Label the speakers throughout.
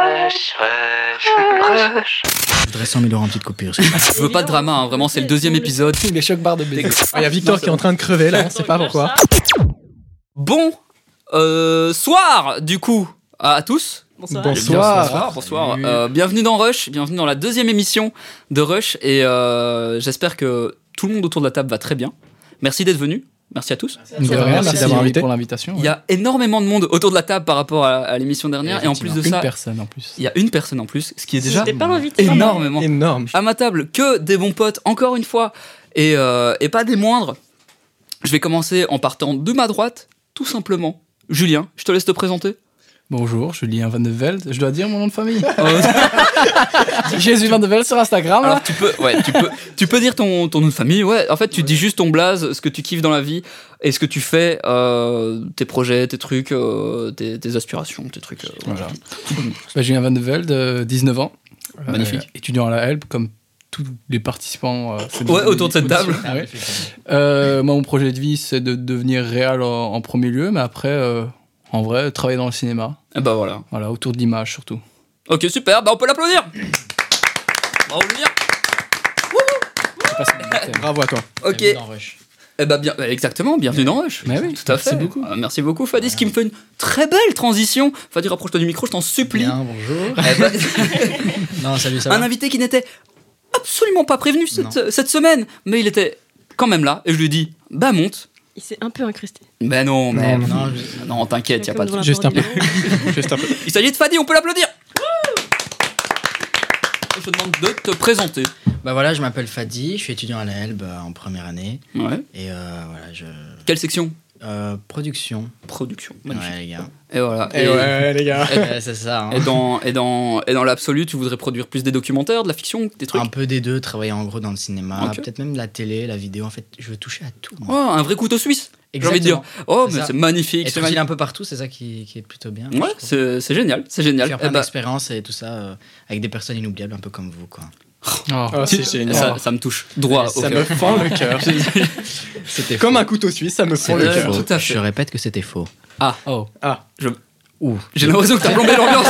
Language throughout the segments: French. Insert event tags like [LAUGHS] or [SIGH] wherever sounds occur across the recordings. Speaker 1: Rush, rush, rush.
Speaker 2: Je voudrais 100 000 euros en petite coupure. s'il vous plaît.
Speaker 3: Je veux pas de drama, hein, vraiment, c'est le deuxième épisode.
Speaker 4: Les chocs barres de baiser. Il y a Victor qui est en train de crever là, on sait pas pourquoi.
Speaker 3: Bon euh, soir, du coup, à à tous.
Speaker 4: Bonsoir.
Speaker 3: Bonsoir, bonsoir.
Speaker 4: Salut.
Speaker 3: Euh, bienvenue dans Rush, bienvenue dans la deuxième émission de Rush et euh, j'espère que tout le monde autour de la table va très bien. Merci d'être venu, merci à tous.
Speaker 4: De rien, merci d'avoir invité.
Speaker 5: pour l'invitation.
Speaker 3: Il y a énormément de monde autour de la table par rapport à, à l'émission dernière et en plus de
Speaker 5: une
Speaker 3: ça,
Speaker 5: personne en plus.
Speaker 3: il y a une personne en plus, ce qui est déjà
Speaker 1: J'étais pas invité.
Speaker 3: énormément.
Speaker 4: Énorme.
Speaker 3: À ma table, que des bons potes, encore une fois, et, euh, et pas des moindres. Je vais commencer en partant de ma droite, tout simplement. Julien, je te laisse te
Speaker 5: [LAUGHS]
Speaker 3: présenter.
Speaker 5: Bonjour, Julien Van de Velde. Je dois dire mon nom
Speaker 3: [LAUGHS]
Speaker 5: de famille. [LAUGHS]
Speaker 3: Euh,
Speaker 5: Jésus Van de Velde sur Instagram.
Speaker 3: Alors
Speaker 5: là.
Speaker 3: tu peux, ouais, tu peux, tu peux dire ton, ton nom de famille. Ouais, en fait, tu dis juste ton blaze, ce que tu kiffes dans la vie et ce que tu fais, euh, tes projets, tes trucs, euh, tes, tes aspirations, tes trucs. euh,
Speaker 5: Voilà. Bah, Julien Van de Velde, euh, 19 ans.
Speaker 3: Magnifique.
Speaker 5: Euh, étudiant à la HELP, comme tous les participants. euh, cette-
Speaker 3: Ouais, autour de cette table.
Speaker 5: Ah ouais. Euh, moi, mon projet de vie, c'est de devenir réel en, en premier lieu, mais après, euh, en vrai, travailler dans le cinéma.
Speaker 3: Et bah voilà.
Speaker 5: Voilà, autour de l'image surtout.
Speaker 3: Ok, super. Bah on peut l'applaudir. Bravo Julien.
Speaker 5: C'est pas ça mon thème.
Speaker 4: Bravo à toi.
Speaker 3: Ok.
Speaker 5: Bienvenue dans Rush.
Speaker 3: Eh bah bien, bah, exactement. Bienvenue dans Rush.
Speaker 5: Mais oui,
Speaker 3: Tout à fait.
Speaker 5: merci beaucoup.
Speaker 3: Euh, merci beaucoup, Fadi, ce qui me fait une très belle transition. Fadi, rapproche-toi du micro, je t'en supplie.
Speaker 2: Bien, bonjour.
Speaker 3: Eh bah,
Speaker 2: Non, salut, ça
Speaker 3: un
Speaker 2: va
Speaker 3: invité qui n'était absolument pas prévenu cette, cette semaine, mais il était quand même là, et je lui dis, bah monte.
Speaker 1: Il s'est un peu incrusté.
Speaker 3: Ben non, mais
Speaker 4: Non,
Speaker 2: Non, je-
Speaker 3: non, t'inquiète, y a pas de.
Speaker 1: Comme dans la
Speaker 4: Juste un peu.
Speaker 1: bande dessinée.
Speaker 4: Juste un
Speaker 5: [LAUGHS]
Speaker 4: peu.
Speaker 3: Il s'agit de Fadi, on peut l'applaudir. Je te demande de te présenter.
Speaker 2: Bah voilà, je m'appelle Fadi, je suis étudiant à la Helbe euh, en première année.
Speaker 3: Ouais.
Speaker 2: Et euh, voilà, je.
Speaker 3: Quelle section
Speaker 2: euh, production.
Speaker 3: Production. Magnifique.
Speaker 2: Ouais, les gars.
Speaker 3: Et voilà.
Speaker 4: Et ouais, les gars.
Speaker 2: Ouais, c'est ça. hein.
Speaker 3: et dans et dans et dans l'absolu, tu voudrais produire plus des documentaires, de la fiction, des trucs.
Speaker 2: Un peu des deux, travailler en gros dans le cinéma,
Speaker 3: Ok.
Speaker 2: peut-être même la télé, la vidéo. En fait, je veux toucher à tout.
Speaker 3: Oh,
Speaker 2: moi.
Speaker 3: un vrai couteau suisse. J'ai envie de
Speaker 2: Exactement.
Speaker 3: dire. Oh,
Speaker 2: C'est
Speaker 3: mais
Speaker 2: ça.
Speaker 3: c'est magnifique.
Speaker 2: Et se
Speaker 3: c'est
Speaker 2: filer
Speaker 3: magnifique.
Speaker 2: un peu partout, c'est ça qui, qui est plutôt bien. je
Speaker 3: Ouais,
Speaker 2: trouve.
Speaker 3: c'est c'est génial, c'est génial.
Speaker 2: Faire
Speaker 3: Eh
Speaker 2: plein
Speaker 3: ben,
Speaker 2: d'expériences et tout ça euh, avec des personnes inoubliables, un peu comme vous, quoi.
Speaker 5: Oh.
Speaker 4: Oh, c'est
Speaker 3: et
Speaker 4: génial.
Speaker 3: ben, ça, ça me touche
Speaker 5: Ah.
Speaker 3: droit au
Speaker 4: Ça
Speaker 3: cœur.
Speaker 4: me fend le cœur.
Speaker 2: C'était
Speaker 4: Comme un couteau suisse, ça me fend le
Speaker 3: vrai.
Speaker 4: cœur.
Speaker 3: Tout à fait.
Speaker 2: Je répète que c'était faux.
Speaker 5: Oh.
Speaker 3: J'ai l'impression que t'as plombé l'ambiance.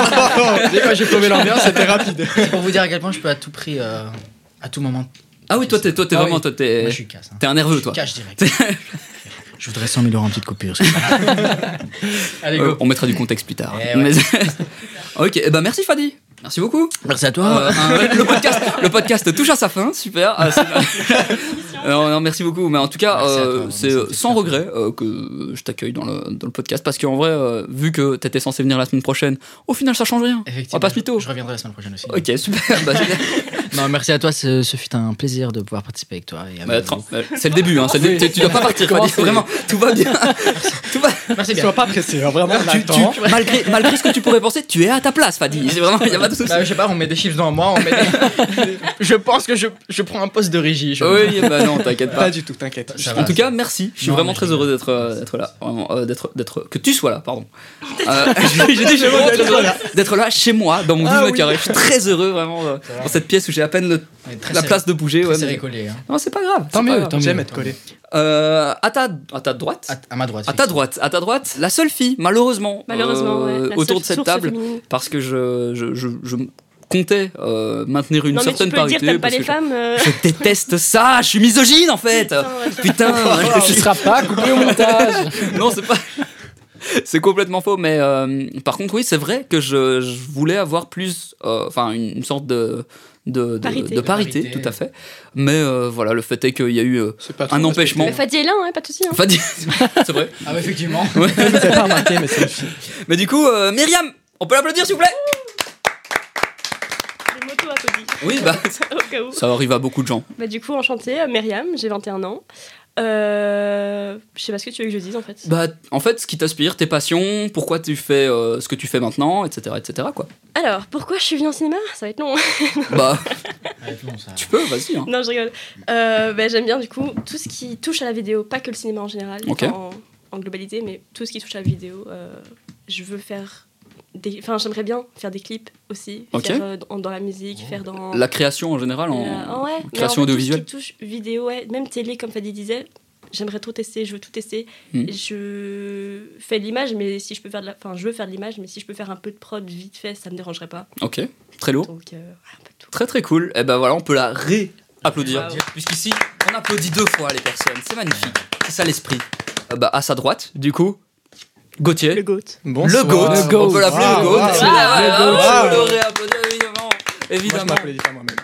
Speaker 4: Dès que j'ai plombé l'ambiance, c'était rapide.
Speaker 2: C'est pour vous dire à quel point je peux à tout prix, euh, à tout moment.
Speaker 3: Ah oui, toi t'es toi t'es
Speaker 2: Ah
Speaker 3: vraiment
Speaker 2: oui.
Speaker 3: toi
Speaker 2: Moi,
Speaker 3: t'es
Speaker 2: je suis casse. hein.
Speaker 3: t'es un
Speaker 2: Je
Speaker 3: nerveux
Speaker 2: suis
Speaker 3: toi.
Speaker 2: cash
Speaker 3: [LAUGHS]
Speaker 2: direct. je voudrais 100 000 euros en petite coupure. Allez,
Speaker 3: Euh, on mettra du contexte plus tard.
Speaker 2: Eh ouais.
Speaker 3: Mais- [LAUGHS] ok, eh ben merci Fadi. Merci beaucoup.
Speaker 2: Merci à toi.
Speaker 3: Euh, un- le, podcast, le podcast touche à sa fin, super. Ah, c'est- non, non, merci beaucoup. Mais en tout cas,
Speaker 2: Merci à toi,
Speaker 3: euh,
Speaker 2: vraiment,
Speaker 3: c'est
Speaker 2: ça me
Speaker 3: euh,
Speaker 2: fait
Speaker 3: sans
Speaker 2: plaisir.
Speaker 3: regret euh, que je t'accueille dans le, dans le podcast parce qu'en vrai, euh, vu que t'étais censé venir la semaine prochaine, au final ça change rien.
Speaker 2: Effectivement.
Speaker 3: On passe mytho.
Speaker 2: Je reviendrai la semaine prochaine aussi.
Speaker 3: Ok, super. Bah, c'est-
Speaker 2: Non, merci à toi. Ce, ce fut un plaisir de pouvoir participer avec toi. Et avec
Speaker 3: [LAUGHS] bah,
Speaker 2: vous.
Speaker 3: attends, euh, c'est le début. Hein, c'est le dé- tu, tu dois pas partir. Fadi, vraiment, tout va bien. [LAUGHS] tout va.
Speaker 2: Merci bien.
Speaker 4: Sois pas pressé, hein, vraiment, on
Speaker 2: Tu-
Speaker 4: attend.
Speaker 3: Malgré, malgré ce que tu pourrais penser, tu es à ta place, Fadi. C'est vraiment, il y a pas de souci.
Speaker 2: Bah, je sais pas, on met des chiffres dans moi. On met des- [LAUGHS] je pense que je, je prends un poste de régie. je-
Speaker 3: Oui, bah non, t'inquiète pas.
Speaker 4: Pas du tout, t'inquiète.
Speaker 2: Ça
Speaker 3: En
Speaker 2: va,
Speaker 3: tout
Speaker 2: ça
Speaker 3: cas, merci. Je suis
Speaker 2: Non,
Speaker 3: vraiment
Speaker 2: mais
Speaker 3: très
Speaker 2: je-
Speaker 3: heureux d'être euh, d'être là, vraiment euh, d'être d'être que tu sois là, [LAUGHS] pardon. Euh, j'ai dit, je suis vraiment très heureux d'être là chez moi dans mon 12
Speaker 4: Ah
Speaker 3: mètres
Speaker 4: oui.
Speaker 3: carrés. Je suis très heureux vraiment euh, dans cette pièce où j'ai à peine le-
Speaker 2: On est très
Speaker 3: la
Speaker 2: serré-
Speaker 3: place de bouger.
Speaker 2: très
Speaker 3: ouais,
Speaker 2: serré
Speaker 3: mais-
Speaker 2: collé, hein.
Speaker 3: Non, c'est pas grave. c'est
Speaker 5: Tant
Speaker 3: pas
Speaker 5: mieux,
Speaker 3: grave.
Speaker 5: tant mieux.
Speaker 4: Ah, J'aime être collé.
Speaker 3: Euh, à ta à ta droite.
Speaker 2: À, à ma droite.
Speaker 3: À ta droite, à ta droite, la seule fille, malheureusement,
Speaker 1: Malheureusement,
Speaker 3: euh,
Speaker 1: ouais, la
Speaker 3: autour
Speaker 1: seule
Speaker 3: de cette
Speaker 1: source
Speaker 3: table,
Speaker 1: féminine.
Speaker 3: parce que je, je, je, je comptais euh, maintenir une
Speaker 1: non, mais tu
Speaker 3: certaine
Speaker 1: peux
Speaker 3: parité.
Speaker 1: dire, t'aimes pas
Speaker 3: parce
Speaker 1: les
Speaker 3: que je-
Speaker 1: femmes. euh,
Speaker 3: je déteste ça, je suis misogyne en fait.
Speaker 1: Putain, ouais, ça-
Speaker 3: Putain,
Speaker 5: Tu seras pas coupé au montage.
Speaker 3: non, c'est pas. C'est complètement faux, mais euh, par contre, oui, c'est vrai que je, je voulais avoir plus, euh, enfin, une, une sorte de, de, de-
Speaker 1: Parité.
Speaker 3: de parité,
Speaker 2: De parité.
Speaker 3: tout à fait. Mais euh, voilà, le fait est qu'il y a eu euh,
Speaker 4: C'est pas
Speaker 3: un
Speaker 4: trop
Speaker 3: empêchement.
Speaker 1: Mais Fadi est là, hein, pas de soucis. hein.
Speaker 3: Enfin, [LAUGHS] dis- c'est vrai.
Speaker 2: Ah, ouais,
Speaker 3: [LAUGHS]
Speaker 2: effectivement.
Speaker 4: respecté.
Speaker 5: [LAUGHS]
Speaker 4: Vous avez pas remarqué, mais c'est une fille.
Speaker 3: Mais du coup, euh, Myriam, on peut l'applaudir s'il vous plaît
Speaker 1: Les motos à Fadi.
Speaker 3: Oui, bah,
Speaker 1: [LAUGHS]
Speaker 3: [LAUGHS]
Speaker 1: Au cas où.
Speaker 3: ça arrive à beaucoup de gens.
Speaker 1: Bah, du coup, enchantée, euh, Myriam, j'ai 21 ans. Euh, je sais pas ce que tu veux que je dise en fait.
Speaker 3: Bah, en fait, ce qui t'inspire, tes passions, pourquoi tu fais euh, ce que tu fais maintenant, etc., etc.,
Speaker 1: [LAUGHS]
Speaker 3: quoi.
Speaker 1: Alors, pourquoi je suis venue en cinéma Ça va être long.
Speaker 3: Bah,
Speaker 2: ça.
Speaker 3: tu peux, vas-y. hein.
Speaker 1: [LAUGHS] non, je rigole. Euh, bah, J'aime bien du coup tout ce qui touche à la vidéo, pas que le cinéma en général,
Speaker 3: Ok.
Speaker 1: enfin, en, en globalité, mais tout ce qui touche à la vidéo. euh, je veux faire des. Enfin, j'aimerais bien faire des clips aussi,
Speaker 3: Ok.
Speaker 1: faire euh, dans, dans la musique, faire dans.
Speaker 3: La création en général, en...
Speaker 1: Euh, ouais, mais
Speaker 3: création
Speaker 1: en fait, tout ce
Speaker 3: audiovisuelle.
Speaker 1: qui touche vidéo, ouais, même télé, comme Fadi disait, j'aimerais trop tester, je veux tout tester.
Speaker 3: Hmm.
Speaker 1: Je fais de l'image, mais si je peux faire de la. Enfin, je veux faire de l'image, mais si je peux faire un peu de prod vite fait, ça me dérangerait pas.
Speaker 3: Ok, très lourd.
Speaker 1: Donc, euh, un peu de tout.
Speaker 3: Très très cool. Et ben voilà, on peut la ré-applaudir.
Speaker 1: Bravo.
Speaker 3: Puisqu'ici, on applaudit deux fois les personnes. C'est magnifique. C'est ça l'esprit. Euh, bah, à sa droite, du coup, Gauthier.
Speaker 1: Le GOAT.
Speaker 3: Le GOAT.
Speaker 6: Le GOAT.
Speaker 3: On peut l'appeler le
Speaker 5: Bravo.
Speaker 3: GOAT.
Speaker 5: Bravo.
Speaker 3: C'est la-
Speaker 6: Le
Speaker 3: Ah, on
Speaker 5: GOAT.
Speaker 3: peut le réapplaudir, évidemment.
Speaker 5: Moi, je
Speaker 3: Évidemment.
Speaker 5: m'appelais pas moi-même.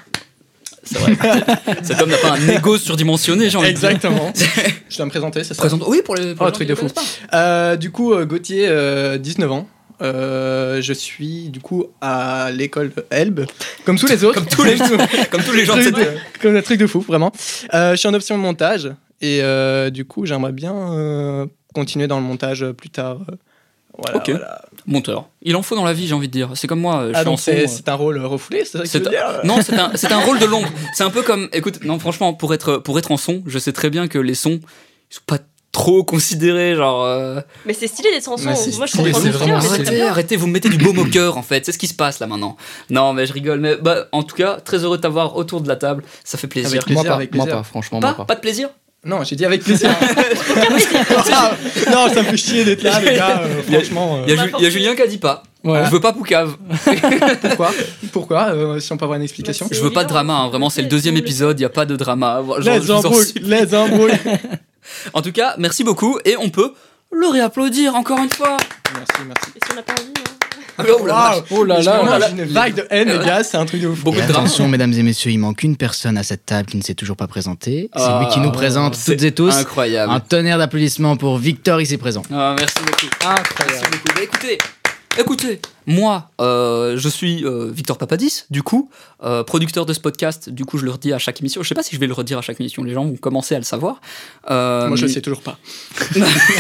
Speaker 3: C'est vrai. Cet homme n'a pas un ego surdimensionné, j'ai envie de dire. [LAUGHS]
Speaker 5: Exactement. je dois me présenter, c'est ça
Speaker 3: Présente- Oui, pour les. pour
Speaker 5: Oh,
Speaker 3: les gens
Speaker 5: truc
Speaker 3: qui
Speaker 5: de
Speaker 3: ne
Speaker 5: fou.
Speaker 3: connaissent
Speaker 5: Euh, du coup, euh, Gauthier, euh, 19 ans. Euh, je suis du coup à l'école de Elbe, comme tous les autres.
Speaker 3: Comme tous
Speaker 5: [LAUGHS]
Speaker 3: les-
Speaker 5: Truc
Speaker 3: pas. [LAUGHS] Comme tous les gens de cette.
Speaker 5: de- comme un truc de fou, vraiment. Euh, je suis en option montage et euh, du coup, j'aimerais bien euh, continuer dans le montage euh, plus tard. Euh, Voilà.
Speaker 3: Ok.
Speaker 5: voilà.
Speaker 3: Monteur. Il en faut dans la vie, j'ai envie de dire. C'est comme moi, euh, je
Speaker 5: Ah,
Speaker 3: suis en
Speaker 5: donc
Speaker 3: son,
Speaker 5: c'est
Speaker 3: euh,
Speaker 5: c'est un rôle euh, refoulé, c'est ça que tu
Speaker 3: C'est-
Speaker 5: veux dire
Speaker 3: Non, c'est un, c'est un rôle de l'ombre. C'est un peu comme, écoute, non, franchement, pour être, pour être en son, je sais très bien que les sons, ils sont pas trop considérés, genre. euh,
Speaker 1: Mais c'est stylé d'être en son.
Speaker 5: Mais c'est
Speaker 1: Moi, je
Speaker 5: stylé,
Speaker 1: comprends
Speaker 5: c'est
Speaker 1: le
Speaker 6: Ah
Speaker 5: vraiment
Speaker 1: frère, mais
Speaker 5: stylé.
Speaker 1: très
Speaker 3: arrêtez,
Speaker 1: bien.
Speaker 3: arrêtez, vous me mettez du baume au cœur, en fait. C'est ce qui se passe là maintenant. Non, mais je rigole, mais bah, en tout cas, très heureux de t'avoir autour de la table. Ça fait plaisir.
Speaker 5: Avec plaisir,
Speaker 6: moi pas,
Speaker 5: avec
Speaker 6: moi
Speaker 5: plaisir.
Speaker 6: pas, franchement,
Speaker 3: Pas,
Speaker 6: Ah bah, moi pas.
Speaker 3: pas de plaisir
Speaker 5: Non, j'ai dit avec
Speaker 3: [LAUGHS]
Speaker 5: plaisir. Ah, non, ça me fait chier d'être là, les gars. euh,
Speaker 3: Il y a-
Speaker 5: franchement, euh,
Speaker 3: Il y, a Ju- il y a Julien qui a dit pas.
Speaker 6: Bah, Voilà.
Speaker 3: Je veux pas Poucave.
Speaker 5: pourquoi [LAUGHS] Pourquoi euh, Si on peut avoir une explication.
Speaker 1: Merci.
Speaker 3: Je veux pas de drama, hein, vraiment, c'est le deuxième épisode, il y a pas de drama. Genre, je
Speaker 5: Les
Speaker 3: vous en
Speaker 5: embrouilles,
Speaker 3: supplie. [LAUGHS]
Speaker 5: les embrouilles.
Speaker 3: En tout cas, merci beaucoup et on peut le réapplaudir encore une fois.
Speaker 5: Merci, merci.
Speaker 1: Et si on n'a pas envie, hein
Speaker 3: Oh la vache.
Speaker 6: Oh là
Speaker 5: Là,
Speaker 6: là,
Speaker 5: une vague de haine, les gars, c'est un truc de ouf.
Speaker 3: Beaucoup
Speaker 2: Et
Speaker 3: de drame.
Speaker 2: attention, mesdames et messieurs, il manque une personne à cette table qui ne s'est toujours pas présentée. C'est
Speaker 3: Ah,
Speaker 2: lui qui nous présente
Speaker 3: c'est
Speaker 2: toutes et tous.
Speaker 3: Incroyable.
Speaker 2: Un tonnerre d'applaudissements pour Victor ici présent.
Speaker 3: Ah, merci beaucoup. Merci beaucoup. Bah, écoutez, écoutez, moi, euh, je suis euh, Victor Papadis, du coup, euh, producteur de ce podcast. Du coup, je le redis à chaque émission. Je sais pas si je vais le redire à chaque émission. Les gens vont commencer à le savoir. Euh,
Speaker 5: Moi, je le sais toujours pas.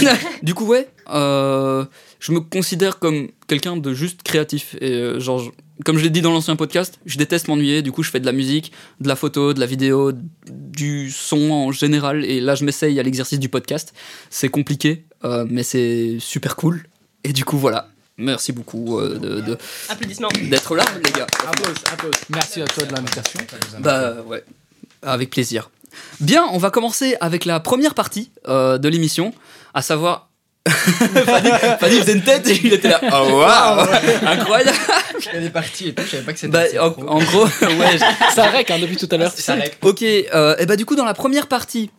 Speaker 3: [LAUGHS] du coup, ouais, euh, je me considère comme quelqu'un de juste créatif. Et euh, genre, je- comme je l'ai dit dans l'ancien podcast, je déteste m'ennuyer. Du coup, je fais de la musique, de la photo, de la vidéo, du son en général. Et là, je m'essaye à l'exercice du podcast. C'est compliqué, euh, mais c'est super cool. Et du coup, voilà. Merci beaucoup euh, de- de-
Speaker 1: Applaudissements.
Speaker 3: d'être là, les gars.
Speaker 6: merci à toi de l'invitation.
Speaker 3: Bah ouais, avec plaisir. Bien, on va commencer avec la première partie euh, de l'émission, à savoir. [LAUGHS] Fanny, Fanny faisait une tête et il était là. Oh waouh Incroyable
Speaker 7: Elle est partie et tout, je savais pas que Ah,
Speaker 3: Bah, en, en gros, [LAUGHS] ouais, je-
Speaker 6: Ça rec hein, depuis tout à l'heure.
Speaker 3: ok. euh, et bah, du coup, dans la première partie,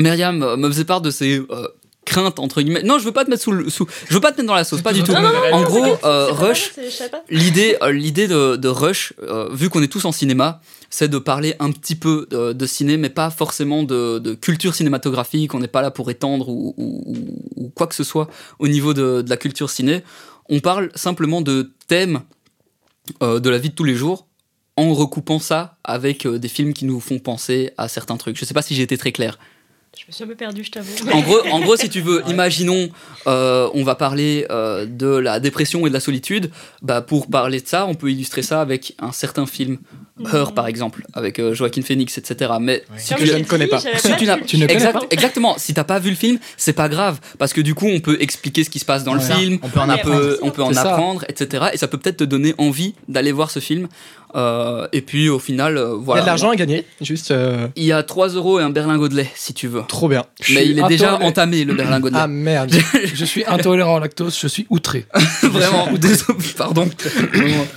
Speaker 3: Myriam euh, me faisait part de ses euh, craintes, entre guillemets. Non, je veux pas te mettre sous le. Sous, je veux pas te mettre dans la sauce, pas du tout.
Speaker 1: Non, non, non,
Speaker 3: en
Speaker 1: non,
Speaker 3: gros,
Speaker 1: c'est-
Speaker 3: euh,
Speaker 1: c'est pas
Speaker 3: Rush,
Speaker 1: grave, c'est- je savais pas.
Speaker 3: L'idée, euh, l'idée de, de Rush, euh, vu qu'on est tous en cinéma, c'est de parler un petit peu de, de ciné, mais pas forcément de, de culture cinématographique. On n'est pas là pour étendre ou, ou- ou- ou quoi que ce soit au niveau de, de la culture ciné. On parle simplement de thèmes euh, de la vie de tous les jours en recoupant ça avec euh, des films qui nous font penser à certains trucs. Je sais pas si j'ai été très clair.
Speaker 1: Je me suis un peu perdue, je t'avoue.
Speaker 3: En gros, en gros, si tu veux, imaginons, euh, on va parler euh, de la dépression et de la solitude. Bah, pour parler de ça, on peut illustrer ça avec un certain film,
Speaker 6: Mm.
Speaker 3: Her par exemple, avec euh, Joaquin Phoenix, etc. Mais
Speaker 1: Si
Speaker 5: que je ne connais pas.
Speaker 6: Si tu n'as- tu ne connais
Speaker 3: Exact-
Speaker 6: pas
Speaker 3: exactement, si t'as pas vu le film, c'est pas grave, parce que du coup, on peut expliquer ce qui se passe dans le
Speaker 2: Voilà.
Speaker 3: film,
Speaker 2: On peut en
Speaker 3: on
Speaker 2: apprendre.
Speaker 3: peut, on peut en
Speaker 6: C'est ça.
Speaker 3: apprendre, etc. Et ça peut peut-être te donner envie d'aller voir ce film. Euh, et puis au final, euh,
Speaker 5: Il y a
Speaker 3: voilà.
Speaker 5: de l'argent à gagner, juste euh,
Speaker 3: Il y a 3 euros et un berlingot de lait, si tu veux.
Speaker 5: trop bien.
Speaker 3: Mais il est
Speaker 6: Attends,
Speaker 3: déjà
Speaker 6: mais-
Speaker 3: entamé, le berlingot de lait.
Speaker 5: Ah
Speaker 3: [LAUGHS]
Speaker 5: merde.
Speaker 6: Je suis intolérant au lactose, je suis outré.
Speaker 3: Vraiment, ou
Speaker 5: [LAUGHS]
Speaker 3: des- pardon.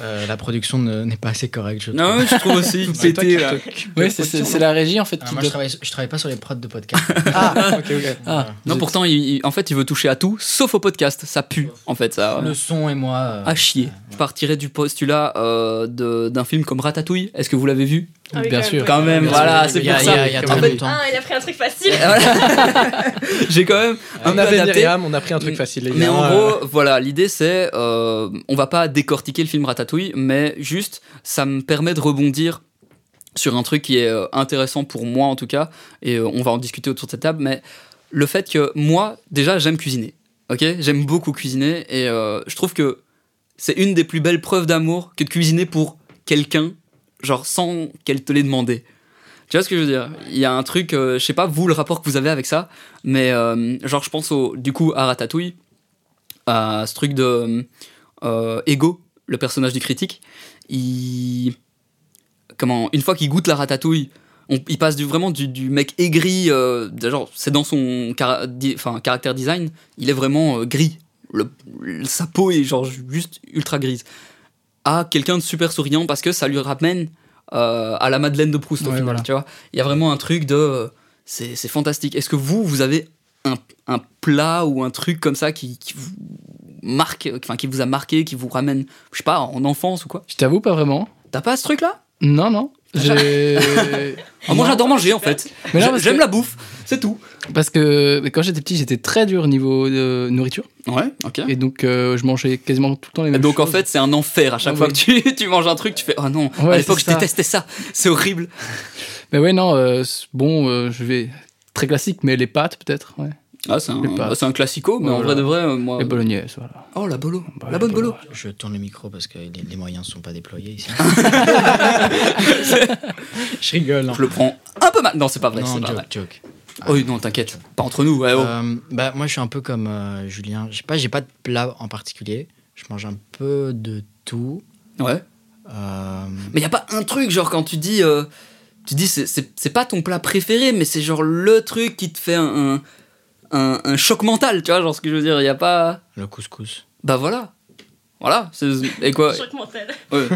Speaker 2: Euh, la production ne- n'est pas assez correcte, je trouve.
Speaker 3: Non, je trouve aussi. euh,
Speaker 5: C'est toi qui
Speaker 3: là.
Speaker 5: t'occupes de
Speaker 6: Oui, c'est- c'est
Speaker 5: production,
Speaker 6: c'est la régie en fait
Speaker 2: Alors
Speaker 6: qui
Speaker 2: Ah, moi, je
Speaker 6: doit-
Speaker 2: travaille, je travaille pas sur les prods de podcast.
Speaker 5: Ah, ok, ok.
Speaker 6: Ah,
Speaker 3: Non, pourtant, il, il- en fait, il veut toucher à tout, sauf au podcast. Ça pue, en fait, ça.
Speaker 2: le son et moi. euh,
Speaker 3: Ah. À chier. Je partirais du postulat euh, de- d'un film comme Ratatouille. Est-ce que vous l'avez vu
Speaker 6: bien sûr.
Speaker 3: Quand même,
Speaker 2: il y a-
Speaker 3: voilà, c'est
Speaker 2: il y a-
Speaker 3: pour
Speaker 2: il y a-
Speaker 3: ça.
Speaker 2: il y a
Speaker 3: En
Speaker 2: très
Speaker 3: fait,
Speaker 2: longtemps.
Speaker 1: Ah, il a pris un truc facile.
Speaker 3: Voilà. [LAUGHS] J'ai quand même un
Speaker 5: On
Speaker 3: peu
Speaker 5: avait
Speaker 3: adapté.
Speaker 5: Myriam, on a pris un truc facile, les gars.
Speaker 3: Ah, Mais en
Speaker 5: Euh,
Speaker 3: gros, voilà, l'idée c'est, euh, on va pas décortiquer le film Ratatouille, mais juste, ça me permet de rebondir sur un truc qui est euh, intéressant pour moi en tout cas, et euh, on va en discuter autour de cette table, mais le fait que moi, déjà, j'aime cuisiner, ok J'aime beaucoup cuisiner, et euh, je trouve que c'est une des plus belles preuves d'amour que de cuisiner pour quelqu'un, genre sans qu'elle te l'ait demandé. Tu vois ce que je veux dire Il y a un truc, euh, je sais pas vous le rapport que vous avez avec ça, mais euh, genre je pense au, du coup à Ratatouille, à ce truc de euh, euh, Ego, le personnage du critique. Il comment Une fois qu'il goûte la ratatouille, On- il passe du, vraiment du, du mec aigri, euh, de genre, c'est dans son cara- di- enfin, caractère design, il est vraiment euh, gris. Le- le- sa peau est genre juste ultra grise. À quelqu'un de super souriant parce que ça lui ramène euh, à la Madeleine de Proust au
Speaker 6: Ouais,
Speaker 3: final,
Speaker 6: voilà.
Speaker 3: tu vois. Il y a vraiment un truc de. euh, c'est c'est fantastique. Est-ce que vous, vous avez un, un plat ou un truc comme ça qui, qui vous marque, enfin qui vous a marqué, qui vous ramène, je sais pas, en enfance ou quoi
Speaker 6: Je t'avoue, pas vraiment.
Speaker 3: T'as pas ce truc-là
Speaker 6: Non, non. J'ai.
Speaker 2: [LAUGHS]
Speaker 3: Ah, Moi
Speaker 6: Non.
Speaker 3: j'adore manger en fait.
Speaker 6: Mais non,
Speaker 3: J'a-
Speaker 6: parce
Speaker 3: J'aime
Speaker 6: que-
Speaker 3: la bouffe, c'est tout.
Speaker 6: Parce que mais quand j'étais petit, j'étais très dur niveau euh, nourriture.
Speaker 3: Ouais, ok.
Speaker 6: Et donc, euh, je mangeais quasiment tout le temps les mêmes
Speaker 3: Donc en
Speaker 6: choses.
Speaker 3: fait, c'est un enfer à chaque
Speaker 6: Ah
Speaker 3: fois
Speaker 6: oui.
Speaker 3: que tu, [LAUGHS] tu manges un truc, tu fais oh non,
Speaker 6: Ouais,
Speaker 3: à l'époque
Speaker 6: c'est
Speaker 3: je
Speaker 6: ça.
Speaker 3: détestais ça, c'est horrible.
Speaker 6: Mais ouais, non, euh, c'est- bon, euh, je vais. Très classique, mais les pâtes peut-être, ouais.
Speaker 3: Ah, c'est un,
Speaker 6: Les pâtes.
Speaker 3: bah, c'est un classico, mais en
Speaker 6: Voilà.
Speaker 3: vrai de vrai, euh, moi.
Speaker 6: Les bolognaises, voilà.
Speaker 3: Oh la bolo,
Speaker 6: Bah,
Speaker 3: la bonne
Speaker 6: les bolos.
Speaker 3: bolo.
Speaker 2: Je tourne le micro parce que les, les moyens sont pas déployés ici.
Speaker 3: Ah,
Speaker 2: je rigole.
Speaker 3: [LAUGHS]
Speaker 2: hein.
Speaker 3: Je le prends un peu mal. Non, c'est pas vrai,
Speaker 2: non,
Speaker 3: c'est pas vrai.
Speaker 2: joke, joke.
Speaker 3: Oh oui, non, t'inquiète, pas entre nous. ouais, oh.
Speaker 2: Euh, bah, moi, je suis un peu comme euh, Julien. Je sais pas, j'ai pas de plat en particulier. Je mange un peu de tout.
Speaker 3: ouais.
Speaker 2: Euh,
Speaker 3: Mais y a pas un truc, genre quand tu dis. euh, tu dis, c'est- c'est c'est pas ton plat préféré, mais c'est genre le truc qui te fait un, un, un- un choc mental, tu vois, genre ce que je veux dire. Y a pas.
Speaker 2: le
Speaker 3: [LAUGHS]
Speaker 2: couscous.
Speaker 3: Bah voilà. Voilà. c'est- Et [LAUGHS] quoi
Speaker 1: Choc mental.
Speaker 3: ouais.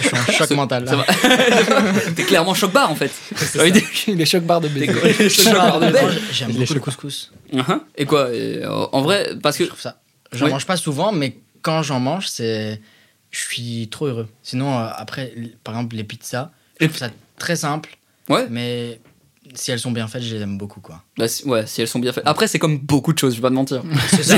Speaker 2: Je suis en choc mental. là.
Speaker 3: ça va. T'es clairement choc bar en fait. J'ai envie de dire,
Speaker 6: les chocs barres de
Speaker 3: t'es
Speaker 6: baiser.
Speaker 3: quoi [LAUGHS] Choc bar de Belge.
Speaker 2: J'aime beaucoup le couscous.
Speaker 3: Uh-huh. Et quoi et, euh, En vrai, parce que.
Speaker 2: Je trouve ça. J'en
Speaker 3: Oui.
Speaker 2: mange pas souvent, mais quand j'en mange, c'est. Je suis trop heureux. Sinon, euh, après, l- par exemple, les pizzas, je
Speaker 3: Les
Speaker 2: trouve ça très simple,
Speaker 3: Ouais,
Speaker 2: mais si elles sont bien faites, je les aime beaucoup,
Speaker 3: [LAUGHS]
Speaker 2: quoi.
Speaker 3: bah, si, ouais, si elles sont bien faites. Après, c'est comme beaucoup de choses, je vais pas te mentir.
Speaker 2: C'est ça.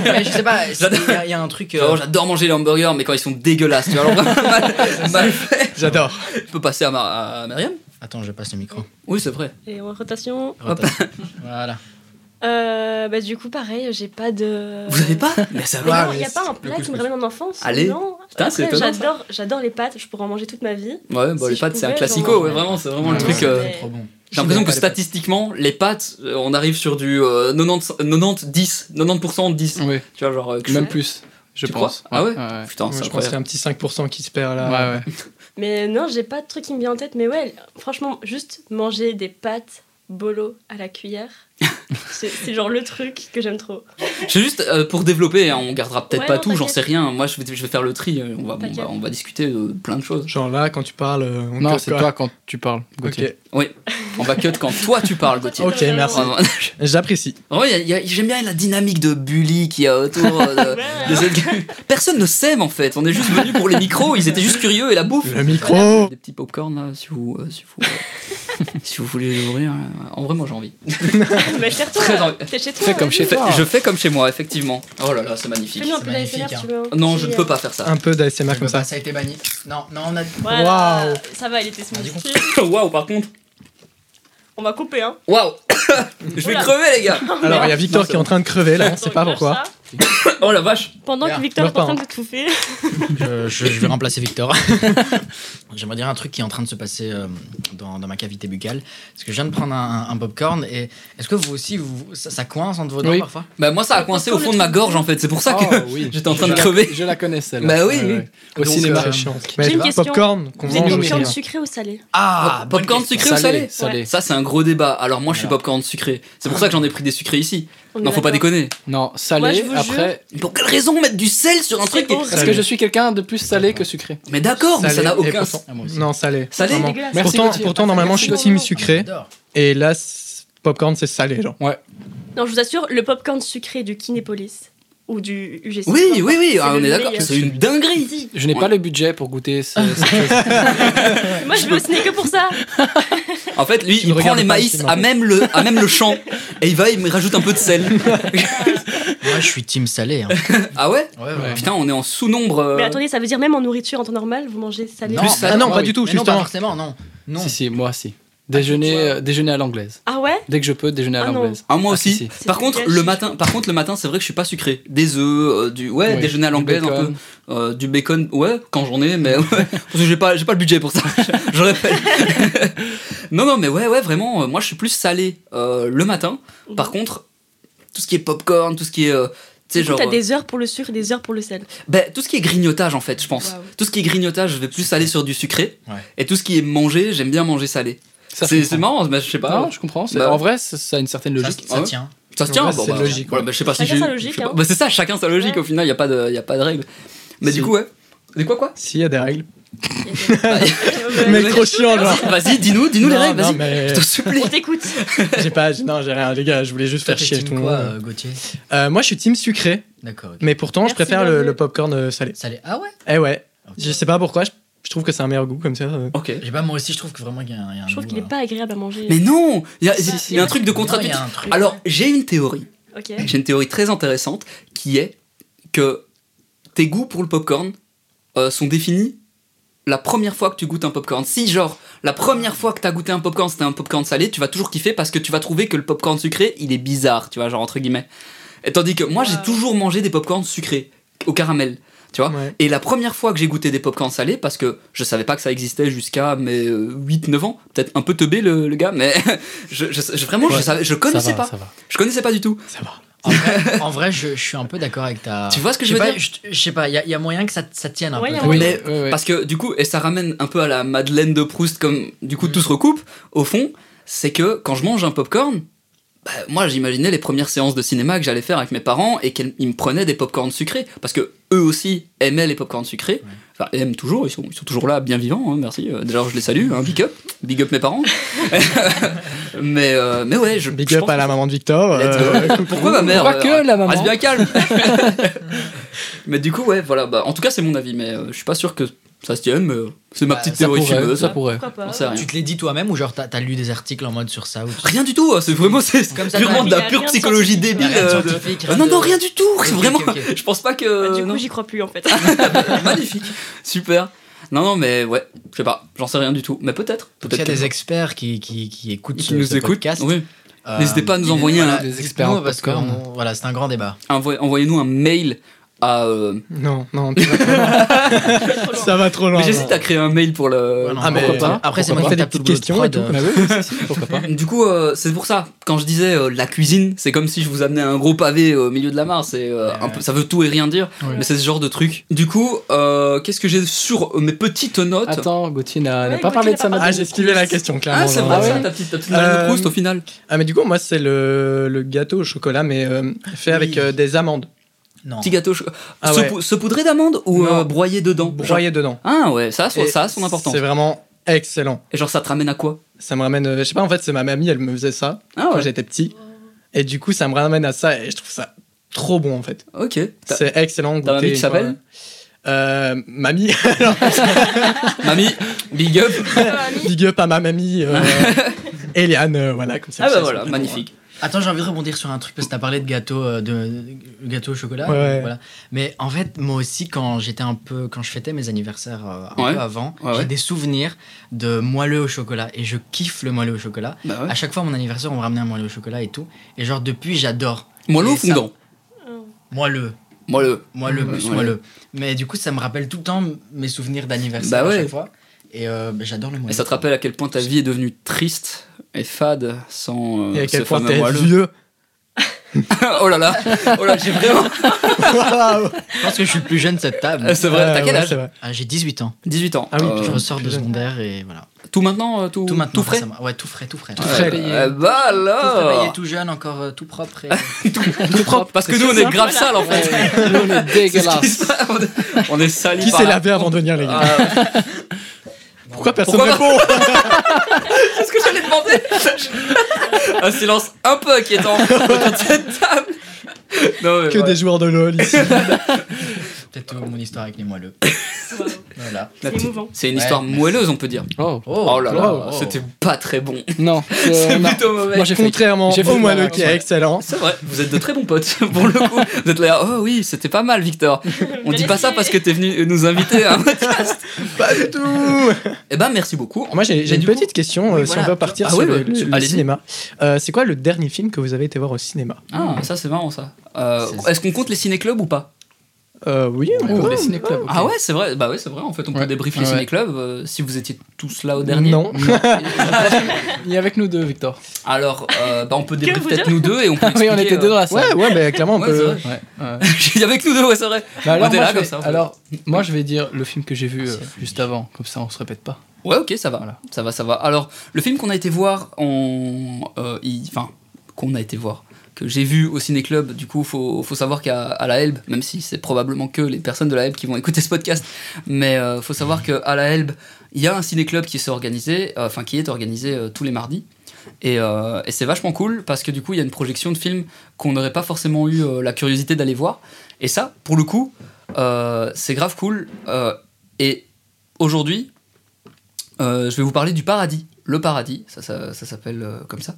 Speaker 2: Mais je sais
Speaker 3: [LAUGHS]
Speaker 2: pas, c'est-
Speaker 3: J'adore.
Speaker 2: il y, a- il y a un truc. euh,
Speaker 3: Genre, j'adore manger les hamburgers, mais quand ils sont dégueulasses, tu vois. Alors, [LAUGHS] mal, mal fait.
Speaker 5: J'adore.
Speaker 3: Je peux passer à, ma, à Myriam
Speaker 2: Attends, je passe le micro.
Speaker 3: Oui, c'est vrai.
Speaker 1: Et en rotation.
Speaker 3: Hop.
Speaker 2: Voilà.
Speaker 1: Euh, bah, du coup, pareil, j'ai pas de.
Speaker 3: Vous avez pas Mais ça
Speaker 1: Mais
Speaker 3: va.
Speaker 2: Ah,
Speaker 1: non, il n'y a pas un plat qui me ramène en enfance.
Speaker 3: Allez.
Speaker 1: Non.
Speaker 3: Putain, c'est
Speaker 1: Après,
Speaker 3: étonnant,
Speaker 1: J'adore, j'adore les pâtes, je pourrais en manger toute ma vie.
Speaker 3: Ouais, bah,
Speaker 1: Si
Speaker 3: les
Speaker 1: je
Speaker 3: pâtes, c'est un
Speaker 1: pouvais,
Speaker 3: classico,
Speaker 1: j'en
Speaker 3: ouais,
Speaker 1: mangerais.
Speaker 3: vraiment, c'est vraiment le
Speaker 1: Ouais,
Speaker 3: truc.
Speaker 1: c'est
Speaker 3: euh,
Speaker 1: vrai. Trop
Speaker 2: bon.
Speaker 3: J'ai l'impression que
Speaker 5: J'aime pas les
Speaker 3: statistiquement, les pâtes, euh, on arrive sur du euh, 90, 90, 10, 90% 10.
Speaker 6: Oui,
Speaker 3: Tu vois, genre. euh, que je-
Speaker 6: même plus, je
Speaker 3: Tu
Speaker 6: pense.
Speaker 3: crois Ah ouais
Speaker 6: ouais.
Speaker 3: Putain, c'est
Speaker 5: je pense qu'il y a
Speaker 3: incroyable.
Speaker 5: un petit 5% qui se perd là.
Speaker 6: Ouais, ouais.
Speaker 1: Mais non, j'ai pas de truc qui me vient en tête. Mais ouais, franchement, juste manger des pâtes bolo à la cuillère, c'est c'est genre le truc que j'aime trop.
Speaker 3: J'ai juste, euh, pour développer, hein, on gardera peut-être
Speaker 1: Ouais,
Speaker 3: pas
Speaker 1: non,
Speaker 3: tout, j'en
Speaker 1: t'inquiète.
Speaker 3: sais rien. Moi, je vais, je vais faire le tri, euh, on va, on
Speaker 1: T'inquiète.
Speaker 3: va, on va discuter de plein de choses.
Speaker 5: Genre là, quand tu parles, euh, on
Speaker 6: Non,
Speaker 5: cut,
Speaker 6: c'est
Speaker 5: quoi.
Speaker 6: toi quand tu parles,
Speaker 5: Ok,
Speaker 6: Gauthier.
Speaker 3: On va cut quand toi tu parles,
Speaker 1: Quand tu
Speaker 3: Gauthier.
Speaker 1: parles
Speaker 5: Ok, merci.
Speaker 1: vraiment.
Speaker 3: Vraiment,
Speaker 5: j'apprécie.
Speaker 3: vraiment, il y a- il y a- j'aime bien la dynamique de bully qu'il y a autour. euh, de-
Speaker 1: Ouais.
Speaker 3: de cette- Personne ne s'aime en fait, on est juste venus pour les micros, ils étaient juste curieux et la bouffe.
Speaker 5: Le micro
Speaker 3: Des petits popcorn là, si vous, euh, si vous,
Speaker 1: [LAUGHS]
Speaker 3: euh, si vous voulez les ouvrir. euh, En vrai, moi j'ai envie.
Speaker 1: [COUGHS] Mais c'est toi,
Speaker 3: Très envie.
Speaker 1: t'es chez toi.
Speaker 6: Fais comme
Speaker 1: vas-y.
Speaker 6: chez toi.
Speaker 3: Fais- je fais comme chez moi, effectivement. Oh là là, c'est magnifique.
Speaker 1: Fais-nous un peu
Speaker 2: C'est magnifique,
Speaker 1: d'ASMR,
Speaker 2: hein.
Speaker 1: tu veux. un
Speaker 3: Non,
Speaker 1: petit,
Speaker 3: je ne
Speaker 1: euh,
Speaker 3: peux pas faire ça.
Speaker 5: Un peu d'ASMR comme ça.
Speaker 2: Ça a été banni. Non, non, on a.
Speaker 1: Voilà.
Speaker 5: Waouh.
Speaker 1: Ça va, il était smooth.
Speaker 3: [LAUGHS] Waouh, par contre.
Speaker 1: On va couper, hein.
Speaker 3: Waouh [COUGHS] Je vais
Speaker 1: Oula.
Speaker 3: crever, les gars
Speaker 5: Alors, il y a
Speaker 3: Non,
Speaker 5: Victor
Speaker 3: c'est
Speaker 5: qui est en train de crever là, on
Speaker 1: Donc,
Speaker 5: sait pas
Speaker 1: lâche
Speaker 5: pourquoi.
Speaker 1: ça.
Speaker 3: Oh la vache
Speaker 1: Pendant que
Speaker 2: Merde,
Speaker 1: Victor est en
Speaker 5: meurs pas,
Speaker 1: train de touffer.
Speaker 2: Je, je- [LAUGHS] je vais remplacer Victor. J'aimerais dire un truc qui est en train de se passer euh, dans, dans ma cavité buccale. Parce que je viens de prendre un, un- un popcorn et est-ce que vous aussi, vous, ça, ça coince entre vos dents
Speaker 6: Oui.
Speaker 2: parfois
Speaker 3: Bah moi ça a coincé au fond de ma gorge en fait, c'est pour
Speaker 1: Oh.
Speaker 3: ça que
Speaker 6: Oh, oui.
Speaker 3: [LAUGHS] j'étais en train de
Speaker 6: Je la-
Speaker 3: crever.
Speaker 6: Je la connais celle-là.
Speaker 3: Bah oui, oui.
Speaker 6: Au
Speaker 5: Donc,
Speaker 6: cinéma.
Speaker 5: euh, chiant.
Speaker 1: J'ai une
Speaker 5: Mais
Speaker 1: question.
Speaker 5: popcorn qu'on
Speaker 1: Vous êtes
Speaker 5: mange au
Speaker 1: popcorn
Speaker 5: cinéma.
Speaker 1: sucré ou salé
Speaker 2: Ah, bonne
Speaker 3: popcorn
Speaker 2: question.
Speaker 3: sucré ou salé
Speaker 6: Salé.
Speaker 3: Ça c'est un gros débat. Alors moi je suis
Speaker 2: Voilà.
Speaker 3: popcorn sucré. C'est pour ça que j'en ai pris des sucrés ici.
Speaker 1: On est
Speaker 3: Non faut pas
Speaker 1: d'accord.
Speaker 3: déconner.
Speaker 6: Non,
Speaker 1: Moi, je
Speaker 6: salé,
Speaker 1: vous
Speaker 6: après.
Speaker 3: Pour quelle raison mettre du sel sur un
Speaker 1: C'est
Speaker 3: truc qui-
Speaker 1: horrible.
Speaker 6: Parce que je suis quelqu'un de plus salé que sucré.
Speaker 3: Mais d'accord, mais ça
Speaker 5: Salé
Speaker 3: n'a
Speaker 5: et
Speaker 3: aucun
Speaker 5: pourtant-
Speaker 3: sens.
Speaker 2: Ah, moi aussi.
Speaker 5: Non, salé.
Speaker 3: Salé
Speaker 5: Vraiment.
Speaker 1: dégueulasse.
Speaker 6: Merci,
Speaker 5: Pourtant,
Speaker 6: Gauthier.
Speaker 5: pourtant normalement, je suis
Speaker 1: Merci,
Speaker 5: team
Speaker 1: Gauthier.
Speaker 5: sucré.
Speaker 2: Ah, Oh, J'adore.
Speaker 5: Et là, c- popcorn, c'est salé, genre.
Speaker 1: Non, je vous assure, le popcorn sucré du Kinépolis ou du UGC.
Speaker 3: Oui, oui, oui, ah,
Speaker 1: le
Speaker 3: on est d'accord.
Speaker 1: meilleur.
Speaker 3: C'est une dinguerie.
Speaker 6: Je n'ai
Speaker 3: Ouais. Ah,
Speaker 6: pas le budget pour goûter ce- cette chose.
Speaker 1: Moi, je vais au ciné que pour ça.
Speaker 3: Euh. En fait lui
Speaker 5: me
Speaker 3: il prend
Speaker 5: regardes
Speaker 3: les
Speaker 5: pas,
Speaker 3: maïs
Speaker 5: Simon.
Speaker 3: à même le, à même le champ et il va il me rajoute un peu de sel.
Speaker 2: Moi, je suis team salé. hein.
Speaker 3: Ah ouais
Speaker 2: Ouais, ouais.
Speaker 3: Putain on est en sous-nombre. euh,
Speaker 1: Mais attendez, ça veut dire même en nourriture en temps normal, vous mangez salé.
Speaker 2: Non.
Speaker 3: plus salé.
Speaker 5: Ah non,
Speaker 6: Ah
Speaker 5: pas
Speaker 6: oui.
Speaker 5: du tout,
Speaker 2: Mais non, bah pas
Speaker 5: justement.
Speaker 2: forcément, non. Non.
Speaker 6: Si, si, moi si. Déjeuner, euh, déjeuner à l'anglaise.
Speaker 1: Ah ouais
Speaker 6: Dès que je peux, déjeuner à
Speaker 1: Ah non.
Speaker 6: l'anglaise.
Speaker 3: Ah, moi
Speaker 6: Ah,
Speaker 3: aussi.
Speaker 6: si, si.
Speaker 3: Par
Speaker 1: C'est
Speaker 3: contre
Speaker 1: dégueulasse.
Speaker 3: le matin, par contre le matin, c'est vrai que je suis pas sucré. Des œufs, euh, du ouais,
Speaker 6: Oui.
Speaker 3: déjeuner à
Speaker 6: Du
Speaker 3: l'anglaise un peu,
Speaker 6: bacon.
Speaker 3: Euh, du bacon, ouais, quand j'en ai, mais ouais,
Speaker 5: [LAUGHS]
Speaker 3: parce que j'ai pas j'ai pas le budget pour ça. je- je rappelle. [LAUGHS] non non, mais ouais ouais vraiment, euh, moi je suis plus salé euh, le matin.
Speaker 5: Mhm.
Speaker 3: Par contre, tout ce qui est popcorn, tout ce qui est euh, tu sais
Speaker 1: Du coup,
Speaker 3: genre
Speaker 1: T'as
Speaker 3: euh,
Speaker 1: des heures pour le sucre et des heures pour le
Speaker 3: [LAUGHS]
Speaker 1: sel.
Speaker 3: ben, tout ce qui est grignotage en fait, je pense.
Speaker 1: Waouh.
Speaker 3: Tout ce qui est grignotage, je vais plus aller sur du sucré
Speaker 2: Ouais.
Speaker 3: et tout ce qui est manger, j'aime bien manger salé.
Speaker 6: Ça,
Speaker 3: C'est
Speaker 6: je
Speaker 3: c'est
Speaker 6: comprends.
Speaker 3: marrant, mais je sais pas.
Speaker 6: Non, je comprends. c'est-
Speaker 3: Bah,
Speaker 6: en vrai, ça, ça a une certaine
Speaker 2: Ça,
Speaker 6: logique.
Speaker 2: ça
Speaker 3: Ouais.
Speaker 2: tient.
Speaker 3: Ça se tient,
Speaker 5: Ouais,
Speaker 3: bon,
Speaker 5: c'est
Speaker 3: bah,
Speaker 5: logique,
Speaker 3: voilà, bah, je sais pas si
Speaker 1: Chacun
Speaker 3: j'ai-
Speaker 1: sa logique,
Speaker 3: je sais pas.
Speaker 1: hein.
Speaker 3: Bah, c'est ça, chacun sa logique. Au final, il n'y a, pas de- y a pas de règle. Mais
Speaker 5: Si.
Speaker 3: du coup, ouais. C'est quoi, quoi
Speaker 5: S'il y a des règles.
Speaker 1: Mais
Speaker 5: Mec, trop chiant, genre.
Speaker 3: Vas-y, dis-nous, dis-nous les
Speaker 5: Non,
Speaker 3: règles,
Speaker 5: non,
Speaker 3: vas-y.
Speaker 5: mais
Speaker 3: Je te supplie.
Speaker 1: On t'écoute.
Speaker 5: j'ai pas, j'ai- non, j'ai rien, les gars, je voulais juste
Speaker 2: Toi,
Speaker 5: faire
Speaker 2: t'es
Speaker 5: chier
Speaker 2: team
Speaker 5: tout le
Speaker 2: quoi,
Speaker 5: monde.
Speaker 2: euh, Gauthier
Speaker 5: Euh, moi, je suis team sucré,
Speaker 2: D'accord. ok.
Speaker 5: mais pourtant,
Speaker 1: Merci,
Speaker 5: je préfère le,
Speaker 1: bienvenue.
Speaker 5: le popcorn euh, salé.
Speaker 2: Ça l'est- Ah ouais
Speaker 5: Eh ouais, je
Speaker 2: Ok.
Speaker 5: sais pas pourquoi, je, je trouve que c'est un meilleur goût comme ça. euh.
Speaker 3: Ok.
Speaker 2: J'ai pas, moi aussi, je trouve que vraiment qu'il y a un. il y a un
Speaker 1: Je trouve
Speaker 2: goût,
Speaker 1: qu'il est
Speaker 2: euh,
Speaker 1: pas agréable à manger.
Speaker 3: Mais non Il y a,
Speaker 1: Si,
Speaker 3: il
Speaker 1: si.
Speaker 3: y a un truc de
Speaker 2: non, il y
Speaker 3: contradictoire.
Speaker 2: a un truc.
Speaker 3: Alors, j'ai une théorie.
Speaker 1: Ok.
Speaker 3: J'ai une théorie très intéressante qui est que tes goûts pour le popcorn euh, sont définis la première fois que tu goûtes un popcorn. Si, genre, la première fois que tu as goûté un popcorn, c'était un popcorn salé, tu vas toujours kiffer parce que tu vas trouver que le popcorn sucré, il est bizarre, tu vois, genre entre guillemets. Et tandis que moi,
Speaker 2: Ah.
Speaker 3: j'ai
Speaker 1: Ouais.
Speaker 3: toujours mangé des popcorns sucrés au caramel, tu vois.
Speaker 5: Ouais.
Speaker 3: Et la première fois que j'ai goûté des popcorns salés, parce que je savais pas que ça existait jusqu'à mes 8-9 ans, peut-être un peu teubé le, le gars, mais [LAUGHS] je, je- je- vraiment, je,
Speaker 6: Ouais.
Speaker 3: savais, je
Speaker 6: Ça
Speaker 3: connaissais
Speaker 6: va,
Speaker 3: pas.
Speaker 6: ça va.
Speaker 3: Je connaissais pas du tout.
Speaker 5: Ça va.
Speaker 2: En vrai, en vrai, je, je suis un peu d'accord avec ta.
Speaker 3: Tu vois ce que
Speaker 2: Je
Speaker 3: je
Speaker 2: sais
Speaker 3: veux
Speaker 2: pas,
Speaker 3: dire
Speaker 2: je je sais pas, il y, a- il y a moyen que ça, ça tienne un
Speaker 1: Ouais, il y a
Speaker 2: peu.
Speaker 1: moyen.
Speaker 3: Mais-
Speaker 6: Ouais, ouais.
Speaker 3: Parce que du coup, et ça ramène un peu à la Madeleine de Proust, comme du coup tout se recoupe, au fond, c'est que quand je mange un popcorn, bah, moi j'imaginais les premières séances de cinéma que j'allais faire avec mes parents et qu'ils me prenaient des popcorns sucrés, parce que eux aussi aimaient les popcorns sucrés, enfin ils aiment toujours, ils sont, ils sont toujours là, bien vivants, hein, merci, Euh, d'ailleurs je les salue, hein, big up, big up mes
Speaker 6: [LAUGHS]
Speaker 3: parents. [LAUGHS] mais, euh, mais ouais, je,
Speaker 5: Big
Speaker 3: je
Speaker 5: up
Speaker 3: pense
Speaker 5: à la
Speaker 3: que-
Speaker 5: maman de Victor.
Speaker 3: Let's
Speaker 5: euh,
Speaker 3: go. Pourquoi ma mère
Speaker 6: Pas
Speaker 3: euh,
Speaker 6: que la maman.
Speaker 3: Reste bien
Speaker 6: [LAUGHS]
Speaker 3: calme. [LAUGHS] mais du coup, ouais, voilà. Bah, en tout cas, c'est mon avis, mais euh, je suis pas sûr que ça se tienne. Mais euh, c'est ma
Speaker 2: Bah,
Speaker 3: petite
Speaker 6: Ça
Speaker 3: théorie
Speaker 6: pourrait,
Speaker 3: fumeuse.
Speaker 6: ça pourrait.
Speaker 1: Pourquoi pas
Speaker 3: On sait rien.
Speaker 2: Tu te l'es dit toi-même ou genre t'as t'as lu des articles en mode sur ça ou tu-
Speaker 3: Rien du tout. hein, C'est vraiment c'est c'est
Speaker 2: Comme ça,
Speaker 3: purement de
Speaker 1: il y
Speaker 3: la
Speaker 1: a
Speaker 3: pure
Speaker 1: rien de
Speaker 3: psychologie
Speaker 1: scientifique,
Speaker 3: débile.
Speaker 1: il y a
Speaker 2: rien de
Speaker 3: euh, de-
Speaker 2: scientifique,
Speaker 3: Ah
Speaker 2: rien
Speaker 3: non,
Speaker 2: de-
Speaker 3: non, rien du tout.
Speaker 2: ok,
Speaker 3: Vraiment.
Speaker 2: ok, ok.
Speaker 3: Je pense pas
Speaker 1: Bah,
Speaker 3: que.
Speaker 1: Du coup,
Speaker 3: Euh, non.
Speaker 1: j'y crois plus en
Speaker 3: [LAUGHS]
Speaker 1: fait.
Speaker 3: Magnifique. Super. Non, non, mais ouais, je sais pas. J'en sais rien du tout. Mais peut-être.
Speaker 2: Donc, il y
Speaker 3: Peut-être.
Speaker 2: a des
Speaker 3: que-
Speaker 2: experts qui, qui, qui écoutent
Speaker 3: qui
Speaker 2: ce,
Speaker 3: nous
Speaker 2: ce
Speaker 3: écoutent.
Speaker 2: podcast.
Speaker 3: Oui.
Speaker 2: Euh,
Speaker 3: N'hésitez pas à nous
Speaker 2: dites-
Speaker 3: envoyer un-
Speaker 2: voilà,
Speaker 6: des
Speaker 2: dites-nous,
Speaker 6: experts en
Speaker 2: parce que
Speaker 6: popcorn.
Speaker 2: on- voilà, c'est un grand débat.
Speaker 3: Envoyez- Envoyez-nous un mail à. euh,
Speaker 5: Non, non, tu vas trop loin. ça va trop loin.
Speaker 3: Mais j'hésite à créer un mail pour le. hein.
Speaker 2: Ouais, non,
Speaker 5: Ah, mais
Speaker 2: Pourquoi pas Après, c'est moi qui
Speaker 5: pourquoi pas
Speaker 2: tape tout
Speaker 5: des
Speaker 2: le
Speaker 5: petites
Speaker 2: boulot de
Speaker 5: questions et
Speaker 2: prod,
Speaker 6: Bah oui, si, si, pourquoi pas.
Speaker 3: Du coup, euh, c'est pour ça, quand je disais euh, la cuisine, c'est comme si je vous amenais un gros pavé au milieu de la mare, c'est euh, un peu, ça veut tout et rien dire,
Speaker 2: Ouais.
Speaker 3: mais c'est ce genre de truc. Du coup, euh, qu'est-ce que j'ai sur mes petites notes
Speaker 6: [LAUGHS] Attends, Gauthier n'a n'a
Speaker 1: Ouais,
Speaker 6: pas parlé
Speaker 1: Gauthier
Speaker 6: de sa
Speaker 1: n'a pas
Speaker 6: madame.
Speaker 5: Ah, j'ai esquivé la question, clairement.
Speaker 3: Ah, c'est
Speaker 5: genre.
Speaker 3: vrai,
Speaker 6: Ah ouais.
Speaker 3: ça, ta petite, ta petite Madeleine de
Speaker 5: Euh,
Speaker 3: Proust au final.
Speaker 5: Ah, mais du coup, moi, c'est le, le gâteau au chocolat, mais euh, fait avec euh, des amandes.
Speaker 2: Non.
Speaker 3: Petit gâteau.
Speaker 5: Ah
Speaker 3: se,
Speaker 5: ouais.
Speaker 3: pou- se poudrer d'amande ou
Speaker 5: Non.
Speaker 3: euh, broyer dedans
Speaker 5: Broyé dedans.
Speaker 3: Ah ouais, ça, a son-
Speaker 5: Et
Speaker 3: ça a son importance.
Speaker 5: C'est vraiment excellent.
Speaker 3: Et genre, ça te ramène à quoi
Speaker 5: Ça me ramène. euh, je sais pas, en fait, c'est ma mamie, elle me faisait ça
Speaker 3: Ah
Speaker 5: quand
Speaker 3: ouais,
Speaker 5: j'étais petit. Et du coup, ça me ramène à ça et je trouve ça trop bon, en fait.
Speaker 3: ok. Ta-
Speaker 5: C'est excellent. de
Speaker 3: ta mamie
Speaker 5: goûter
Speaker 3: qui
Speaker 5: une fois.
Speaker 3: s'appelle
Speaker 5: euh, Mamie. [LAUGHS]
Speaker 3: Mamie, big up.
Speaker 5: Big up à ma
Speaker 3: [LAUGHS]
Speaker 5: mamie. euh, Eliane, euh, voilà, comme ça.
Speaker 3: Ah
Speaker 5: ça,
Speaker 3: bah
Speaker 5: ça
Speaker 3: voilà,
Speaker 5: me-
Speaker 3: magnifique.
Speaker 2: Attends, j'ai envie de rebondir sur un truc parce que t'as parlé de gâteau, euh, de, de gâteau au chocolat.
Speaker 5: Ouais, ouais.
Speaker 2: Voilà. Mais en fait, moi aussi, quand j'étais un peu, quand je fêtais mes anniversaires euh, un
Speaker 3: Ouais.
Speaker 2: peu avant,
Speaker 3: Ouais,
Speaker 2: j'ai
Speaker 3: ouais.
Speaker 2: des souvenirs de moelleux au chocolat et je kiffe le moelleux au chocolat.
Speaker 3: Bah ouais.
Speaker 2: À chaque fois, à mon anniversaire, on me ramenait un moelleux au chocolat et tout. Et genre depuis, j'adore
Speaker 3: Moi,
Speaker 2: Et
Speaker 3: l'eau
Speaker 2: ça-
Speaker 3: fondant.
Speaker 2: moelleux,
Speaker 3: Moi, le.
Speaker 2: moelleux plus
Speaker 3: Ouais.
Speaker 2: moelleux. Mais du coup, ça me rappelle tout le temps mes souvenirs d'anniversaire
Speaker 3: Bah
Speaker 2: à
Speaker 3: ouais.
Speaker 2: chaque fois. Et euh, bah, j'adore le moelleux.
Speaker 3: Et ça te rappelle à quel point ta vie est devenue triste et fade sans euh,
Speaker 5: Et à
Speaker 3: ce
Speaker 5: quel point
Speaker 3: fameux
Speaker 5: t'es
Speaker 3: moelleux. [LAUGHS]
Speaker 5: vieux.
Speaker 3: oh là là, oh là, j'ai vraiment.
Speaker 5: Waouh.
Speaker 2: Je pense que je suis le plus jeune de cette table.
Speaker 3: Euh, C'est vrai, t'as
Speaker 5: Ah, Ouais,
Speaker 3: quel
Speaker 5: ouais,
Speaker 3: âge
Speaker 5: c'est vrai.
Speaker 2: Ah, j'ai 18 ans.
Speaker 3: 18 ans.
Speaker 5: Ah oui,
Speaker 3: Euh,
Speaker 2: Je
Speaker 5: putain.
Speaker 2: ressors de
Speaker 5: plus jeune.
Speaker 2: secondaire et voilà.
Speaker 3: tout maintenant, euh, tout,
Speaker 2: Tout maintenant.
Speaker 3: frais.
Speaker 2: récemment. Ouais, tout frais, tout frais.
Speaker 3: Euh,
Speaker 6: frais payé.
Speaker 3: euh, bah
Speaker 2: Tout réveillé,
Speaker 3: alors.
Speaker 2: tout jeune, encore euh, tout propre.
Speaker 3: [LAUGHS]
Speaker 2: et-
Speaker 3: Tout propre. Parce que nous, on est grave sale en fait.
Speaker 1: [LAUGHS]
Speaker 6: Nous, on est
Speaker 3: C'est ce qui
Speaker 6: dégueulasse.
Speaker 3: se passe. On est- On est sali.
Speaker 5: Qui
Speaker 3: par
Speaker 5: s'est
Speaker 3: là.
Speaker 5: lavé avant de venir, les gars
Speaker 3: Ah,
Speaker 5: Pourquoi personne
Speaker 3: Pourquoi
Speaker 5: répond
Speaker 3: [LAUGHS] C'est ce que j'allais demander. [LAUGHS] Un silence un peu inquiétant autour de cette table. Non, mais
Speaker 5: Que
Speaker 3: voilà.
Speaker 5: des joueurs de LoL ici.
Speaker 2: Peut-être euh, mon histoire avec les moelleux.
Speaker 3: [LAUGHS]
Speaker 2: Voilà.
Speaker 1: C'est émouvant.
Speaker 3: C'est une
Speaker 2: Ouais,
Speaker 3: histoire
Speaker 2: merci.
Speaker 3: moelleuse, on peut dire.
Speaker 6: Oh. Euh,
Speaker 3: Oh là là,
Speaker 2: oh.
Speaker 3: c'était pas très bon.
Speaker 6: Non. je-
Speaker 3: C'est [LAUGHS]
Speaker 6: on a-
Speaker 3: plutôt mauvais.
Speaker 6: Moi, j'ai fait.
Speaker 5: Contrairement
Speaker 6: J'ai fait
Speaker 3: hein,
Speaker 5: au
Speaker 6: le
Speaker 5: moelleux
Speaker 6: malin,
Speaker 5: qui est
Speaker 6: ouais.
Speaker 5: excellent.
Speaker 3: C'est vrai, vous êtes de très bons potes [LAUGHS] pour le coup. Vous êtes là, oh oui, c'était pas mal, Victor. On dit pas ça parce que t'es venu nous inviter à un podcast.
Speaker 5: Pas du tout
Speaker 3: Eh ben, merci beaucoup.
Speaker 5: Moi, j'ai j'ai
Speaker 3: Mais
Speaker 5: une
Speaker 3: du
Speaker 5: petite question,
Speaker 2: oui,
Speaker 5: euh, si
Speaker 2: voilà.
Speaker 5: on peut partir
Speaker 3: Ah
Speaker 5: sur
Speaker 3: oui,
Speaker 5: le,
Speaker 3: bah,
Speaker 5: le- le
Speaker 3: allez-y.
Speaker 5: cinéma. Euh, c'est quoi le dernier film que vous avez été voir au cinéma
Speaker 3: Ah, ça c'est marrant ça. Euh,
Speaker 2: C'est-
Speaker 3: Est-ce qu'on compte les ciné-clubs ou pas
Speaker 5: euh, Oui, on
Speaker 6: Oh,
Speaker 5: peut.
Speaker 6: les ciné-clubs, ok.
Speaker 3: Ah ouais, c'est vrai. Bah ouais, c'est vrai. En fait, on peut
Speaker 6: Ouais.
Speaker 3: débriefer les
Speaker 6: Ouais.
Speaker 3: ciné-clubs euh, si vous étiez tous là au dernier.
Speaker 5: Non.
Speaker 6: Il est avec nous deux, Victor.
Speaker 3: [LAUGHS] Alors, euh, bah, on peut débriefer
Speaker 1: vous
Speaker 3: peut-être
Speaker 1: dire
Speaker 3: nous deux et on peut.
Speaker 6: Ah [LAUGHS] oui, on
Speaker 3: expliquer,
Speaker 6: était deux
Speaker 3: euh,
Speaker 6: dans la
Speaker 5: [LAUGHS]
Speaker 6: salle.
Speaker 5: Ouais, ouais, mais clairement, on
Speaker 3: Ouais,
Speaker 5: peut.
Speaker 3: c'est
Speaker 6: Ouais, ouais.
Speaker 3: [LAUGHS] Il y avait que nous deux, ouais, c'est vrai.
Speaker 6: Bah alors,
Speaker 3: était
Speaker 6: moi,
Speaker 3: là
Speaker 6: je
Speaker 3: comme
Speaker 6: vais-
Speaker 3: ça, on peut-
Speaker 6: alors, moi, je vais dire le film que j'ai vu euh,
Speaker 2: C'est fou.
Speaker 6: juste avant, comme ça on se répète pas.
Speaker 3: Ouais, ok, ça va.
Speaker 6: Voilà.
Speaker 3: Ça va, ça va. Alors, le film qu'on a été voir en. euh, il- Enfin, qu'on a été voir, que j'ai vu au Ciné Club, du coup, faut, faut savoir qu'à à la Helbe, même si c'est probablement que les personnes de la Helbe qui vont écouter ce podcast, mais euh, faut savoir qu'à la Helbe, il y a un Ciné Club qui s'est organisé, euh, enfin, qui est organisé euh, tous les mardis. Et, euh, et c'est vachement cool parce que du coup, il y a une projection de films qu'on n'aurait pas forcément eu euh, la curiosité d'aller voir. Et ça, pour le coup, euh, c'est grave cool. Euh, et aujourd'hui, euh, je vais vous parler du paradis. Le paradis, ça, ça, ça s'appelle euh, comme ça.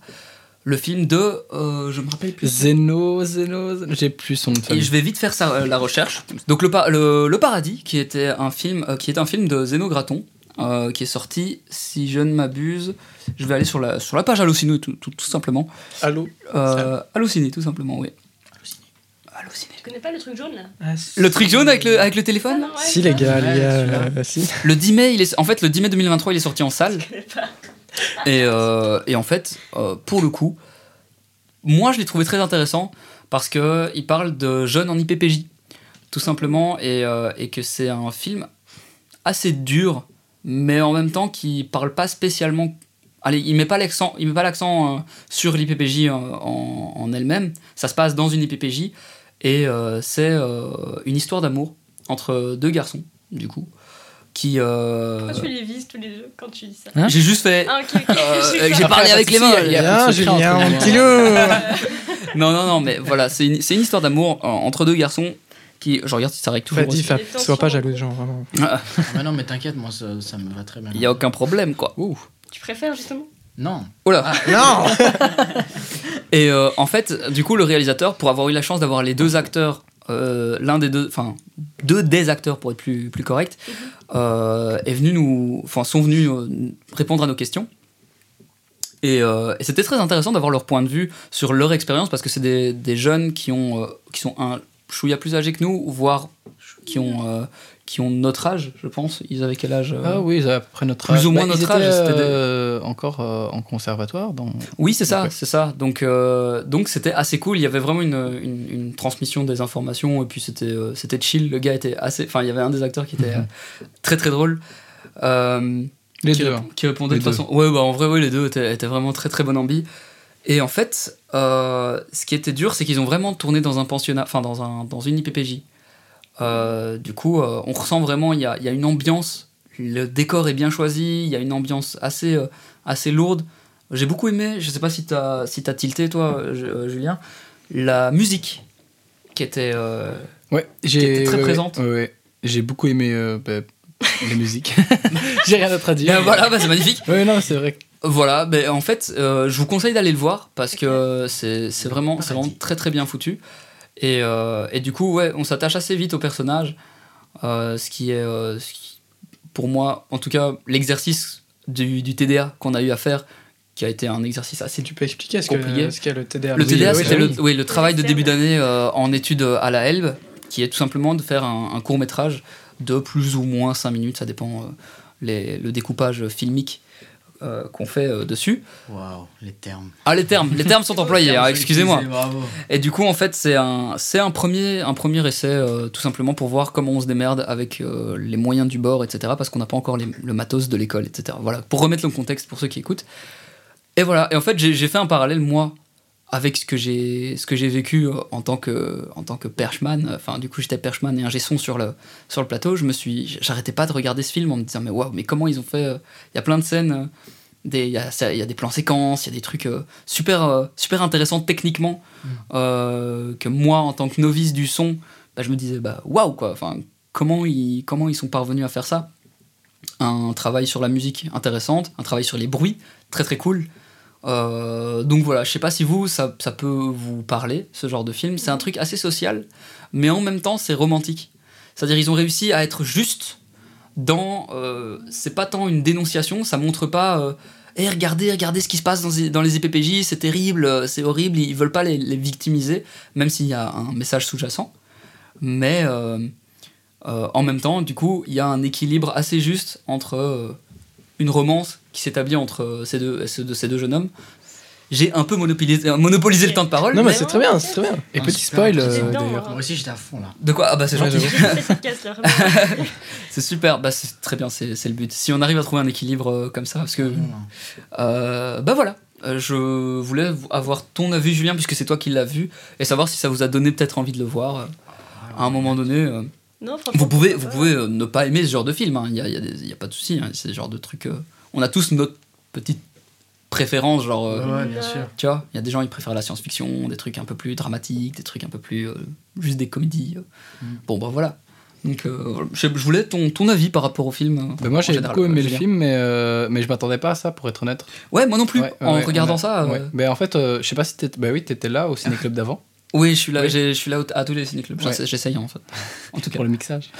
Speaker 3: Le film de. euh, je me rappelle plus.
Speaker 6: Zeno, Zeno, Zeno- j'ai plus son nom de
Speaker 3: Et
Speaker 6: famille.
Speaker 3: je vais vite faire ça, euh, la recherche. Donc le, pa- le, Le paradis, qui était un film, euh, qui est un film de Zeno Graton, euh, qui est sorti, si je ne m'abuse, je vais aller sur la sur la page Allociné tout, tout, tout simplement.
Speaker 5: Allô
Speaker 3: Euh, Allociné tout simplement, oui. Allociné.
Speaker 1: Tu connais pas le truc jaune là
Speaker 3: Le truc jaune avec le avec le
Speaker 1: Ah
Speaker 3: téléphone.
Speaker 1: non, ouais,
Speaker 5: Si les
Speaker 1: ça.
Speaker 5: gars, il y a,
Speaker 2: Ouais,
Speaker 5: euh, si.
Speaker 3: Le 10 mai, il est en fait le 10 mai 2023, il est sorti en salle.
Speaker 1: Je connais pas.
Speaker 3: Et, euh, et en fait, euh, pour le coup, moi je l'ai trouvé très intéressant parce que il parle de jeunes en IPPJ, tout simplement, et, euh, et que c'est un film assez dur, mais en même temps qui parle pas spécialement. Allez, il met pas l'accent, il met pas l'accent euh, sur l'IPPJ euh, en, en elle-même. Ça se passe dans une IPPJ et euh, c'est euh, une histoire d'amour entre deux garçons, du coup, qui. euh,
Speaker 1: Pourquoi tu les vises tous les deux quand tu dis ça
Speaker 6: Hein
Speaker 3: j'ai juste fait.
Speaker 1: Ah ok, ok. [LAUGHS]
Speaker 3: Euh,
Speaker 1: j'ai
Speaker 3: j'ai
Speaker 1: compris.
Speaker 3: pas- parlé
Speaker 6: Après,
Speaker 3: avec
Speaker 6: si,
Speaker 3: les mains,
Speaker 6: il y a- il y
Speaker 3: [LAUGHS]
Speaker 6: a
Speaker 5: Bien,
Speaker 6: plus de secret entre
Speaker 5: Julien,
Speaker 6: nous. hein.
Speaker 5: petit loup
Speaker 3: Non, non, non, mais voilà, c'est une, c'est une histoire d'amour euh, entre deux garçons qui. Je regarde si ça règle toujours.
Speaker 5: Vas-y,
Speaker 1: Les
Speaker 5: Fab,
Speaker 1: tensions.
Speaker 5: sois pas jaloux des gens, vraiment.
Speaker 2: Ah, mais non, mais t'inquiète, moi ça, ça me va très bien.
Speaker 3: Il n'y a aucun problème, quoi.
Speaker 1: Tu préfères justement
Speaker 3: [LAUGHS]
Speaker 2: Non.
Speaker 3: Oh là
Speaker 5: Non
Speaker 3: Et euh, en fait, du coup, le réalisateur, pour avoir eu la chance d'avoir les deux acteurs, euh, l'un des deux, enfin, deux des acteurs pour être plus, plus correct, euh, est venu nous, enfin, sont venus euh, répondre à nos questions. Et, euh, et c'était très intéressant d'avoir leur point de vue sur leur expérience parce que c'est des, des jeunes qui ont, euh, qui sont un chouïa plus âgés que nous, voire qui ont, euh, qui ont notre âge, je pense. Ils avaient quel âge euh
Speaker 6: Ah oui, ils avaient à peu près notre
Speaker 3: Plus
Speaker 6: âge. Bah,
Speaker 3: ou moins
Speaker 6: ils
Speaker 3: notre
Speaker 6: étaient,
Speaker 3: âge, c'était des-
Speaker 6: euh, encore euh, en conservatoire. Dans...
Speaker 3: Oui, c'est ça,
Speaker 6: Ok.
Speaker 3: c'est ça. Donc, euh, donc c'était assez cool. Il y avait vraiment une, une- une transmission des informations et puis c'était, euh, c'était chill. Le gars était assez. Enfin, il y avait un des acteurs qui était euh, très très drôle. Euh,
Speaker 6: Les
Speaker 3: qui,
Speaker 6: deux. hein.
Speaker 3: rép- qui répondait
Speaker 6: Les
Speaker 3: de façon. Ouais, bah en vrai, ouais, les deux étaient, étaient vraiment très très bonne ambi. Et en fait, euh, ce qui était dur, c'est qu'ils ont vraiment tourné dans un pensionnat, enfin dans, un, dans une IPPJ. Euh, du coup, euh, on ressent vraiment, il y a, il y a une ambiance, le décor est bien choisi, il y a une ambiance assez, euh, assez lourde. J'ai beaucoup aimé, je sais pas si t'as si t'as tilté toi, euh, Ju- euh, Julien, la musique qui était. euh,
Speaker 6: Ouais, j'ai
Speaker 3: était très
Speaker 6: ouais, ouais,
Speaker 3: présente.
Speaker 6: ouais, ouais. J'ai beaucoup aimé euh, bah, la musique. j'ai rien d'autre à dire.
Speaker 3: Et [LAUGHS] voilà, bah, c'est magnifique.
Speaker 6: Ouais, non, c'est vrai.
Speaker 3: Voilà, ben en fait, euh, je vous conseille d'aller le voir parce que c'est c'est vraiment, c'est vraiment très très bien foutu. Et, euh, et du coup, ouais, on s'attache assez vite au personnage, euh, ce qui est, euh, ce qui- pour moi, en tout cas, l'exercice du, du TDA qu'on a eu à faire, qui a été un exercice assez dur.
Speaker 5: Tu peux expliquer ce que-
Speaker 3: Compliqué.
Speaker 5: ce qu'est le TDA
Speaker 3: Le
Speaker 5: Oui,
Speaker 3: TDA,
Speaker 5: oui,
Speaker 3: c'était
Speaker 5: oui.
Speaker 3: le, oui, le travail de
Speaker 1: c'est
Speaker 3: début
Speaker 1: vrai.
Speaker 3: d'année euh, en études à la Helbe, qui est tout simplement de faire un, court métrage de plus ou moins 5 minutes, ça dépend euh, les- le découpage filmique euh, qu'on fait euh, dessus.
Speaker 2: Waouh, les termes.
Speaker 3: Ah, les termes, les
Speaker 2: [LAUGHS]
Speaker 3: termes sont employés, hein, excusez-moi.
Speaker 2: Bravo.
Speaker 3: Et du coup, en fait, c'est un, c'est un, premier, un premier essai, euh, tout simplement pour voir comment on se démerde avec euh, les moyens du bord, etc. Parce qu'on n'a pas encore les- le matos de l'école, etc. Voilà, pour remettre le contexte pour ceux qui écoutent. Et voilà, et en fait, j'ai j'ai fait un parallèle, moi, avec ce que j'ai ce que j'ai vécu euh, en tant que en tant que perchman enfin du coup j'étais perchman et ingé son sur le sur le plateau je me suis j'arrêtais pas de regarder ce film en me disant mais waouh mais comment ils ont fait euh, il y a plein de scènes euh, des il y a, ça- il y a des plans séquences il y a des trucs euh, super euh, super intéressants techniquement euh, que moi en tant que novice du son bah, je me disais bah waouh quoi enfin comment ils comment ils sont parvenus à faire ça un travail sur la musique intéressante un travail sur les bruits très très cool euh, donc voilà, je sais pas si vous, ça, ça peut vous parler, ce genre de film. C'est un truc assez social, mais en même temps, c'est romantique. C'est-à-dire, ils ont réussi à être juste dans. euh, c'est pas tant une dénonciation, ça montre pas. euh, Eh, regardez, regardez ce qui se passe dans, les- dans les E IPPJ, c'est terrible, euh, c'est horrible, ils veulent pas les, les victimiser, même s'il y a un message sous-jacent. Mais euh, euh, en même temps, du coup, il y a un équilibre assez juste entre euh, une romance qui s'établit entre euh, ces deux, ces deux- ces deux jeunes hommes j'ai un peu monopolisé, euh, monopolisé le temps de parole.
Speaker 5: Non, mais
Speaker 3: mais-
Speaker 5: c'est très bien, c'est très bien.
Speaker 6: Et
Speaker 2: Ah,
Speaker 6: petit
Speaker 2: super,
Speaker 6: spoil,
Speaker 1: j'étais
Speaker 6: euh,
Speaker 1: dedans,
Speaker 6: d'ailleurs.
Speaker 1: moi.
Speaker 2: Moi aussi, j'étais à fond là.
Speaker 3: De quoi Ah bah c'est
Speaker 6: Ouais,
Speaker 3: gentil.
Speaker 1: J'ai fait cette casseur.
Speaker 3: c'est super, bah c'est très bien, c'est c'est le but. Si on arrive à trouver un équilibre euh, comme ça, parce que
Speaker 2: Mhm.
Speaker 3: Euh, bah voilà. Euh, Je voulais vous- avoir ton avis, Julien, puisque c'est toi qui l'as vu, et savoir si ça vous a donné peut-être envie de le voir. euh,
Speaker 2: Ah,
Speaker 3: À un moment donné, euh,
Speaker 1: Non, franchement,
Speaker 3: vous pouvez, vous
Speaker 1: ouais.
Speaker 3: pouvez euh, ne pas aimer ce genre de film. hein. Il n'y a, il y a des- il y a pas de souci. hein. C'est le genre de truc. euh, on a tous notre petite préférence. Genre, euh,
Speaker 1: Ouais, bien sûr.
Speaker 3: tu vois, il y a des gens qui préfèrent la science-fiction, des trucs un peu plus dramatiques, des trucs un peu plus. euh, juste des comédies. euh.
Speaker 2: Mm.
Speaker 3: Bon, bah voilà. Donc, euh, je, je voulais ton, ton avis par rapport au film. euh,
Speaker 6: Bah, moi
Speaker 3: en
Speaker 6: j'ai
Speaker 3: général,
Speaker 6: beaucoup aimé
Speaker 3: euh,
Speaker 6: le
Speaker 3: Julien.
Speaker 6: film, mais, euh, mais je m'attendais pas à ça pour être honnête.
Speaker 3: Ouais, moi non plus.
Speaker 6: Ouais, ouais,
Speaker 3: en
Speaker 6: ouais,
Speaker 3: regardant
Speaker 6: on a-
Speaker 3: ça. euh,
Speaker 6: ouais. Mais en fait, euh, je sais pas si t'étais. Bah oui, t'étais là au ciné-club d'avant
Speaker 3: Oui, je suis là,
Speaker 6: Oui.
Speaker 3: j'ai- je suis là au- à tous les cinéclubs.
Speaker 6: Ouais.
Speaker 3: J'essaye en fait.
Speaker 6: [LAUGHS]
Speaker 3: [LAUGHS] En tout cas.
Speaker 6: pour le mixage.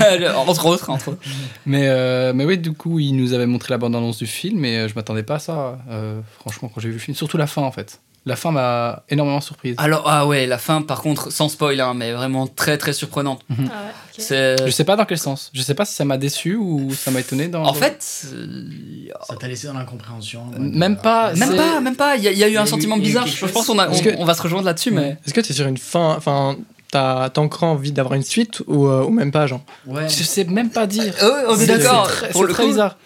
Speaker 3: [LAUGHS] entre autres, entre autres.
Speaker 6: Mais, euh, mais oui, du coup, il nous avait montré la bande-annonce du film et euh, je m'attendais pas à ça, euh, franchement, quand j'ai vu le film. Surtout la fin en fait. La fin m'a énormément surprise.
Speaker 3: Alors, ah ouais, la fin par contre, sans spoil, hein, mais vraiment très très surprenante.
Speaker 1: Ah ouais, ok.
Speaker 3: C'est. euh,
Speaker 6: Je sais pas dans quel sens. Je sais pas si ça m'a déçu ou ça m'a étonné. Dans
Speaker 3: En fait, euh,
Speaker 2: Ça t'a laissé dans l'incompréhension. euh,
Speaker 6: Même pas,
Speaker 2: c'est-
Speaker 3: même
Speaker 6: C'est-
Speaker 3: pas, même pas. Il y, a- il y a eu un sentiment
Speaker 2: il y a eu
Speaker 3: bizarre.
Speaker 2: quelque
Speaker 3: Je
Speaker 2: chose.
Speaker 3: pense qu'on a- on,
Speaker 5: Parce que-
Speaker 3: on va se rejoindre là-dessus, mais.
Speaker 5: Est-ce que t'es sur une fin. Enfin, t'as t'as encore envie d'avoir une suite ou, euh, ou même pas, genre
Speaker 2: Ouais.
Speaker 6: Je sais même pas dire.
Speaker 3: Euh, on est
Speaker 6: C'est-
Speaker 3: d'accord.
Speaker 6: c'est très-
Speaker 3: Pour
Speaker 6: c'est
Speaker 3: le
Speaker 6: très
Speaker 3: coup,
Speaker 6: bizarre.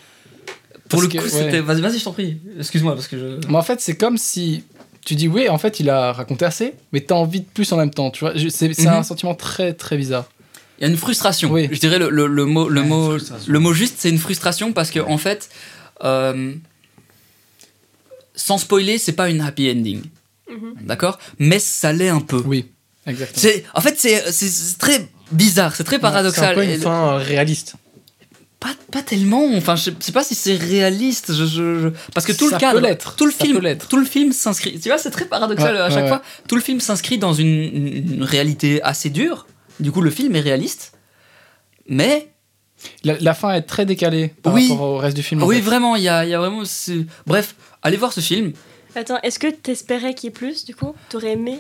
Speaker 3: pour le
Speaker 6: Parce
Speaker 3: coup,
Speaker 6: que- ouais.
Speaker 3: c'était. Vas-y, vas-y, je t'en prie. Excuse-moi parce que je.
Speaker 6: Mais en fait, c'est comme si tu dis oui, en fait, il a raconté assez, mais t'as envie de plus en même temps. Tu vois, Je- c'est c'est
Speaker 3: Mhm.
Speaker 6: un sentiment très très bizarre.
Speaker 3: Il y a une frustration.
Speaker 6: Oui.
Speaker 3: Je dirais le, le- le mot, le,
Speaker 2: Ouais,
Speaker 3: mot,
Speaker 2: frustration.
Speaker 3: le mot juste, c'est une frustration parce que, en fait, euh, sans spoiler, c'est pas une happy ending.
Speaker 1: Mhm.
Speaker 3: D'accord Mais ça l'est un peu.
Speaker 6: Oui, exactement.
Speaker 3: C'est, en fait, c'est, c'est- c'est très bizarre, c'est très
Speaker 5: C'est un
Speaker 3: paradoxal.
Speaker 5: peu
Speaker 3: Et
Speaker 5: une fin euh, réaliste.
Speaker 3: pas, pas tellement, enfin, je sais pas si c'est réaliste. Je, je- je- Parce que tout
Speaker 6: Ça
Speaker 3: le cadre.
Speaker 6: peut l'être,
Speaker 3: Tout le
Speaker 6: ça
Speaker 3: film.
Speaker 6: peut l'être.
Speaker 3: Tout le film s'inscrit. Tu vois, c'est très paradoxal
Speaker 6: Ouais,
Speaker 3: à
Speaker 6: ouais,
Speaker 3: chaque
Speaker 6: ouais.
Speaker 3: fois. Tout le film s'inscrit dans une, une- une réalité assez dure. Du coup, le film est réaliste. Mais
Speaker 6: La, la fin est très décalée par
Speaker 3: Oui.
Speaker 6: rapport au reste du film. en
Speaker 3: Oui,
Speaker 6: fait.
Speaker 3: vraiment, il y a, il y a vraiment. ce- Bref, allez voir ce film.
Speaker 1: Attends, est-ce que t'espérais qu'il y ait plus du coup T'aurais aimé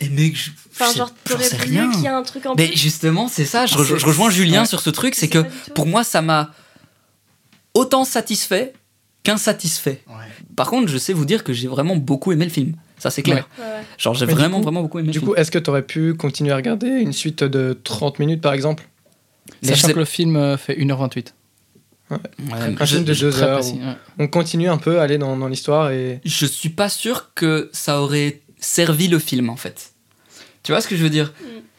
Speaker 3: Et mec, je,
Speaker 1: Enfin,
Speaker 3: je
Speaker 1: genre,
Speaker 3: sais- j'en
Speaker 1: t'aurais
Speaker 3: sais
Speaker 1: voulu
Speaker 3: rien.
Speaker 1: qu'il y ait un truc en
Speaker 3: Mais
Speaker 1: plus
Speaker 3: justement, c'est ça, je, re-
Speaker 6: C'est-
Speaker 3: je rejoins Julien
Speaker 6: ouais.
Speaker 3: sur ce truc,
Speaker 1: Je
Speaker 3: c'est
Speaker 1: sais
Speaker 3: que
Speaker 1: pas du tout.
Speaker 3: pour moi, ça m'a autant satisfait qu'insatisfait.
Speaker 2: Ouais.
Speaker 3: Par contre, je sais vous dire que j'ai vraiment beaucoup aimé le film. Ça, c'est clair.
Speaker 1: Ouais, ouais.
Speaker 3: Genre, j'ai
Speaker 5: Mais du
Speaker 3: vraiment,
Speaker 5: coup-
Speaker 3: vraiment beaucoup aimé
Speaker 5: Du
Speaker 3: le
Speaker 5: coup,
Speaker 3: film.
Speaker 5: est-ce que t'aurais pu continuer à regarder une suite de 30 minutes, par exemple
Speaker 3: Mais
Speaker 6: Sachant
Speaker 3: je sais-
Speaker 6: que le film euh, fait 1h28.
Speaker 3: Ouais,
Speaker 5: Un
Speaker 3: je,
Speaker 5: film de
Speaker 6: C'est
Speaker 5: 2
Speaker 6: très
Speaker 5: heures.
Speaker 6: précis, ouais.
Speaker 5: On continue un peu à aller dans, dans l'histoire et.
Speaker 3: je suis pas sûr que ça aurait servi le film, en fait. Tu vois ce que je veux dire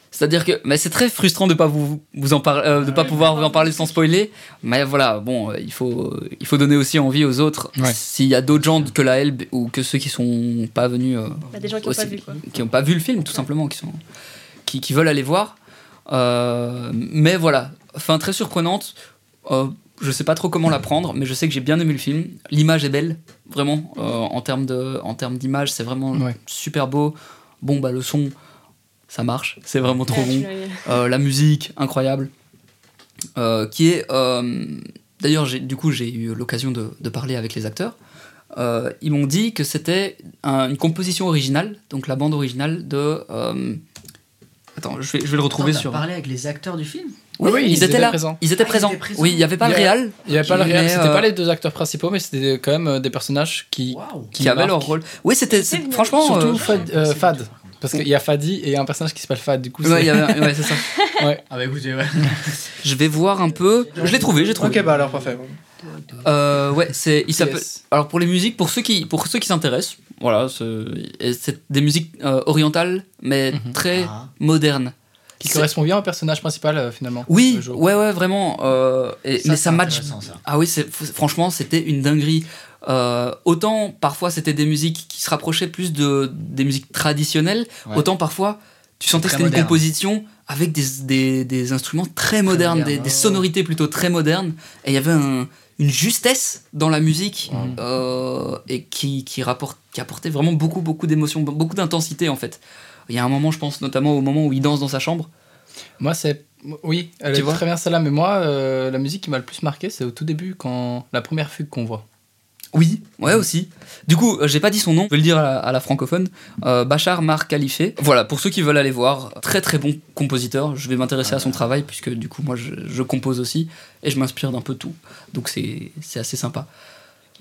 Speaker 3: C'est-à-dire que mais c'est très frustrant de pas vous, vous en parler, euh, de pas
Speaker 1: Oui,
Speaker 3: pouvoir vous
Speaker 1: vraiment.
Speaker 3: en parler sans spoiler. Mais voilà, bon, euh, il faut euh, il faut donner aussi envie aux autres.
Speaker 6: Ouais.
Speaker 3: S'il y a d'autres gens que la Elbe ou que ceux qui sont pas venus, euh,
Speaker 1: Bah, des gens qui n'ont pas
Speaker 3: aussi-
Speaker 1: vu quoi.
Speaker 3: qui ont pas vu le film tout simplement, qui sont qui, qui veulent aller voir. Euh, mais voilà, fin très surprenante. Euh, je sais pas trop comment la prendre, mais je sais que j'ai bien aimé le film. L'image est belle, vraiment. Euh, en termes de en termes d'image, c'est vraiment
Speaker 6: Ouais.
Speaker 3: super beau. Bon bah le son, ça marche. C'est vraiment trop
Speaker 1: Ah, tu
Speaker 3: bon.
Speaker 1: l'as aimé.
Speaker 3: Euh, la musique incroyable euh, qui est euh, d'ailleurs j'ai- du coup j'ai eu l'occasion de, de parler avec les acteurs Euh, ils m'ont dit que c'était un- une composition originale donc la bande originale de euh, attends je vais, je vais le retrouver sur
Speaker 2: parlé avec les acteurs du film
Speaker 6: Oui, oui, ils étaient
Speaker 3: là
Speaker 6: présents.
Speaker 3: ils étaient
Speaker 2: bah, Ah, ils
Speaker 3: présents
Speaker 2: étaient présents.
Speaker 3: oui il n'y avait pas le
Speaker 6: Il y a-
Speaker 3: réal
Speaker 6: Il n'y avait pas le réel,
Speaker 3: Mais,
Speaker 6: c'était
Speaker 3: euh,
Speaker 6: pas les deux acteurs principaux, mais c'était quand même euh, des personnages qui.
Speaker 2: Waouh
Speaker 3: qui avaient leur
Speaker 6: marquent.
Speaker 3: rôle oui c'était
Speaker 1: C'est
Speaker 3: c'est-
Speaker 1: venu.
Speaker 3: franchement
Speaker 6: Surtout
Speaker 3: euh,
Speaker 6: Fad. euh, Fad. Parce qu'il y a Fadi et un personnage qui s'appelle Fad, du coup.
Speaker 3: ouais, il y
Speaker 6: c'est-
Speaker 3: avait- ouais, c'est ça.
Speaker 2: Ah bah écoutez, ouais.
Speaker 3: je vais voir un peu je l'ai trouvé j'ai trouvé
Speaker 5: Ok, bah alors parfait.
Speaker 3: Euh, ouais, c'est il s'appelle.
Speaker 6: Yes.
Speaker 3: Alors pour les musiques, pour ceux qui pour ceux qui s'intéressent, voilà, c'est et c'est des musiques euh, orientales mais
Speaker 6: Mhm.
Speaker 3: très
Speaker 2: Ah.
Speaker 3: modernes.
Speaker 6: Qui
Speaker 3: C'est-
Speaker 6: correspond bien au personnage principal, euh, finalement.
Speaker 3: Oui,
Speaker 6: Le jeu.
Speaker 3: ouais, ouais, vraiment. euh, et-
Speaker 2: c'est
Speaker 3: mais ça match.
Speaker 2: intéressant, ça.
Speaker 3: Ah oui, c'est- f- franchement, c'était une dinguerie. Euh, autant parfois c'était des musiques qui se rapprochaient plus de des musiques traditionnelles,
Speaker 2: Ouais.
Speaker 3: autant parfois tu sentais que
Speaker 2: Très
Speaker 3: c'était une
Speaker 2: moderne.
Speaker 3: composition avec des, des, des instruments très modernes,
Speaker 2: moderne,
Speaker 3: des,
Speaker 2: ouais,
Speaker 3: des
Speaker 2: ouais.
Speaker 3: sonorités plutôt très modernes, et il y avait un- une justesse dans la musique
Speaker 6: Mhm.
Speaker 3: euh, et qui, qui, rapporte, qui apportait vraiment beaucoup, beaucoup d'émotions, beaucoup d'intensité en fait. Il y a un moment, je pense notamment au moment où il danse dans sa chambre.
Speaker 6: Moi, c'est. Oui, elle
Speaker 3: Tu
Speaker 6: est
Speaker 3: vois
Speaker 6: très bien celle-là, mais moi, euh, la musique qui m'a le plus marqué, c'est au tout début, quand la première fugue qu'on voit.
Speaker 3: Oui, ouais aussi. Du coup, euh, j'ai pas dit son nom, je vais le dire à la, à la francophone. Euh, Bachar Mar Khalife. Voilà, pour ceux qui veulent aller voir, très très bon compositeur. Je vais m'intéresser à
Speaker 2: Ah.
Speaker 3: son travail puisque du coup, moi je, je compose aussi et je m'inspire d'un peu tout. Donc c'est c'est assez sympa.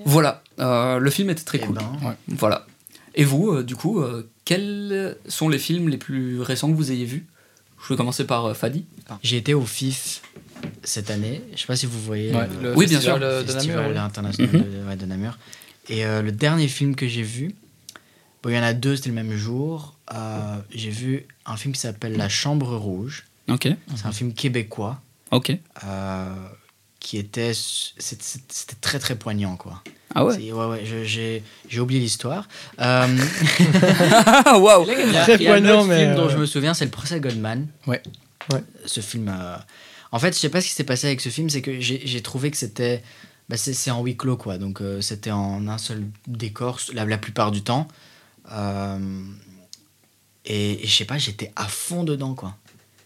Speaker 3: Voilà, euh, le film était très
Speaker 2: Eh
Speaker 3: cool.
Speaker 2: ben,
Speaker 3: Voilà. Et vous, euh, du coup, euh, quels sont les films les plus récents que vous ayez vus Je vais commencer par euh, Fadi.
Speaker 2: J'ai été au FIF cette année. Je sais pas si vous voyez
Speaker 6: Ouais,
Speaker 2: le
Speaker 6: le
Speaker 3: Oui, bien
Speaker 6: festival,
Speaker 3: sûr.
Speaker 6: euh, de Namur,
Speaker 2: festival
Speaker 6: oui.
Speaker 2: international
Speaker 3: Mhm.
Speaker 2: de, ouais, de Namur. Et euh, le dernier film que j'ai vu, bon, il y en a deux, c'était le même jour. Euh, j'ai vu un film qui s'appelle La Chambre Rouge.
Speaker 3: Ok,
Speaker 2: C'est
Speaker 6: Mhm.
Speaker 2: un film québécois
Speaker 3: ok.
Speaker 2: euh, qui était, s- c'est- c'est- c'était très très poignant quoi.
Speaker 3: Ah ouais
Speaker 2: C'est- ouais, ouais, je- j'ai j'ai oublié l'histoire. Euh,
Speaker 3: Ah waouh
Speaker 2: Il y a-
Speaker 5: Très
Speaker 2: il y a un
Speaker 5: poignant,
Speaker 2: autre
Speaker 5: mais,
Speaker 2: film
Speaker 5: euh,
Speaker 2: dont
Speaker 5: ouais.
Speaker 2: je me souviens, c'est le procès Goldman.
Speaker 6: Ouais.
Speaker 5: Ouais.
Speaker 2: Ce film. euh, En fait, je sais pas ce qui s'est passé avec ce film, c'est que j'ai j'ai trouvé que c'était. bah, c'est c'est en huis clos, quoi. Donc, euh, c'était en un seul décor la, la plupart du temps. Euh, Et, et je sais pas, j'étais à fond dedans, quoi.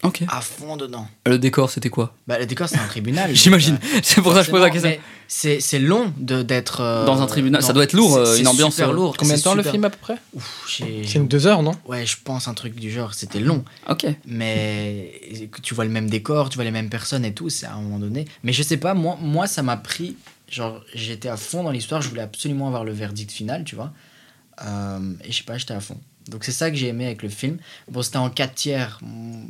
Speaker 3: Ok.
Speaker 2: À fond dedans.
Speaker 3: Le décor, c'était quoi [LAUGHS]
Speaker 2: Bah, le décor, c'est un tribunal.
Speaker 3: J'imagine.
Speaker 2: Donc,
Speaker 3: C'est pour
Speaker 2: euh,
Speaker 3: ça que je pose la
Speaker 2: forcément,
Speaker 3: question.
Speaker 2: mais C'est c'est long de- d'être. euh,
Speaker 3: Dans un tribunal, ça doit être lourd,
Speaker 2: c'est-
Speaker 3: euh,
Speaker 2: c'est
Speaker 3: une ambiance,
Speaker 2: super
Speaker 3: euh,
Speaker 2: lourde.
Speaker 6: Combien de
Speaker 2: c'est
Speaker 6: temps le
Speaker 2: super-
Speaker 6: film à peu près
Speaker 2: Ouf, j'ai-
Speaker 5: C'est une deux heures, non
Speaker 2: Ouais, je pense un truc du genre, c'était long.
Speaker 3: Ok.
Speaker 2: mais que tu vois le même décor, tu vois les mêmes personnes et tout, c'est à un moment donné. Mais je sais pas, moi, moi ça m'a pris. Genre, j'étais à fond dans l'histoire, je voulais absolument avoir le verdict final, tu vois. Euh, et je sais pas, j'étais à fond. Donc c'est ça que j'ai aimé avec le film. Bon, c'était en 4 tiers. Mm,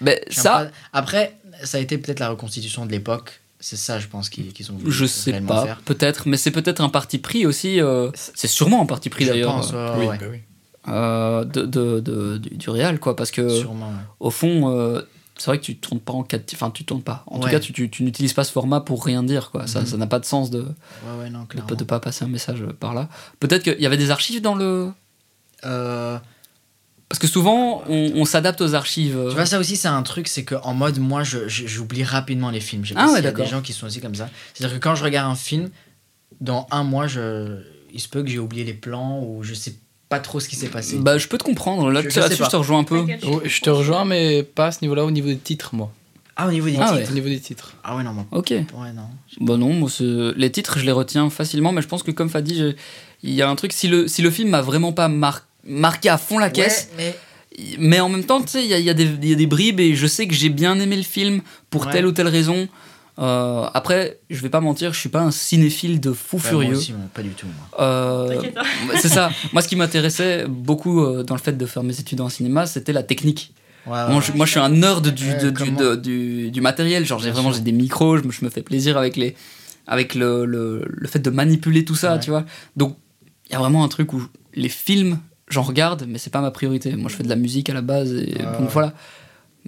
Speaker 3: Mais
Speaker 2: j'aime
Speaker 3: Ben, ça,
Speaker 2: pas. Après, ça a été peut-être la reconstitution de l'époque. C'est ça, je pense, qu'ils qu'ils ont voulu
Speaker 3: je sais
Speaker 2: réellement
Speaker 3: pas,
Speaker 2: faire.
Speaker 3: peut-être, mais c'est peut-être un parti pris aussi. euh, c'est sûrement un parti pris
Speaker 2: Je
Speaker 3: d'ailleurs
Speaker 2: pense, ouais, ouais,
Speaker 6: bah oui.
Speaker 3: euh, de, de- de- du, du Real, quoi, parce que
Speaker 2: Sûrement. ouais.
Speaker 3: au fond, euh, c'est vrai que tu tournes pas en 4 enfin tu tournes pas. En tout
Speaker 2: Ouais.
Speaker 3: cas, tu, tu- tu n'utilises pas ce format pour rien dire, quoi. Ça,
Speaker 2: Mhm.
Speaker 3: ça n'a pas de sens de
Speaker 2: Ouais, ouais, non,
Speaker 3: de,
Speaker 2: clairement.
Speaker 3: de pas passer un message par là. Peut-être qu'il y avait des archives dans le,
Speaker 2: Euh,
Speaker 3: parce que souvent on, on s'adapte aux archives. euh,
Speaker 2: Tu vois, ça aussi, c'est un truc, c'est qu'en mode, moi, je- je- j'oublie rapidement les films. Je sais
Speaker 3: Ah
Speaker 2: pas
Speaker 3: ouais,
Speaker 2: s'il y a
Speaker 3: d'accord.
Speaker 2: des gens qui sont aussi comme ça. C'est-à-dire que quand je regarde un film, dans un mois, je... il se peut que j'ai oublié les plans ou je sais pas trop ce qui s'est passé.
Speaker 3: bah, je peux te comprendre. Là,
Speaker 2: Je- je
Speaker 3: là-dessus,
Speaker 2: sais pas.
Speaker 3: je te rejoins un peu.
Speaker 6: Oh, je te rejoins, mais pas à ce niveau-là, au niveau des titres, moi.
Speaker 2: Ah, au niveau des
Speaker 3: Ah
Speaker 2: titres.
Speaker 3: ouais.
Speaker 6: Au niveau des titres.
Speaker 2: Ah ouais, non, moi-
Speaker 3: Ok.
Speaker 2: ouais, non.
Speaker 3: Bah non, moi, c'est- les titres, je les retiens facilement, mais je pense que comme Fadi, j'ai- il y a un truc, si le, si le film m'a vraiment pas mar- marqué à fond la caisse,
Speaker 2: Ouais, mais
Speaker 3: il- mais en même temps, tu sais, il y a, il y a des- il y a des bribes et je sais que j'ai bien aimé le film pour
Speaker 2: Ouais.
Speaker 3: telle ou telle raison. Euh, après, je vais pas mentir, je suis pas un cinéphile de fou
Speaker 2: Ouais,
Speaker 3: furieux.
Speaker 2: moi aussi, moi, pas du tout, moi.
Speaker 3: Euh,
Speaker 1: T'inquiète, hein.
Speaker 3: c'est ça. Moi, ce qui m'intéressait beaucoup euh, dans le fait de faire mes études en cinéma, c'était la technique.
Speaker 2: Ouais,
Speaker 3: Moi
Speaker 2: Ah ouais.
Speaker 3: je, moi, je suis un nerd du,
Speaker 2: Ouais,
Speaker 3: de- du,
Speaker 2: comme
Speaker 3: de-
Speaker 2: moi.
Speaker 3: du, du matériel. Genre, j'ai
Speaker 2: Bien
Speaker 3: vraiment
Speaker 2: sûr.
Speaker 3: j'ai des micros, je me, je me fais plaisir avec, les, avec le, le, le fait de manipuler tout ça,
Speaker 2: Ouais.
Speaker 3: tu vois. Donc, il y a vraiment un truc où les films, j'en regarde, mais c'est pas ma priorité. Moi, je fais de la musique à la base, et
Speaker 2: Ouais,
Speaker 3: donc
Speaker 2: Ah ouais.
Speaker 3: voilà.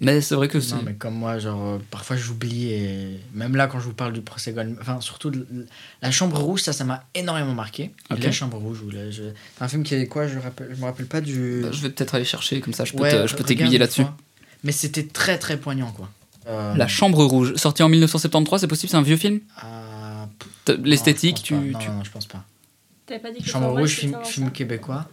Speaker 3: Mais c'est vrai que c'est.
Speaker 2: Non, mais comme moi, genre, euh, parfois j'oublie et même là, quand je vous parle du procès Goldman, enfin, surtout de l- la Chambre Rouge, ça, ça m'a énormément marqué.
Speaker 3: Ok.
Speaker 2: La Chambre Rouge, ou la- je- c'est un film qui est quoi Je, rappelle, je me rappelle pas du.
Speaker 3: Bah, Je vais peut-être aller chercher, comme ça, je peux
Speaker 2: Ouais,
Speaker 3: te- je peux
Speaker 2: regarde
Speaker 3: t'aiguiller
Speaker 2: une
Speaker 3: là-dessus.
Speaker 2: fois. Mais c'était très très poignant quoi. Euh,
Speaker 3: La Chambre Rouge, sorti en 1973, c'est possible, c'est un vieux film
Speaker 2: euh, pff, non,
Speaker 3: T'as- L'esthétique,
Speaker 2: je pense
Speaker 3: tu.
Speaker 2: pas.
Speaker 3: tu-
Speaker 2: Non, non, je pense pas.
Speaker 1: T'avais pas dit que
Speaker 2: Chambre
Speaker 1: ça envoie,
Speaker 2: Rouge,
Speaker 1: c'est
Speaker 2: film,
Speaker 1: ça,
Speaker 2: film
Speaker 1: ça
Speaker 2: québécois.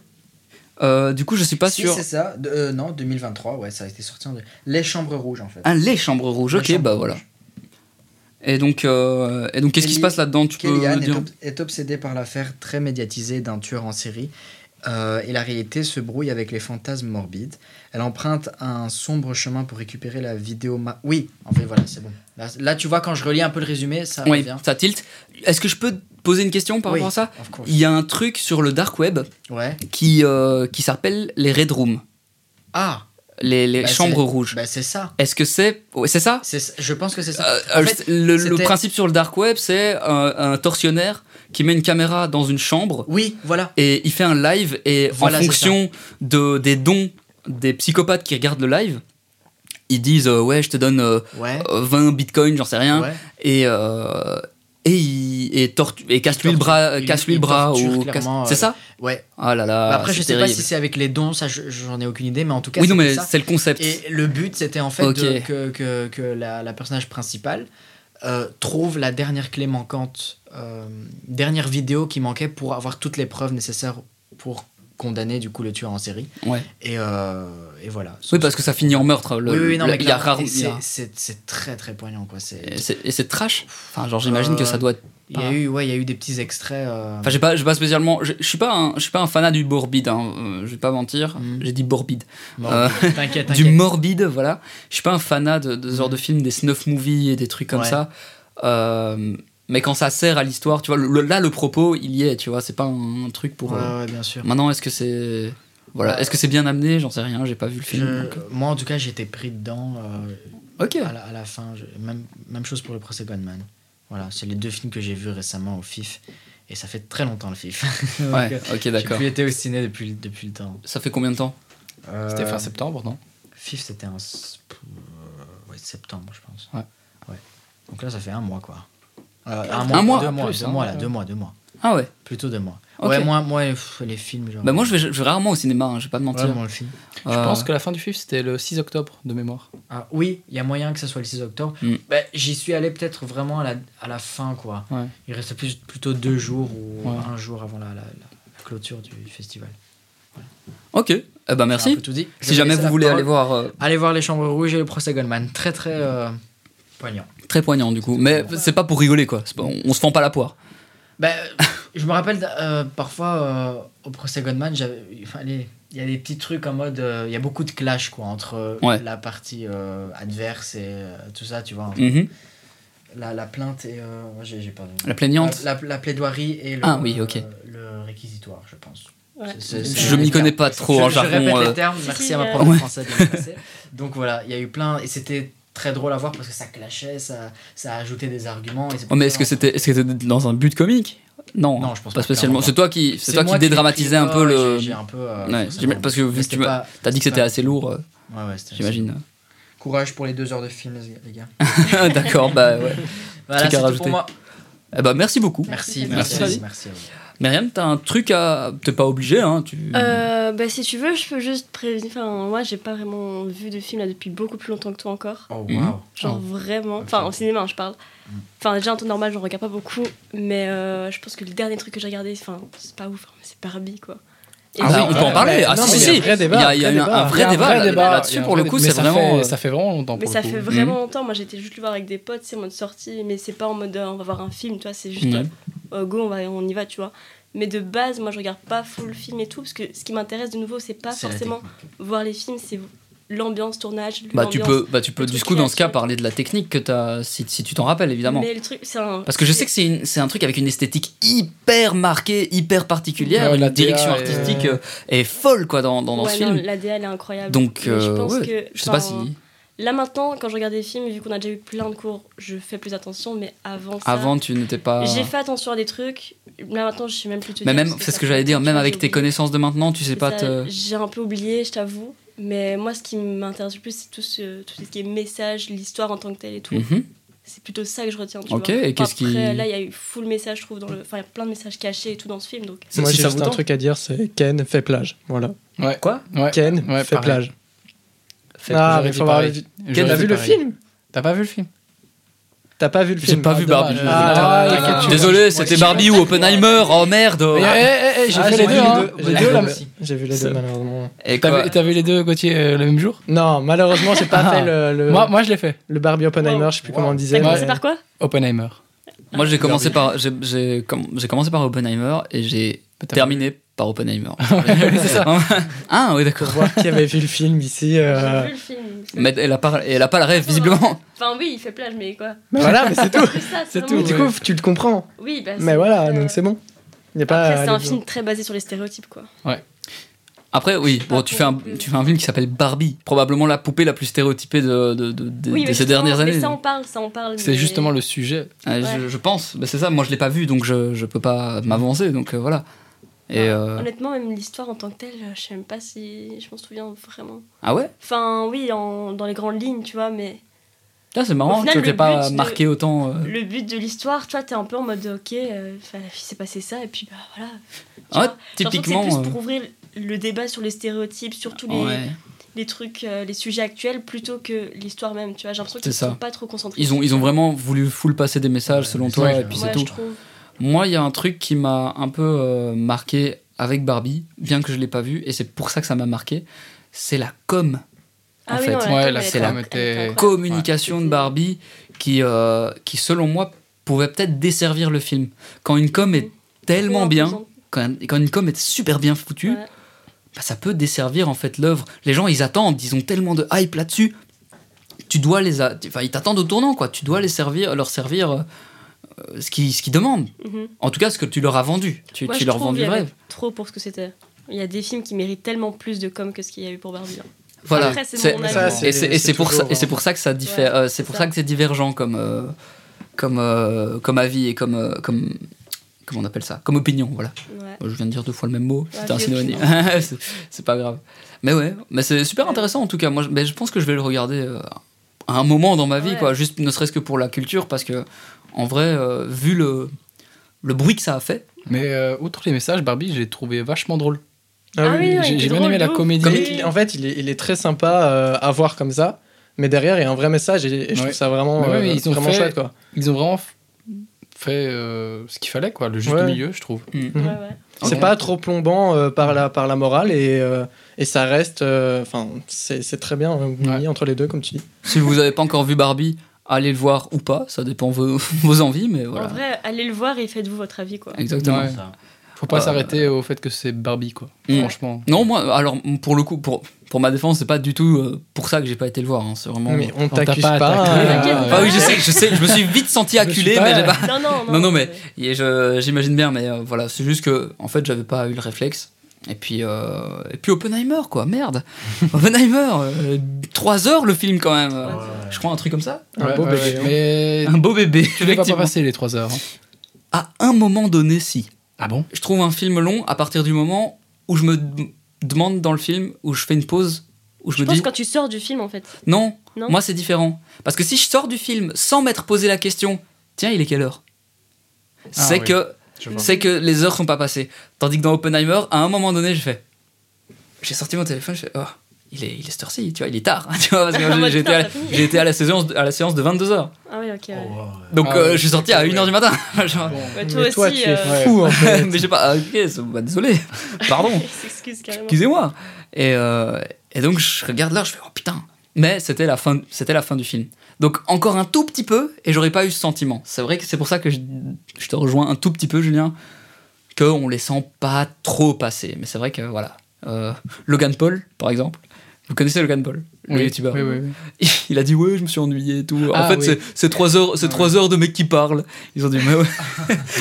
Speaker 3: Euh, du coup, je suis pas
Speaker 2: Si,
Speaker 3: sûr.
Speaker 2: c'est ça. De- euh, non, 2023, ouais, ça a été sorti en. deux- Les Chambres Rouges en fait.
Speaker 3: Ah, les Chambres Rouges,
Speaker 2: Les
Speaker 3: ok,
Speaker 2: Chambres
Speaker 3: bah
Speaker 2: Rouges.
Speaker 3: voilà. Et donc, euh, et donc qu'est-ce qui se
Speaker 2: Kelly-
Speaker 3: passe là-dedans Tu peux
Speaker 2: Kellyanne
Speaker 3: me
Speaker 2: est,
Speaker 3: dire
Speaker 2: ob- est obsédée par l'affaire très médiatisée d'un tueur en série. euh, et la réalité se brouille avec les fantasmes morbides. Elle emprunte un sombre chemin pour récupérer la vidéo. ma- Oui, en fait, voilà, c'est bon. Là, là, tu vois, quand je relis un peu le résumé, ça
Speaker 3: Oui,
Speaker 2: revient.
Speaker 3: ça tilt. Est-ce que je peux te poser une question par
Speaker 2: Oui,
Speaker 3: rapport à ça
Speaker 2: of course.
Speaker 3: Il y a un truc sur le dark web
Speaker 2: Ouais.
Speaker 3: qui, euh, qui s'appelle les Red Rooms,
Speaker 2: Ah,
Speaker 3: les, les
Speaker 2: Bah,
Speaker 3: chambres
Speaker 2: c'est-
Speaker 3: rouges.
Speaker 2: Bah, c'est ça.
Speaker 3: Est-ce que c'est. ouais, C'est ça
Speaker 2: C'est ça. Je pense que c'est ça.
Speaker 3: Euh,
Speaker 2: En
Speaker 3: euh,
Speaker 2: fait,
Speaker 3: le, le
Speaker 2: c'était-
Speaker 3: principe sur le dark web, c'est un, un tortionnaire qui met une caméra dans une chambre
Speaker 2: Oui, voilà.
Speaker 3: et il fait un live et
Speaker 2: Voilà,
Speaker 3: en
Speaker 2: c'est
Speaker 3: fonction de, des dons des psychopathes qui regardent le live, ils disent euh, ouais je te donne euh,
Speaker 2: Ouais.
Speaker 3: euh, 20 bitcoins j'en sais rien
Speaker 2: ouais.
Speaker 3: et euh, et, il- et, tortu- et casse-lui
Speaker 2: torture-
Speaker 3: le bras, euh,
Speaker 2: il-
Speaker 3: casse-lui
Speaker 2: il
Speaker 3: le bras
Speaker 2: torture
Speaker 3: ou
Speaker 2: clairement,
Speaker 3: casse- c'est
Speaker 2: euh,
Speaker 3: ça
Speaker 2: ouais.
Speaker 3: Ah là là.
Speaker 2: Bah, après, je
Speaker 3: c'est
Speaker 2: sais
Speaker 3: terrible.
Speaker 2: pas si c'est avec les dons, ça, je- j'en ai aucune idée, mais en tout cas,
Speaker 3: Oui non
Speaker 2: c'était
Speaker 3: mais
Speaker 2: ça.
Speaker 3: c'est le concept.
Speaker 2: Et le but, c'était en fait
Speaker 3: Ok.
Speaker 2: de- que, que, que la, la personnage principale euh, trouve la dernière clé manquante, euh, dernière vidéo qui manquait pour avoir toutes les preuves nécessaires pour condamner du coup le tueur en série.
Speaker 3: Ouais.
Speaker 2: Et, euh, et voilà.
Speaker 3: Oui parce que ça finit en meurtre. Le,
Speaker 2: Oui, oui, non,
Speaker 3: le-
Speaker 2: mais
Speaker 3: il y a
Speaker 2: clairement,
Speaker 3: rare-
Speaker 2: et
Speaker 3: il y a-
Speaker 2: c'est- c'est c'est très très poignant quoi. c'est-
Speaker 3: et c'est et c'est trash. Enfin genre j'imagine que
Speaker 2: Euh,
Speaker 3: ça doit être.
Speaker 2: Il y a eu ouais, il y a eu des petits extraits. euh,
Speaker 3: Enfin j'ai pas j'ai pas spécialement je je suis pas un, je suis pas un fanat du morbide hein, euh, je vais pas mentir
Speaker 2: Mhm.
Speaker 3: j'ai dit morbide
Speaker 2: bon,
Speaker 3: euh,
Speaker 2: t'inquiète,
Speaker 3: [LAUGHS] du
Speaker 2: t'inquiète. Mm.
Speaker 3: morbide voilà je suis pas un fanat de, de ce genre de films des snuff movies et des trucs comme
Speaker 2: Ouais.
Speaker 3: ça Euh, Mais quand ça sert à l'histoire, tu vois, le- là, le propos, il y est, tu vois. C'est pas un, un truc pour.
Speaker 2: Ouais,
Speaker 3: euh,
Speaker 2: ouais, bien sûr.
Speaker 3: Maintenant, est-ce que c'est. Voilà, est-ce que c'est bien amené J'en sais rien, j'ai pas vu le film.
Speaker 2: Je-
Speaker 3: donc,
Speaker 2: moi, en tout cas, j'étais pris dedans euh,
Speaker 3: euh, Ok.
Speaker 2: à, la, à la fin. je- même, même chose pour le procès Gunman. Voilà, c'est les deux films que j'ai vus récemment au FIF. Et ça fait très longtemps le FIF. [LAUGHS] Donc,
Speaker 3: Ouais,
Speaker 2: euh,
Speaker 3: ok,
Speaker 2: J'ai
Speaker 3: d'accord.
Speaker 2: plus été au ciné depuis, depuis le temps.
Speaker 3: Ça fait combien de temps
Speaker 6: C'était fin
Speaker 2: Euh,
Speaker 6: septembre, non
Speaker 2: FIF, c'était en s- euh, ouais, septembre, je pense.
Speaker 6: Ouais.
Speaker 2: Ouais. Donc là, ça fait un mois, quoi. Euh, un, mois,
Speaker 3: Ah, mois,
Speaker 2: deux mois,
Speaker 6: plus,
Speaker 2: deux
Speaker 6: hein,
Speaker 2: mois, là,
Speaker 6: ouais.
Speaker 2: deux mois, deux mois.
Speaker 3: Ah ouais.
Speaker 2: Plutôt deux mois.
Speaker 3: Ok.
Speaker 2: Ouais, moi, moi pff, les films, genre.
Speaker 3: Bah, moi, je vais, je vais rarement au cinéma, hein, je vais pas te mentir.
Speaker 2: Vraiment, le film.
Speaker 3: Euh.
Speaker 6: Je pense que la fin du film, c'était le 6 octobre de mémoire.
Speaker 2: Ah, oui, il y a moyen que ça soit le 6 octobre.
Speaker 3: Mm.
Speaker 2: Bah, J'y suis allé peut-être vraiment à la, à la fin, quoi.
Speaker 6: Ouais.
Speaker 2: Il restait plus, plutôt deux jours ou
Speaker 6: Ouais.
Speaker 2: un jour avant la, la- la clôture du festival.
Speaker 3: Ok, eh ben
Speaker 2: J'ai un
Speaker 3: merci.
Speaker 2: peu tout dit. Je
Speaker 3: Si
Speaker 2: vais
Speaker 3: jamais
Speaker 2: laisser
Speaker 3: vous
Speaker 2: la
Speaker 3: voulez
Speaker 2: parole.
Speaker 3: aller voir, euh,
Speaker 2: Allez voir Les Chambres Rouges et le procès Goldman. Très, très euh, poignant.
Speaker 3: très poignant du coup. Mais c'est pas pour rigoler quoi. C'est pas- on, on se fend pas la poire. [LAUGHS]
Speaker 2: Ben, je me rappelle euh, parfois euh, au procès Goldman, j'avais- enfin, les- il y a des petits trucs en mode. euh, Il y a beaucoup de clash quoi, entre euh,
Speaker 3: Ouais.
Speaker 2: la partie euh, adverse et euh, tout ça, tu vois.
Speaker 3: Mhm.
Speaker 2: La, la plainte et. euh, moi, j'ai j'ai perdu.
Speaker 3: La plaignante.
Speaker 2: Euh, La, la- la plaidoirie et le,
Speaker 3: Ah oui, ok.
Speaker 2: euh, le réquisitoire, je pense.
Speaker 1: Ouais.
Speaker 2: C'est- c'est-
Speaker 3: Je m'y connais pas trop
Speaker 2: je,
Speaker 3: en
Speaker 2: je
Speaker 3: jargon.
Speaker 2: répète les
Speaker 3: euh,
Speaker 2: termes, merci
Speaker 1: Si,
Speaker 2: à ma
Speaker 1: euh,
Speaker 2: prof de
Speaker 3: Ouais.
Speaker 2: français de me passer. Donc voilà, il y a eu plein. Et c'était très drôle à voir parce que ça clashait, ça, ça ajoutait des arguments. et c'est
Speaker 3: oh,
Speaker 2: pour
Speaker 3: mais
Speaker 2: ça,
Speaker 3: est-ce que
Speaker 2: en-
Speaker 3: c'était est-ce que c'était dans un but comique Non.
Speaker 2: Non, je pense
Speaker 3: pas
Speaker 2: pas,
Speaker 3: spécialement.
Speaker 2: clairement
Speaker 3: C'est toi qui c'est toi
Speaker 2: moi
Speaker 3: qui
Speaker 2: l'ai écrit,
Speaker 3: dédramatisais un peu
Speaker 2: ouais,
Speaker 3: le.
Speaker 2: j'ai- j'ai un peu, euh,
Speaker 3: Ouais,
Speaker 2: forcément.
Speaker 3: j'imagine- parce que vu
Speaker 2: Mais
Speaker 3: que
Speaker 2: c'était
Speaker 3: tu m'as-
Speaker 2: pas-
Speaker 3: T'as dit que c'était
Speaker 2: pas-
Speaker 3: assez lourd, euh,
Speaker 2: Ouais, ouais, c'était-
Speaker 3: j'imagine. [LAUGHS]
Speaker 2: Courage pour les deux heures de film, les- les gars.
Speaker 3: D'accord, bah ouais.
Speaker 2: Voilà,
Speaker 3: Truc
Speaker 2: c'est
Speaker 3: à
Speaker 2: tout
Speaker 3: rajouter.
Speaker 2: pour moi.
Speaker 3: Eh ben merci beaucoup.
Speaker 2: Merci,
Speaker 3: Merci.
Speaker 2: merci, merci. merci à vous.
Speaker 3: Myriam, t'as un truc à. T'es pas obligé, hein. Tu...
Speaker 1: Euh, bah, si tu veux, je peux juste prévenir. Enfin, moi, j'ai pas vraiment vu de film là depuis beaucoup plus longtemps que toi encore.
Speaker 2: Oh,
Speaker 3: Mhm.
Speaker 2: waouh.
Speaker 1: Genre vraiment. Enfin, au cinéma, hein, je parle. Enfin, déjà en temps normal, j'en regarde pas beaucoup. Mais euh, je pense que le dernier truc que j'ai regardé, enfin, c'est pas ouf, hein, mais c'est Barbie quoi. Et
Speaker 3: Ah
Speaker 1: genre-
Speaker 3: oui, on peut en parler. Ah
Speaker 5: Non,
Speaker 3: si
Speaker 5: mais
Speaker 3: si.
Speaker 5: Il y a
Speaker 3: Il y
Speaker 5: un vrai
Speaker 3: a,
Speaker 5: débat.
Speaker 3: il y a eu Ah, un, un
Speaker 6: Il y
Speaker 3: vrai
Speaker 6: a un
Speaker 3: débat, là-
Speaker 6: il y
Speaker 3: là-dessus
Speaker 6: a un
Speaker 3: pour le
Speaker 6: vrai-
Speaker 3: coup,
Speaker 6: mais
Speaker 3: c'est
Speaker 6: ça
Speaker 3: vraiment.
Speaker 6: fait-
Speaker 3: euh,
Speaker 6: ça fait vraiment longtemps.
Speaker 1: Mais
Speaker 6: pour
Speaker 1: ça
Speaker 6: le coup.
Speaker 1: fait vraiment longtemps. Moi, j'étais juste le voir avec des potes, c'est en mode sortie, mais c'est pas en mode euh, on va voir un film, tu vois, c'est juste
Speaker 3: Ouais.
Speaker 1: euh, euh, go, on, va, on y va, tu vois. Mais de base, moi, je regarde pas full film et tout, parce que ce qui m'intéresse de nouveau, c'est pas
Speaker 2: C'est la
Speaker 1: forcément voir les films, c'est l'ambiance tournage.
Speaker 3: Bah tu
Speaker 1: l'ambiance.
Speaker 3: peux, bah, tu peux
Speaker 1: le
Speaker 3: du
Speaker 1: truc
Speaker 3: coup dans ce cas
Speaker 1: créatif.
Speaker 3: parler de la technique que t'as, si, si tu t'en rappelles évidemment.
Speaker 1: Mais le truc, c'est un.
Speaker 3: Parce que je sais que c'est, une- c'est un truc avec une esthétique hyper marquée, hyper particulière,
Speaker 6: Ouais,
Speaker 3: une
Speaker 6: la TA
Speaker 3: direction
Speaker 6: est-
Speaker 3: artistique euh, est folle quoi dans, dans, dans
Speaker 1: Ouais,
Speaker 3: ce
Speaker 1: non,
Speaker 3: film.
Speaker 1: la DA, elle est incroyable.
Speaker 3: Donc
Speaker 1: Mais je
Speaker 3: euh,
Speaker 1: pense
Speaker 3: ouais,
Speaker 1: que.
Speaker 3: je sais pas si
Speaker 1: enfin, Là maintenant, quand je regarde des films, vu qu'on a déjà eu plein de cours, je fais plus attention, mais avant ça.
Speaker 3: avant tu n'étais pas.
Speaker 1: J'ai fait attention à des trucs. Là maintenant, je sais même plus te
Speaker 3: Mais
Speaker 1: dire,
Speaker 3: même,
Speaker 1: parce
Speaker 3: c'est ce
Speaker 1: ça
Speaker 3: que
Speaker 1: fait
Speaker 3: j'allais dire,
Speaker 1: longtemps
Speaker 3: même
Speaker 1: que
Speaker 3: avec
Speaker 1: j'ai
Speaker 3: tes
Speaker 1: oublié.
Speaker 3: connaissances de maintenant, tu sais pas
Speaker 1: Ça,
Speaker 3: te.
Speaker 1: J'ai un peu oublié, je t'avoue. Mais moi, ce qui m'intéresse le plus, c'est tout ce, tout ce qui est message, l'histoire en tant que telle et tout.
Speaker 3: Mhm.
Speaker 1: C'est plutôt ça que je retiens. Tu
Speaker 3: Ok,
Speaker 1: vois.
Speaker 3: et
Speaker 1: Enfin,
Speaker 3: qu'est-ce qui.
Speaker 1: Après, là, il y a eu full message, je trouve. Dans le... Enfin, il y a plein de messages cachés et tout dans ce film. Donc,
Speaker 3: si
Speaker 5: Moi, j'ai
Speaker 3: ça
Speaker 5: juste
Speaker 3: vous
Speaker 5: un
Speaker 3: tente.
Speaker 5: truc à dire, c'est Ken fait plage. Voilà.
Speaker 3: Quoi
Speaker 6: Ouais.
Speaker 5: Ken
Speaker 6: Ouais,
Speaker 5: fait
Speaker 6: pareil.
Speaker 5: plage.
Speaker 6: Fait-
Speaker 5: ah,
Speaker 6: j'aurais
Speaker 5: mais
Speaker 6: dit
Speaker 5: faut voir
Speaker 6: pareil.
Speaker 5: le...
Speaker 6: J'aurais
Speaker 5: T'as
Speaker 6: dit
Speaker 5: vu le
Speaker 6: pareil.
Speaker 5: film
Speaker 6: T'as pas vu le film
Speaker 5: T'as pas vu le
Speaker 3: J'ai
Speaker 5: film
Speaker 3: pas vu
Speaker 6: dommage.
Speaker 3: Barbie. je-
Speaker 5: Ah,
Speaker 6: Ah,
Speaker 5: d'accord.
Speaker 6: tu-
Speaker 3: Désolé, c'était Barbie ou Oppenheimer. Oh merde.
Speaker 6: Eh, eh, eh, eh, J'ai
Speaker 5: Ah,
Speaker 6: fait
Speaker 5: j'ai
Speaker 6: les
Speaker 5: vu
Speaker 6: deux. hein.
Speaker 5: les deux,
Speaker 6: J'ai
Speaker 5: j'ai
Speaker 6: deux,
Speaker 5: vu
Speaker 6: là.
Speaker 5: le- J'ai vu les
Speaker 3: C'est-
Speaker 5: deux, malheureusement.
Speaker 3: Et
Speaker 6: T'as
Speaker 3: quoi-
Speaker 6: vu- T'as vu les deux, Gauthier, euh, le même jour
Speaker 5: Non, malheureusement, j'ai pas
Speaker 6: Ah.
Speaker 5: fait le, le,
Speaker 6: Moi, moi, je l'ai fait.
Speaker 5: le Barbie Oppenheimer, je sais plus comment on disait.
Speaker 1: t'as commencé
Speaker 5: mais-
Speaker 1: par quoi
Speaker 6: Oppenheimer.
Speaker 3: Moi, j'ai commencé par j'ai j'ai com- j'ai commencé par Oppenheimer et j'ai
Speaker 6: Putain.
Speaker 3: terminé par [LAUGHS] Oppenheimer. ah oui,
Speaker 5: Pour
Speaker 3: d'accord.
Speaker 5: voir qui avait vu le film ici. euh.
Speaker 1: J'ai vu le film.
Speaker 3: Mais elle a pas elle a pas la rêve visiblement.
Speaker 1: Enfin, oui, il fait plage, mais quoi.
Speaker 5: Mais voilà, mais c'est tout.
Speaker 1: C'est ça,
Speaker 5: C'est tout.
Speaker 1: vraiment-
Speaker 5: Du coup, tu le comprends.
Speaker 1: Oui, bah,
Speaker 5: Mais
Speaker 1: c'est-
Speaker 5: voilà,
Speaker 1: euh,
Speaker 5: donc c'est bon. Il y a pas. euh,
Speaker 1: Après, c'est
Speaker 5: à
Speaker 1: un
Speaker 5: aller-
Speaker 1: film très basé sur les stéréotypes, quoi.
Speaker 3: Après, oui, bon, tu fais un tu fais un film qui s'appelle Barbie, probablement la poupée la plus stéréotypée de, de- de- de-
Speaker 1: oui, mais
Speaker 3: de ces
Speaker 1: justement,
Speaker 3: dernières
Speaker 1: mais
Speaker 3: années.
Speaker 1: ça, on parle, ça, on parle.
Speaker 6: C'est
Speaker 1: mais-
Speaker 6: justement le sujet.
Speaker 3: Euh, je- je, pense, Ben, c'est ça. Moi, je l'ai pas vu, donc je je peux pas m'avancer, donc euh, voilà.
Speaker 1: Bah,
Speaker 3: Et euh,
Speaker 1: Honnêtement, même l'histoire en tant que telle, euh, je sais même pas si je m'en souviens vraiment.
Speaker 3: ah ouais,
Speaker 1: Enfin, oui, en- dans les grandes lignes, tu vois, mais
Speaker 3: là c'est marrant
Speaker 1: Au final,
Speaker 3: que t'aies
Speaker 1: le
Speaker 3: pas
Speaker 1: but de-
Speaker 3: marqué autant. euh,
Speaker 1: le but de l'histoire, toi, t'es un peu en mode ok, euh, enfin, il s'est passé ça, et puis bah voilà.
Speaker 3: ah ouais,
Speaker 1: J'ai l'impression que
Speaker 3: typiquement.
Speaker 1: C'est plus
Speaker 3: euh,
Speaker 1: pour ouvrir le débat sur les stéréotypes, sur tous les,
Speaker 3: ouais.
Speaker 1: les trucs, euh, les sujets actuels, plutôt que l'histoire même, tu vois. J'ai l'impression
Speaker 3: C'est
Speaker 1: qu'ils
Speaker 3: ça.
Speaker 1: sont pas trop concentrés.
Speaker 3: Ils ont, ils ont vraiment voulu full passer des messages selon toi,
Speaker 6: ouais,
Speaker 3: et puis
Speaker 1: Ouais,
Speaker 3: c'est tout.
Speaker 1: je trouve.
Speaker 3: Moi, il y a un truc qui m'a un peu euh, marqué avec Barbie, bien que je ne l'ai pas vu, et c'est pour ça que ça m'a marqué, c'est la com. En
Speaker 1: Ah oui,
Speaker 3: fait,
Speaker 1: non,
Speaker 6: ouais,
Speaker 1: com,
Speaker 6: la
Speaker 1: elle
Speaker 3: com
Speaker 1: était-
Speaker 6: était-
Speaker 1: elle était incroyable.
Speaker 3: Communication de Barbie qui, euh, qui, selon moi, pouvait peut-être desservir le film. Quand une com est
Speaker 1: Mhm.
Speaker 3: tellement
Speaker 1: Trop
Speaker 3: bien,
Speaker 1: imposante.
Speaker 3: quand, quand une com est super bien foutue,
Speaker 1: hein. Ouais.
Speaker 3: bah, ça peut desservir en fait l'œuvre. Les gens, ils attendent, ils ont tellement de hype là-dessus. Tu dois les, a- enfin, ils t'attendent au tournant, quoi. Tu dois les servir, leur servir euh, euh, ce qu'ils ce qu'ils demandent.
Speaker 1: Mhm.
Speaker 3: En tout cas, ce que tu leur as vendu. Tu,
Speaker 1: Moi,
Speaker 3: tu
Speaker 1: je
Speaker 3: leur
Speaker 1: trouve
Speaker 3: vends
Speaker 1: qu'il
Speaker 3: du
Speaker 1: y avait
Speaker 3: rêve.
Speaker 1: Trop pour ce que c'était. Il y a des films qui méritent tellement plus de com que ce qu'il y a eu pour Barbie. hein.
Speaker 3: Voilà.
Speaker 1: Après, c'est
Speaker 3: C'est-
Speaker 1: mon avis.
Speaker 5: Ça,
Speaker 3: et c'est et c'est pour, ça-
Speaker 5: toujours,
Speaker 3: et c'est pour ça que ça diffère.
Speaker 1: Ouais,
Speaker 3: euh, c'est
Speaker 1: c'est
Speaker 3: pour
Speaker 1: ça.
Speaker 3: ça que c'est divergent comme, euh, comme, euh, comme avis et comme, euh, comme. Comment on appelle ça Comme opinion, voilà.
Speaker 1: Ouais.
Speaker 3: Je viens de dire deux fois le même mot, c'était un
Speaker 1: vieux
Speaker 3: synonyme. [LAUGHS] C'est- c'est pas grave. Mais ouais, mais c'est super intéressant en tout cas. Moi, je, mais je pense que je vais le regarder euh, à un moment dans ma vie,
Speaker 1: Ouais.
Speaker 3: quoi. Juste ne serait-ce que pour la culture, parce que en vrai, euh, vu le, le bruit que ça a fait,
Speaker 6: Mais euh, outre les messages, Barbie, j'ai trouvé vachement drôle.
Speaker 1: Ah oui, ouais,
Speaker 6: J'ai-
Speaker 1: il était
Speaker 6: j'ai bien
Speaker 1: drôle
Speaker 6: aimé
Speaker 1: de
Speaker 6: la
Speaker 1: ouf.
Speaker 6: comédie.
Speaker 1: Comme-
Speaker 5: Comique, il- en fait, il est, il est très sympa euh, à voir comme ça, mais derrière, il y a un vrai message et, et je
Speaker 6: Ouais.
Speaker 5: trouve ça vraiment,
Speaker 6: Mais ouais,
Speaker 5: euh,
Speaker 6: mais ils ont
Speaker 5: vraiment
Speaker 6: fait-
Speaker 5: chouette. Quoi.
Speaker 6: Ils ont vraiment f- fait euh, ce qu'il fallait, quoi, le juste
Speaker 5: Ouais.
Speaker 6: milieu, je trouve.
Speaker 1: Ouais,
Speaker 5: Mhm.
Speaker 1: ouais.
Speaker 5: C'est
Speaker 3: Ouais.
Speaker 5: pas trop plombant euh, par, la, par la morale et, euh, et ça reste. euh, Enfin, c'est c'est très bien euh,
Speaker 6: Ouais.
Speaker 5: mis entre les deux, comme tu dis.
Speaker 3: si vous n'avez pas encore vu Barbie, allez le voir ou pas, ça dépend vos, [LAUGHS] vos envies, mais
Speaker 1: En
Speaker 3: voilà.
Speaker 1: vrai, allez le voir et faites-vous votre avis.
Speaker 3: [LAUGHS]
Speaker 1: quoi.
Speaker 3: Exactement.
Speaker 6: Ouais.
Speaker 2: Oh,
Speaker 6: Faut pas
Speaker 3: Euh,
Speaker 6: s'arrêter au fait que c'est Barbie, quoi.
Speaker 3: Mm.
Speaker 6: Franchement.
Speaker 3: Non, moi, alors pour le coup, pour, pour ma défense, c'est pas du tout euh, pour ça que j'ai pas été le voir. hein. C'est vraiment.
Speaker 5: mais on
Speaker 6: On t'a
Speaker 5: t'accuse
Speaker 6: pas
Speaker 5: pas.
Speaker 6: attaqué. hein.
Speaker 5: euh,
Speaker 1: T'inquiète.
Speaker 3: Enfin, oui, je sais, je sais, je me suis vite senti acculé,
Speaker 6: pas-
Speaker 3: mais j'ai pas.
Speaker 1: Non, non, euh, non.
Speaker 3: Non, non, mais et je- j'imagine bien, mais euh, voilà, c'est juste que, en fait, j'avais pas eu le réflexe. Et puis, euh, et puis Oppenheimer, quoi, merde. Oppenheimer, euh, trois heures le film quand même. euh, je crois un truc comme ça.
Speaker 5: Un beau bébé, hein.
Speaker 6: Mais
Speaker 3: Un beau bébé,
Speaker 6: tu ne vas pas
Speaker 3: effectivement.
Speaker 6: passer les 3 heures. hein.
Speaker 3: À un moment donné, si.
Speaker 6: Ah bon
Speaker 3: Je trouve un film long à partir du moment où je me d- demande dans le film, où je fais une pause, où je,
Speaker 1: Je
Speaker 3: me
Speaker 1: pense
Speaker 3: dis,
Speaker 1: quand tu sors du film, en fait.
Speaker 3: non,
Speaker 1: Non
Speaker 3: moi c'est différent. Parce que si je sors du film sans m'être posé la question, tiens, il est quelle heure C'est
Speaker 6: Ah oui.
Speaker 3: que
Speaker 6: Je vois.
Speaker 3: c'est que les heures sont pas passées. Tandis que dans Oppenheimer, à un moment donné, je fais. J'ai sorti mon téléphone, je fais. Oh, il est, il est cette heure-ci, tu vois, il est tard. [LAUGHS] tu vois, parce que
Speaker 1: En
Speaker 3: j'ai-
Speaker 1: mode,
Speaker 3: j'ai été à la-
Speaker 1: putain, Ah, ça finit.
Speaker 3: j'ai été à la séance, de- à la séance de 22h.
Speaker 1: Ah oui, ok. Ouais.
Speaker 2: Oh.
Speaker 3: Donc
Speaker 6: Ah
Speaker 3: euh,
Speaker 6: ouais.
Speaker 3: je suis sorti à 1h du matin. [LAUGHS] Genre,
Speaker 1: Ouais, toi
Speaker 5: Mais
Speaker 1: aussi.
Speaker 5: toi, tu
Speaker 1: [LAUGHS]
Speaker 5: es
Speaker 1: euh,
Speaker 5: fou
Speaker 3: [LAUGHS]
Speaker 5: en fait.
Speaker 3: mais je sais pas, ah, ok, c'est- bah, désolé, pardon,
Speaker 1: il s'excuse carrément.
Speaker 3: excusez-moi. Et, euh, et donc je regarde l'heure, je fais, oh putain. Mais c'était la, fin, c'était la fin du film. Donc encore un tout petit peu, et j'aurais pas eu ce sentiment. C'est vrai que c'est pour ça que je, je te rejoins un tout petit peu, Julien, qu'on les sent pas trop passer. Mais c'est vrai que voilà. Euh, Logan Paul, par exemple. Vous connaissez Logan Paul, le
Speaker 6: Oui,
Speaker 3: youtubeur
Speaker 6: oui, oui, oui.
Speaker 3: [LAUGHS] Il a dit ouais, je me suis ennuyé et tout. en
Speaker 6: Ah,
Speaker 3: fait,
Speaker 6: oui. Ah
Speaker 3: c'est- c'est trois heures, c'est trois heures de mecs qui parlent. Ils ont dit mais ouais.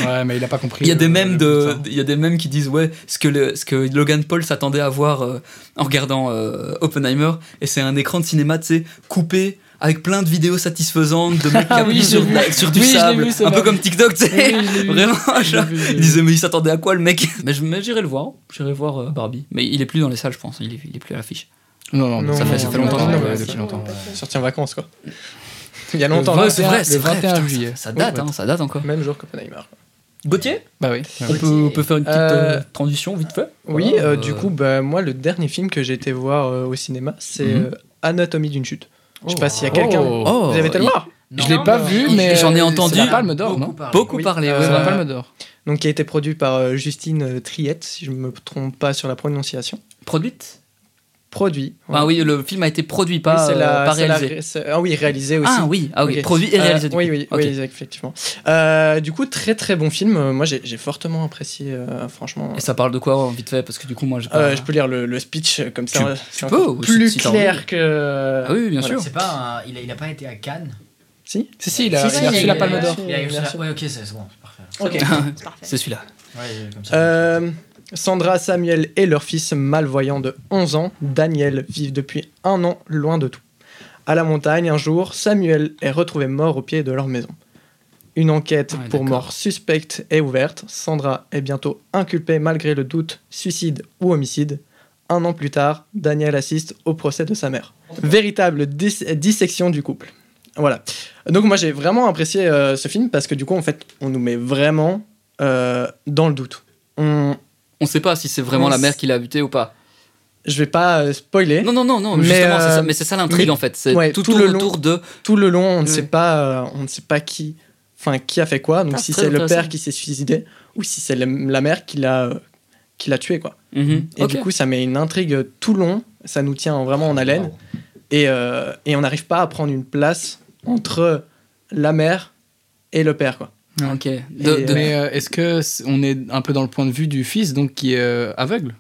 Speaker 6: Ouais, mais il a pas compris. euh,
Speaker 3: Il y a des
Speaker 6: le-
Speaker 3: mêmes
Speaker 6: le
Speaker 3: de,
Speaker 6: putain.
Speaker 3: il y a des mêmes qui disent ouais ce que le, ce que Logan Paul s'attendait à voir euh, en regardant euh, Oppenheimer et c'est un écran de cinéma tu sais coupé avec plein de vidéos satisfaisantes de [LAUGHS] mecs qui
Speaker 6: Ah
Speaker 3: appuient
Speaker 6: oui, j'ai
Speaker 3: sur,
Speaker 6: vu.
Speaker 3: sur du
Speaker 6: Oui, je l'ai
Speaker 3: sable
Speaker 6: vu,
Speaker 3: un
Speaker 6: celle-là.
Speaker 3: peu comme TikTok tu sais
Speaker 6: [LAUGHS] Oui, je l'ai vu.
Speaker 3: vraiment
Speaker 6: Je l'ai
Speaker 3: genre,
Speaker 6: vu, je l'ai
Speaker 3: il
Speaker 6: vu.
Speaker 3: disait mais il s'attendait à quoi le mec mais je- mais j'irai le voir j'irai voir euh, Barbie mais il est plus dans les salles je pense il est, il est plus à l'affiche
Speaker 6: Non, non,
Speaker 5: Non,
Speaker 6: ça, fait, ça fait
Speaker 5: non,
Speaker 6: longtemps.
Speaker 5: non,
Speaker 6: ouais,
Speaker 5: non,
Speaker 6: depuis
Speaker 5: c'est
Speaker 6: longtemps.
Speaker 5: Sorti en vacances quoi. Il y a longtemps.
Speaker 6: vingt-
Speaker 5: là.
Speaker 6: c'est vrai, c'est vrai, putain, ça-
Speaker 3: ça,
Speaker 6: ça
Speaker 3: date
Speaker 6: date,
Speaker 3: hein, ça date encore
Speaker 5: Même jour Copenhagen.
Speaker 3: Gauthier
Speaker 6: Bah oui.
Speaker 3: on peut, on peut faire une petite
Speaker 5: Euh,
Speaker 3: euh, transition vite fait
Speaker 5: Oui,
Speaker 3: Voilà,
Speaker 5: euh,
Speaker 3: euh,
Speaker 5: du coup, bah, moi, le dernier film que j'ai été voir euh, au cinéma, c'est
Speaker 3: Mhm.
Speaker 5: euh, Anatomie d'une chute. Je sais pas s'il y a
Speaker 6: Mm-hmm. Oh.
Speaker 5: quelqu'un.
Speaker 3: Oh,
Speaker 5: Vous avez été le
Speaker 3: il-
Speaker 5: voir
Speaker 6: Je l'ai pas vu,
Speaker 3: il-
Speaker 6: mais.
Speaker 3: j'en ai
Speaker 6: c'est
Speaker 3: entendu
Speaker 6: la Palme d'Or, non
Speaker 3: beaucoup
Speaker 5: Oui,
Speaker 3: parlé
Speaker 5: euh,
Speaker 3: ouais.
Speaker 6: C'est la
Speaker 5: Euh,
Speaker 6: Palme d'Or.
Speaker 5: Donc, qui a été produit par euh, Justine euh, Triette, si je me trompe pas sur la prononciation.
Speaker 3: produite
Speaker 5: Produit.
Speaker 3: Ah
Speaker 5: ouais.
Speaker 3: oui, le film a été produit,
Speaker 5: Oui,
Speaker 3: pas,
Speaker 5: c'est
Speaker 3: euh,
Speaker 5: la-
Speaker 3: pas
Speaker 5: c'est la
Speaker 3: réalisé.
Speaker 5: ré- c'est- ah oui, réalisé aussi.
Speaker 3: ah oui, ah oui,
Speaker 5: Ok.
Speaker 3: produit et
Speaker 5: Euh,
Speaker 3: réalisé. du
Speaker 5: oui,
Speaker 3: coup.
Speaker 5: oui,
Speaker 3: Ok.
Speaker 5: oui, effectivement. Euh, du coup, très très bon film. Euh, Moi, j'ai j'ai fortement apprécié, euh, franchement.
Speaker 3: Et ça parle de quoi, vite fait Parce que du coup, moi, j'ai pas...
Speaker 5: Euh, je peux lire le, le speech euh, comme ça. euh, c'est
Speaker 3: peux,
Speaker 5: encore
Speaker 3: ou si-
Speaker 5: plus
Speaker 3: si t'as envie.
Speaker 5: clair que.
Speaker 3: Ah oui, bien
Speaker 5: Voilà.
Speaker 3: sûr.
Speaker 2: C'est pas un- il, a, il a pas été à Cannes.
Speaker 5: Si
Speaker 6: Si, si, il a,
Speaker 5: Si,
Speaker 6: il
Speaker 5: si,
Speaker 6: a
Speaker 5: il
Speaker 6: reçu
Speaker 5: a
Speaker 6: la
Speaker 5: eu-
Speaker 6: Palme d'Or.
Speaker 2: Il a eu ça.
Speaker 5: Merci.
Speaker 2: Ouais, ok, c'est c'est bon, c'est parfait.
Speaker 5: Ok.
Speaker 1: C'est parfait.
Speaker 3: C'est celui-là.
Speaker 2: Ouais, comme ça.
Speaker 5: Euh, Sandra, Samuel et leur fils malvoyant de 11 ans, Daniel, vivent depuis un an loin de tout. À la montagne, un jour, Samuel est retrouvé mort au pied de leur maison. Une enquête
Speaker 3: Ouais,
Speaker 5: pour
Speaker 3: d'accord.
Speaker 5: mort suspecte est ouverte. Sandra est bientôt inculpée malgré le doute suicide ou homicide. Un an plus tard, Daniel assiste au procès de sa mère. Véritable dis- dissection du couple. Voilà. Donc moi j'ai vraiment apprécié euh, ce film parce que du coup en fait on nous met vraiment euh, dans le doute. On,
Speaker 3: On sait pas si c'est vraiment
Speaker 5: On
Speaker 3: la
Speaker 5: s-
Speaker 3: mère qui l'a habité ou pas.
Speaker 5: je vais pas euh, spoiler.
Speaker 3: Non, non, non, non,
Speaker 5: Mais,
Speaker 3: justement, c'est ça-
Speaker 5: euh,
Speaker 3: mais c'est ça l'intrigue,
Speaker 5: mais-
Speaker 3: en fait. C'est
Speaker 5: ouais,
Speaker 3: tout,
Speaker 5: tout
Speaker 3: tourne
Speaker 5: le long.
Speaker 3: autour de...
Speaker 5: Tout le long, on ne
Speaker 3: Ouais.
Speaker 5: sait pas, euh, on ne sait pas qui, enfin qui a fait quoi. Donc
Speaker 3: Ah,
Speaker 5: si
Speaker 3: très
Speaker 5: c'est le
Speaker 3: intéressant.
Speaker 5: père qui s'est suicidé ou si c'est le- la mère qui l'a euh, qui l'a tué quoi.
Speaker 3: Mhm,
Speaker 5: Et
Speaker 3: ok.
Speaker 5: du coup, ça met une intrigue tout le long. Ça nous tient vraiment en haleine et, euh, et on n'arrive pas à prendre une place entre la mère et le père quoi.
Speaker 3: Ok. De-
Speaker 5: Et,
Speaker 3: de-
Speaker 6: Mais euh, est-ce que c'est- on est un peu dans le point de vue du fils, donc qui est euh, aveugle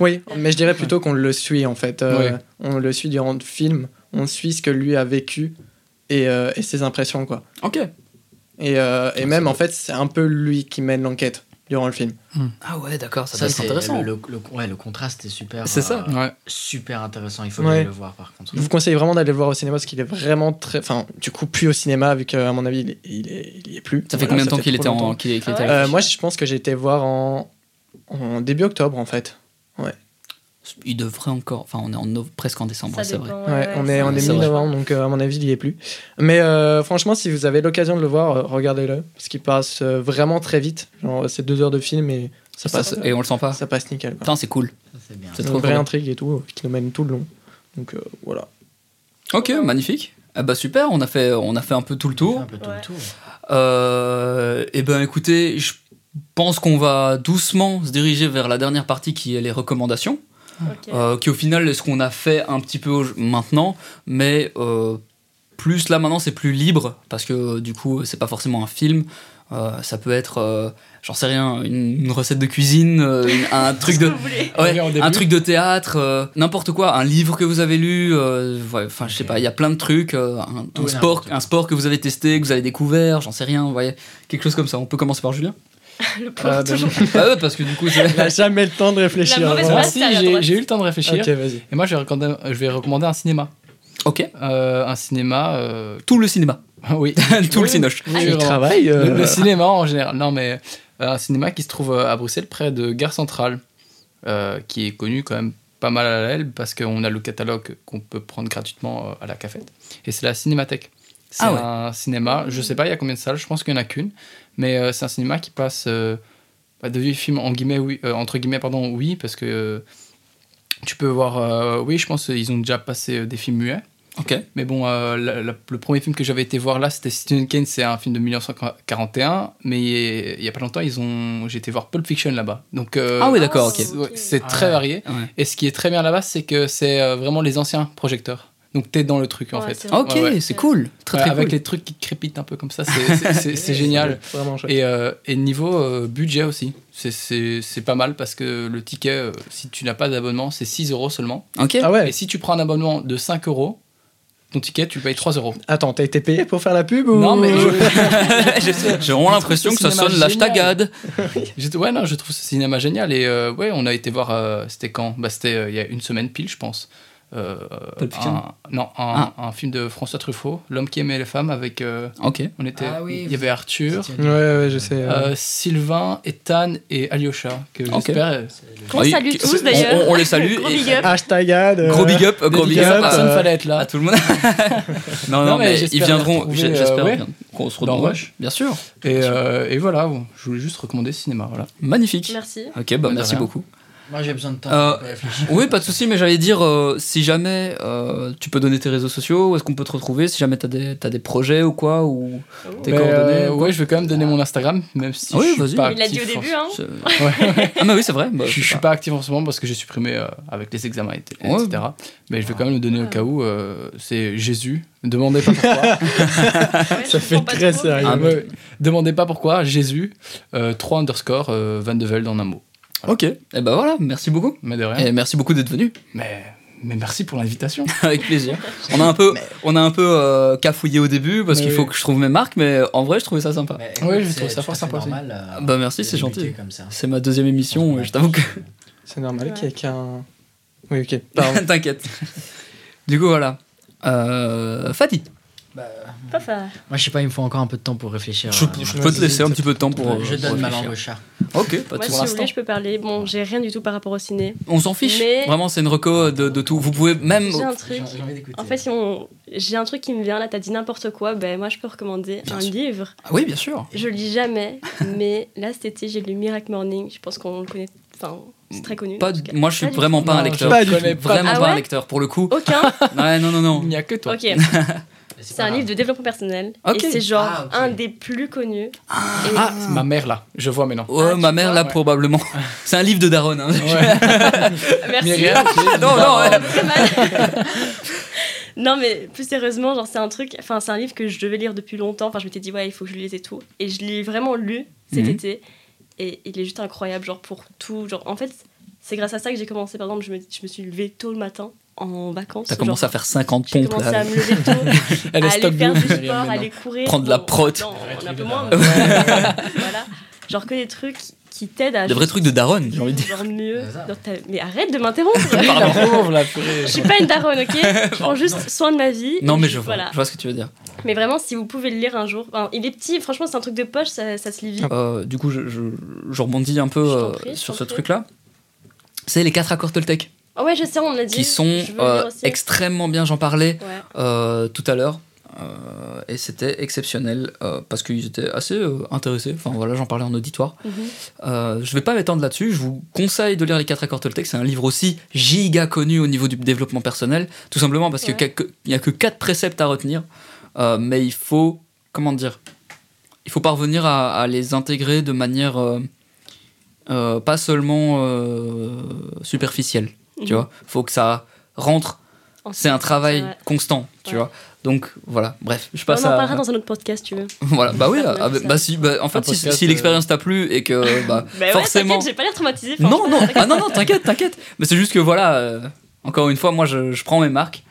Speaker 5: Oui, mais je dirais plutôt qu'on le suit en fait. Euh,
Speaker 6: Ouais.
Speaker 5: On le suit durant le film. On suit ce que lui a vécu et, euh, et ses impressions quoi.
Speaker 3: Ok.
Speaker 5: Et, euh, et
Speaker 2: Ouais,
Speaker 5: même,
Speaker 2: c'est
Speaker 5: en fait, c'est un peu lui qui mène l'enquête durant le film.
Speaker 3: Ah ouais, d'accord, ça,
Speaker 2: Ça,
Speaker 3: doit être
Speaker 2: c'est
Speaker 3: intéressant.
Speaker 2: Le, le- le- ouais, le contraste est super.
Speaker 3: C'est ça.
Speaker 2: euh,
Speaker 6: Ouais.
Speaker 2: Super intéressant. Il faut
Speaker 5: Ouais.
Speaker 2: bien le voir par contre.
Speaker 5: Je vous conseille vraiment d'aller le voir au cinéma parce qu'il est vraiment très. Enfin, du coup, plus au cinéma, vu qu'à mon avis, il, est- il, est- il y est plus.
Speaker 3: Ça fait
Speaker 5: Voilà,
Speaker 3: combien de temps qu'il
Speaker 5: trop
Speaker 3: était en.
Speaker 5: longtemps.
Speaker 3: qu'il- qu'il
Speaker 1: Ah
Speaker 3: était
Speaker 1: ouais.
Speaker 3: à
Speaker 5: Euh,
Speaker 3: l'affiche
Speaker 5: Moi, je pense que j'ai été voir en, en début octobre, en fait.
Speaker 3: Il devrait encore. Enfin, on est en nov- presque en décembre,
Speaker 1: Ça
Speaker 3: c'est vrai.
Speaker 1: dépend,
Speaker 5: Ouais, on est,
Speaker 1: ça dépend.
Speaker 5: on est
Speaker 3: c'est vrai.
Speaker 5: mi-novembre, donc euh, à mon avis, il y est plus. Mais euh, franchement, si vous avez l'occasion de le voir, euh, regardez-le, parce qu'il passe euh, vraiment très vite. Genre, c'est deux heures de film et ça
Speaker 3: Ça,
Speaker 5: passe,
Speaker 3: c'est- et on le sent pas.
Speaker 5: ça passe nickel. quoi.
Speaker 3: Ah. Putain, c'est cool.
Speaker 2: Ça, C'est bien.
Speaker 3: C'est
Speaker 5: Une
Speaker 3: trop
Speaker 5: vraie
Speaker 3: cool.
Speaker 5: intrigue et tout, euh, qui nous mène tout le long. Donc euh, voilà.
Speaker 3: Ok, magnifique. Ah bah super, on a fait, on a fait un peu tout le
Speaker 2: On fait
Speaker 3: tour.
Speaker 2: Un peu tout le
Speaker 1: Ouais.
Speaker 2: tour.
Speaker 3: Euh, eh ben écoutez, je pense qu'on va doucement se diriger vers la dernière partie qui est les recommandations,
Speaker 1: Ok.
Speaker 3: euh, qui au final est ce qu'on a fait un petit peu au- maintenant, mais euh, plus là maintenant c'est plus libre parce que euh, du coup c'est pas forcément un film. euh, ça peut être, euh, j'en sais rien, une, une recette de cuisine, euh, une- un truc de, Ah
Speaker 1: Vous voulez
Speaker 3: Ouais,
Speaker 6: Regarde au début.
Speaker 3: un truc de théâtre, euh, n'importe quoi, un livre que vous avez lu, euh, ouais, enfin je sais
Speaker 2: Ok.
Speaker 3: pas, il y a plein de trucs, euh, un,
Speaker 2: Tout
Speaker 3: un
Speaker 2: et
Speaker 3: sport,
Speaker 2: n'importe quoi.
Speaker 3: un sport que vous avez testé, que vous avez découvert, j'en sais rien, vous voyez, quelque chose comme ça. On peut commencer par Julien
Speaker 1: le pauvre,
Speaker 5: Euh,
Speaker 6: Ah, bah,
Speaker 1: toujours.
Speaker 3: [LAUGHS] Bah ouais, parce que du coup, c'est-
Speaker 5: ben, [LAUGHS] Il n'a jamais le temps de réfléchir.
Speaker 1: La mauvaise
Speaker 5: vraiment.
Speaker 6: Moi,
Speaker 1: passe.
Speaker 6: Euh, si,
Speaker 1: Reste à la
Speaker 6: j'ai
Speaker 1: droite.
Speaker 6: j'ai eu le temps de réfléchir.
Speaker 5: Ok, vas-y.
Speaker 6: Et moi, je vais, recommander, je vais recommander un cinéma.
Speaker 3: ok,
Speaker 6: Euh, un cinéma. euh, [LAUGHS]
Speaker 3: tout le cinéma, [LAUGHS]
Speaker 6: oui.
Speaker 1: Ah,
Speaker 3: tout le
Speaker 6: Oui.
Speaker 3: cinoche.
Speaker 6: Oui,
Speaker 5: Tu
Speaker 6: vraiment.
Speaker 5: travailles euh,
Speaker 6: Le, le cinéma en général. Non, mais euh, un cinéma qui se trouve euh, à Bruxelles, près de Gare Centrale, euh, qui est connu quand même pas mal à l'aile parce qu'on a le catalogue qu'on peut prendre gratuitement euh, à la cafette. Et c'est la Cinémathèque. C'est
Speaker 3: Ah ouais.
Speaker 6: un cinéma, je sais pas il y a combien de salles, je pense qu'il y en a qu'une, mais euh, c'est un cinéma qui passe euh, bah, de vieux films en guillemets, oui, euh, entre guillemets, pardon, oui, parce que euh, tu peux voir, euh, oui, je pense qu'ils ont déjà passé euh, des films muets.
Speaker 3: Ok,
Speaker 6: Mais bon, euh, la- la- le premier film que j'avais été voir là, c'était Citizen Kane, c'est un film de 1941, mais il y a pas longtemps, ils ont, j'ai été voir Pulp Fiction là-bas. Donc, euh,
Speaker 3: Ah oui, d'accord, ok.
Speaker 6: c'est- ouais, C'est très
Speaker 2: Ah.
Speaker 6: varié.
Speaker 3: Ouais.
Speaker 6: Et ce qui est très bien là-bas, c'est que c'est euh, vraiment les anciens projecteurs. Donc t'es dans le truc en
Speaker 1: Ouais,
Speaker 6: fait.
Speaker 1: c'est vrai.
Speaker 3: ok,
Speaker 6: Ouais, ouais.
Speaker 3: c'est cool, très très
Speaker 6: Ouais, avec
Speaker 3: cool.
Speaker 6: les trucs qui crépitent un peu comme ça, c'est- c'est-
Speaker 5: [LAUGHS]
Speaker 6: c'est c'est génial.
Speaker 5: Vraiment chouette.
Speaker 6: Et, euh, et niveau euh, budget aussi, c'est- c'est c'est pas mal parce que le ticket, euh, si tu n'as pas d'abonnement, c'est 6 euros seulement.
Speaker 3: Ok, [LAUGHS]
Speaker 5: Ah
Speaker 6: Et
Speaker 5: ouais,
Speaker 6: si tu prends un abonnement de 5 euros, ton ticket, tu payes 3 euros.
Speaker 5: attends, t'as été payé pour faire la pub ou...
Speaker 6: Non, mais
Speaker 3: Oh.
Speaker 6: je-
Speaker 3: j'ai j'ai vraiment l'impression que ça
Speaker 6: cinéma
Speaker 3: sonne
Speaker 6: génial.
Speaker 3: l'hashtagade.
Speaker 6: [LAUGHS] je- ouais, non, je trouve ce cinéma génial. Et euh, ouais, on a été voir, euh, c'était quand bah, C'était euh, il y a une semaine pile, je pense. Euh,
Speaker 3: Pulp Fiction Ah.
Speaker 6: un, Non, un, un film de François Truffaut, L'homme qui aimait les femmes, avec. euh,
Speaker 3: Ok,
Speaker 6: on était,
Speaker 2: Ah oui,
Speaker 6: il y avait Arthur,
Speaker 5: Ouais, ouais, je sais. euh,
Speaker 6: euh, Sylvain, Ethan et Alyosha, que
Speaker 3: Ok.
Speaker 6: j'espère. euh,
Speaker 1: Qu'on
Speaker 3: Oui,
Speaker 1: salue
Speaker 3: que-
Speaker 1: tous
Speaker 3: on-
Speaker 1: d'ailleurs.
Speaker 3: on- on les
Speaker 1: [LAUGHS]
Speaker 3: salue
Speaker 1: Gros
Speaker 3: et-
Speaker 1: big up.
Speaker 5: Hashtag ad. euh,
Speaker 3: gros big up, gros big
Speaker 6: dédicace,
Speaker 3: up.
Speaker 5: euh,
Speaker 6: personne
Speaker 3: à-
Speaker 6: fallait être là.
Speaker 3: À tout le
Speaker 6: [LAUGHS]
Speaker 3: monde. non, non,
Speaker 6: Non, mais
Speaker 3: mais,
Speaker 6: j'espère
Speaker 3: ils
Speaker 6: les
Speaker 3: viendront.
Speaker 6: retrouver,
Speaker 3: j'ai-
Speaker 6: euh,
Speaker 3: J'espère
Speaker 6: ouais.
Speaker 3: bien qu'on se
Speaker 6: Dans
Speaker 3: retrouve.
Speaker 6: Rush.
Speaker 3: Ben, Bien sûr.
Speaker 6: Et, euh, et voilà, bon, je voulais juste recommander ce cinéma. Voilà.
Speaker 3: Magnifique.
Speaker 1: Merci.
Speaker 3: Ok, bah
Speaker 6: De
Speaker 3: merci
Speaker 6: rien.
Speaker 3: beaucoup.
Speaker 2: Moi j'ai besoin de temps
Speaker 3: Euh,
Speaker 2: pour réfléchir.
Speaker 3: Oui, pas de souci, mais j'allais dire, euh, si jamais euh, tu peux donner tes réseaux sociaux, où est-ce qu'on peut te retrouver, si jamais t'as des, t'as des projets ou quoi, ou tes
Speaker 6: Mais,
Speaker 3: coordonnées. ou
Speaker 6: euh,
Speaker 3: quoi. Ah.
Speaker 6: ouais, je vais quand même donner mon Instagram, même si
Speaker 3: Oui,
Speaker 6: je
Speaker 3: vas-y.
Speaker 6: suis pas
Speaker 1: Il l'a dit au
Speaker 6: actif en-
Speaker 1: début, hein.
Speaker 3: [LAUGHS]
Speaker 6: [LAUGHS]
Speaker 3: C'est-
Speaker 6: Ouais.
Speaker 3: Ah, bah oui, c'est vrai. Bah,
Speaker 6: je,
Speaker 3: c'est
Speaker 6: je suis
Speaker 3: pas-
Speaker 6: pas actif en ce moment parce que j'ai supprimé euh, avec les examens, et-
Speaker 3: Ouais.
Speaker 6: etc. Mais je vais quand même le donner au cas où. euh, c'est Jésus. Demandez
Speaker 3: [LAUGHS]
Speaker 6: pas pourquoi.
Speaker 1: Ouais, je
Speaker 5: Ça fait
Speaker 1: comprends pas
Speaker 5: très
Speaker 1: trop.
Speaker 5: sérieux.
Speaker 6: Ah, ouais. Demandez pas pourquoi. Jésus. 3 underscore euh, Van de Velde en un mot.
Speaker 3: Ok, et bah voilà, merci beaucoup.
Speaker 6: Mais de rien.
Speaker 3: Et merci beaucoup d'être venu, [LAUGHS]
Speaker 6: Mais, mais merci pour l'invitation.
Speaker 3: avec plaisir. On a un peu, on a un peu euh, cafouillé au début parce
Speaker 6: Mais
Speaker 3: qu'il faut
Speaker 6: oui.
Speaker 3: que je trouve mes marques, mais en vrai, je trouvais ça sympa.
Speaker 2: Mais
Speaker 6: Ouais,
Speaker 2: écoute,
Speaker 6: je
Speaker 2: c'est
Speaker 6: trouve ça
Speaker 2: tout à
Speaker 6: fort
Speaker 2: fait
Speaker 6: sympa aussi.
Speaker 2: normal, euh,
Speaker 3: Ah, bah, merci,
Speaker 2: de
Speaker 3: c'est
Speaker 2: débuter
Speaker 3: gentil.
Speaker 2: Comme ça.
Speaker 3: C'est ma deuxième émission, et je t'avoue que
Speaker 5: C'est normal
Speaker 1: Ouais.
Speaker 5: qu'il y ait qu'un. Oui, ok, pardon.
Speaker 3: [LAUGHS] T'inquiète. Du coup, voilà. Euh, Fatih,
Speaker 2: Bah,
Speaker 1: Pas fa-
Speaker 2: moi je sais pas, il me faut encore un peu de temps pour réfléchir.
Speaker 3: je,
Speaker 2: euh,
Speaker 3: je
Speaker 2: voilà.
Speaker 3: peux te laisser un petit peu de temps pour. euh,
Speaker 2: je
Speaker 3: pour
Speaker 2: donne ma
Speaker 3: réfléchir.
Speaker 2: langue au chat.
Speaker 3: Ok, pas de
Speaker 1: Moi,
Speaker 3: soucis.
Speaker 1: si vous voulez, je peux parler. Bon, j'ai rien du tout par rapport au ciné.
Speaker 3: On s'en fiche.
Speaker 1: Mais-
Speaker 3: Vraiment, c'est une reco de, de tout. Vous pouvez même.
Speaker 1: J'ai un
Speaker 2: J'ai
Speaker 1: truc.
Speaker 2: j'ai envie d'écouter.
Speaker 1: En fait, si on... j'ai un truc qui me vient là, t'as dit n'importe quoi, ben moi je peux recommander
Speaker 3: Bien
Speaker 1: un
Speaker 3: sûr.
Speaker 1: livre.
Speaker 3: Ah oui, bien sûr.
Speaker 1: Je lis jamais, [LAUGHS] mais là cet été j'ai lu Miracle Morning, je pense qu'on le connaît, enfin c'est très connu.
Speaker 3: Pas,
Speaker 1: en tout
Speaker 3: du-
Speaker 1: cas.
Speaker 3: moi, je suis
Speaker 1: Pas du
Speaker 3: vraiment pas un
Speaker 6: Non, je
Speaker 3: lecteur.
Speaker 5: pas du
Speaker 6: connais
Speaker 5: tout.
Speaker 6: pas.
Speaker 3: Vraiment
Speaker 1: Ah
Speaker 3: pas un
Speaker 1: ouais Ah,
Speaker 3: lecteur pour le coup.
Speaker 1: Aucun
Speaker 3: Ouais, non, non,
Speaker 6: [LAUGHS]
Speaker 1: [LAUGHS]
Speaker 6: Il
Speaker 3: non.
Speaker 6: n'y a que toi.
Speaker 1: Ok, c'est un livre de développement personnel.
Speaker 3: Ok.
Speaker 1: Et c'est genre
Speaker 2: Ah, ok.
Speaker 1: un des plus connus. Et-
Speaker 6: Ah, c'est ma mère là. Je vois maintenant.
Speaker 3: Ouais,
Speaker 1: Ah, tu
Speaker 3: Oh, ma mère,
Speaker 1: vois,
Speaker 3: là,
Speaker 6: ouais.
Speaker 3: probablement. [LAUGHS] C'est un livre de Daron. Hein.
Speaker 1: Merci.
Speaker 6: Myriam,
Speaker 3: [LAUGHS]
Speaker 6: j'ai
Speaker 3: Ah,
Speaker 6: dit
Speaker 3: non, non,
Speaker 6: Daron.
Speaker 3: ouais.
Speaker 1: Très mal. [LAUGHS] non mais plus sérieusement, genre c'est un truc, enfin c'est un livre que je devais lire depuis longtemps. Enfin je m'étais dit ouais il faut que je le lise et tout. Et je l'ai vraiment lu cet
Speaker 3: Mhm.
Speaker 1: été et il est juste incroyable genre pour tout. Genre en fait c'est grâce à ça que j'ai commencé par exemple je me, je me suis levée tôt le matin en vacances.
Speaker 3: T'as commencé à faire 50 pompes
Speaker 1: commencé
Speaker 3: là.
Speaker 1: à me lever
Speaker 3: [LAUGHS]
Speaker 1: tôt,
Speaker 6: Elle
Speaker 1: à
Speaker 6: est
Speaker 1: aller
Speaker 6: stock
Speaker 1: faire
Speaker 6: blue.
Speaker 1: du sport, à aller courir.
Speaker 3: Prendre de la
Speaker 1: Bon,
Speaker 3: prot.
Speaker 1: non,
Speaker 6: Ouais,
Speaker 1: on a un
Speaker 6: truc
Speaker 1: peu
Speaker 6: de
Speaker 1: moins.
Speaker 6: daron.
Speaker 1: mais euh, voilà. Genre que des trucs qui t'aident à.
Speaker 3: Des vrais trucs de daronne, j'ai envie de dire.
Speaker 1: Genre mieux.
Speaker 2: Hasard.
Speaker 1: dans ta- Mais arrête de m'interrompre
Speaker 3: [LAUGHS]
Speaker 1: [LAUGHS]
Speaker 6: La pauvre, la purée.
Speaker 1: Je suis pas une daronne, ok Je prends juste soin de ma vie.
Speaker 3: Non, mais je vois,
Speaker 1: Voilà.
Speaker 3: je vois ce que tu veux dire.
Speaker 1: Mais vraiment, si vous pouvez le lire un jour. enfin, il est petit, franchement, c'est un truc de poche, ça, ça se lit vite.
Speaker 3: Euh, du coup, je, je, je rebondis un peu
Speaker 1: Je t'en
Speaker 3: euh,
Speaker 1: prie, je
Speaker 3: sur
Speaker 1: t'en
Speaker 3: ce
Speaker 1: prie.
Speaker 3: truc-là. C'est les quatre accords Toltec
Speaker 1: Ah ouais, je sais, on me l'a dit.
Speaker 3: qui sont
Speaker 1: Je veux le
Speaker 3: euh,
Speaker 1: lire aussi.
Speaker 3: extrêmement bien. J'en parlais
Speaker 1: Ouais.
Speaker 3: euh, tout à l'heure. euh, et c'était exceptionnel euh, parce qu'ils étaient assez euh, intéressés. Enfin voilà, j'en parlais en auditoire.
Speaker 1: Mhm.
Speaker 3: Euh, je vais pas m'étendre là-dessus. Je vous conseille de lire Les 4 accords Toltec. C'est un livre aussi giga connu au niveau du développement personnel. Tout simplement parce
Speaker 1: Ouais.
Speaker 3: qu'il n'y a que 4 préceptes à retenir. Euh, mais il faut. Comment dire Il faut parvenir à, à les intégrer de manière. euh, euh, pas seulement euh, superficielle. Tu
Speaker 1: Mhm.
Speaker 3: vois Faut que ça rentre.
Speaker 1: En-
Speaker 3: C'est un travail
Speaker 1: c'est vrai.
Speaker 3: constant. Tu
Speaker 1: Ouais.
Speaker 3: vois donc voilà, bref, je
Speaker 1: On
Speaker 3: passe
Speaker 1: en parlera
Speaker 3: à.
Speaker 1: dans un autre podcast, tu veux.
Speaker 3: Voilà, bah oui,
Speaker 1: Ça peut
Speaker 3: ah,
Speaker 1: être
Speaker 3: bah,
Speaker 1: ça.
Speaker 3: bah si, bah, en fait, si,
Speaker 6: podcast,
Speaker 3: si
Speaker 6: euh,
Speaker 3: l'expérience t'a plu et
Speaker 1: [LAUGHS]
Speaker 3: que bah,
Speaker 1: Bah ouais,
Speaker 3: forcément.
Speaker 1: t'inquiète, j'ai pas l'air traumatisée.
Speaker 3: Non,
Speaker 1: franchement.
Speaker 3: non, ah non, non, t'inquiète, t'inquiète. Mais c'est juste que voilà, euh, encore une fois, moi je, je prends mes marques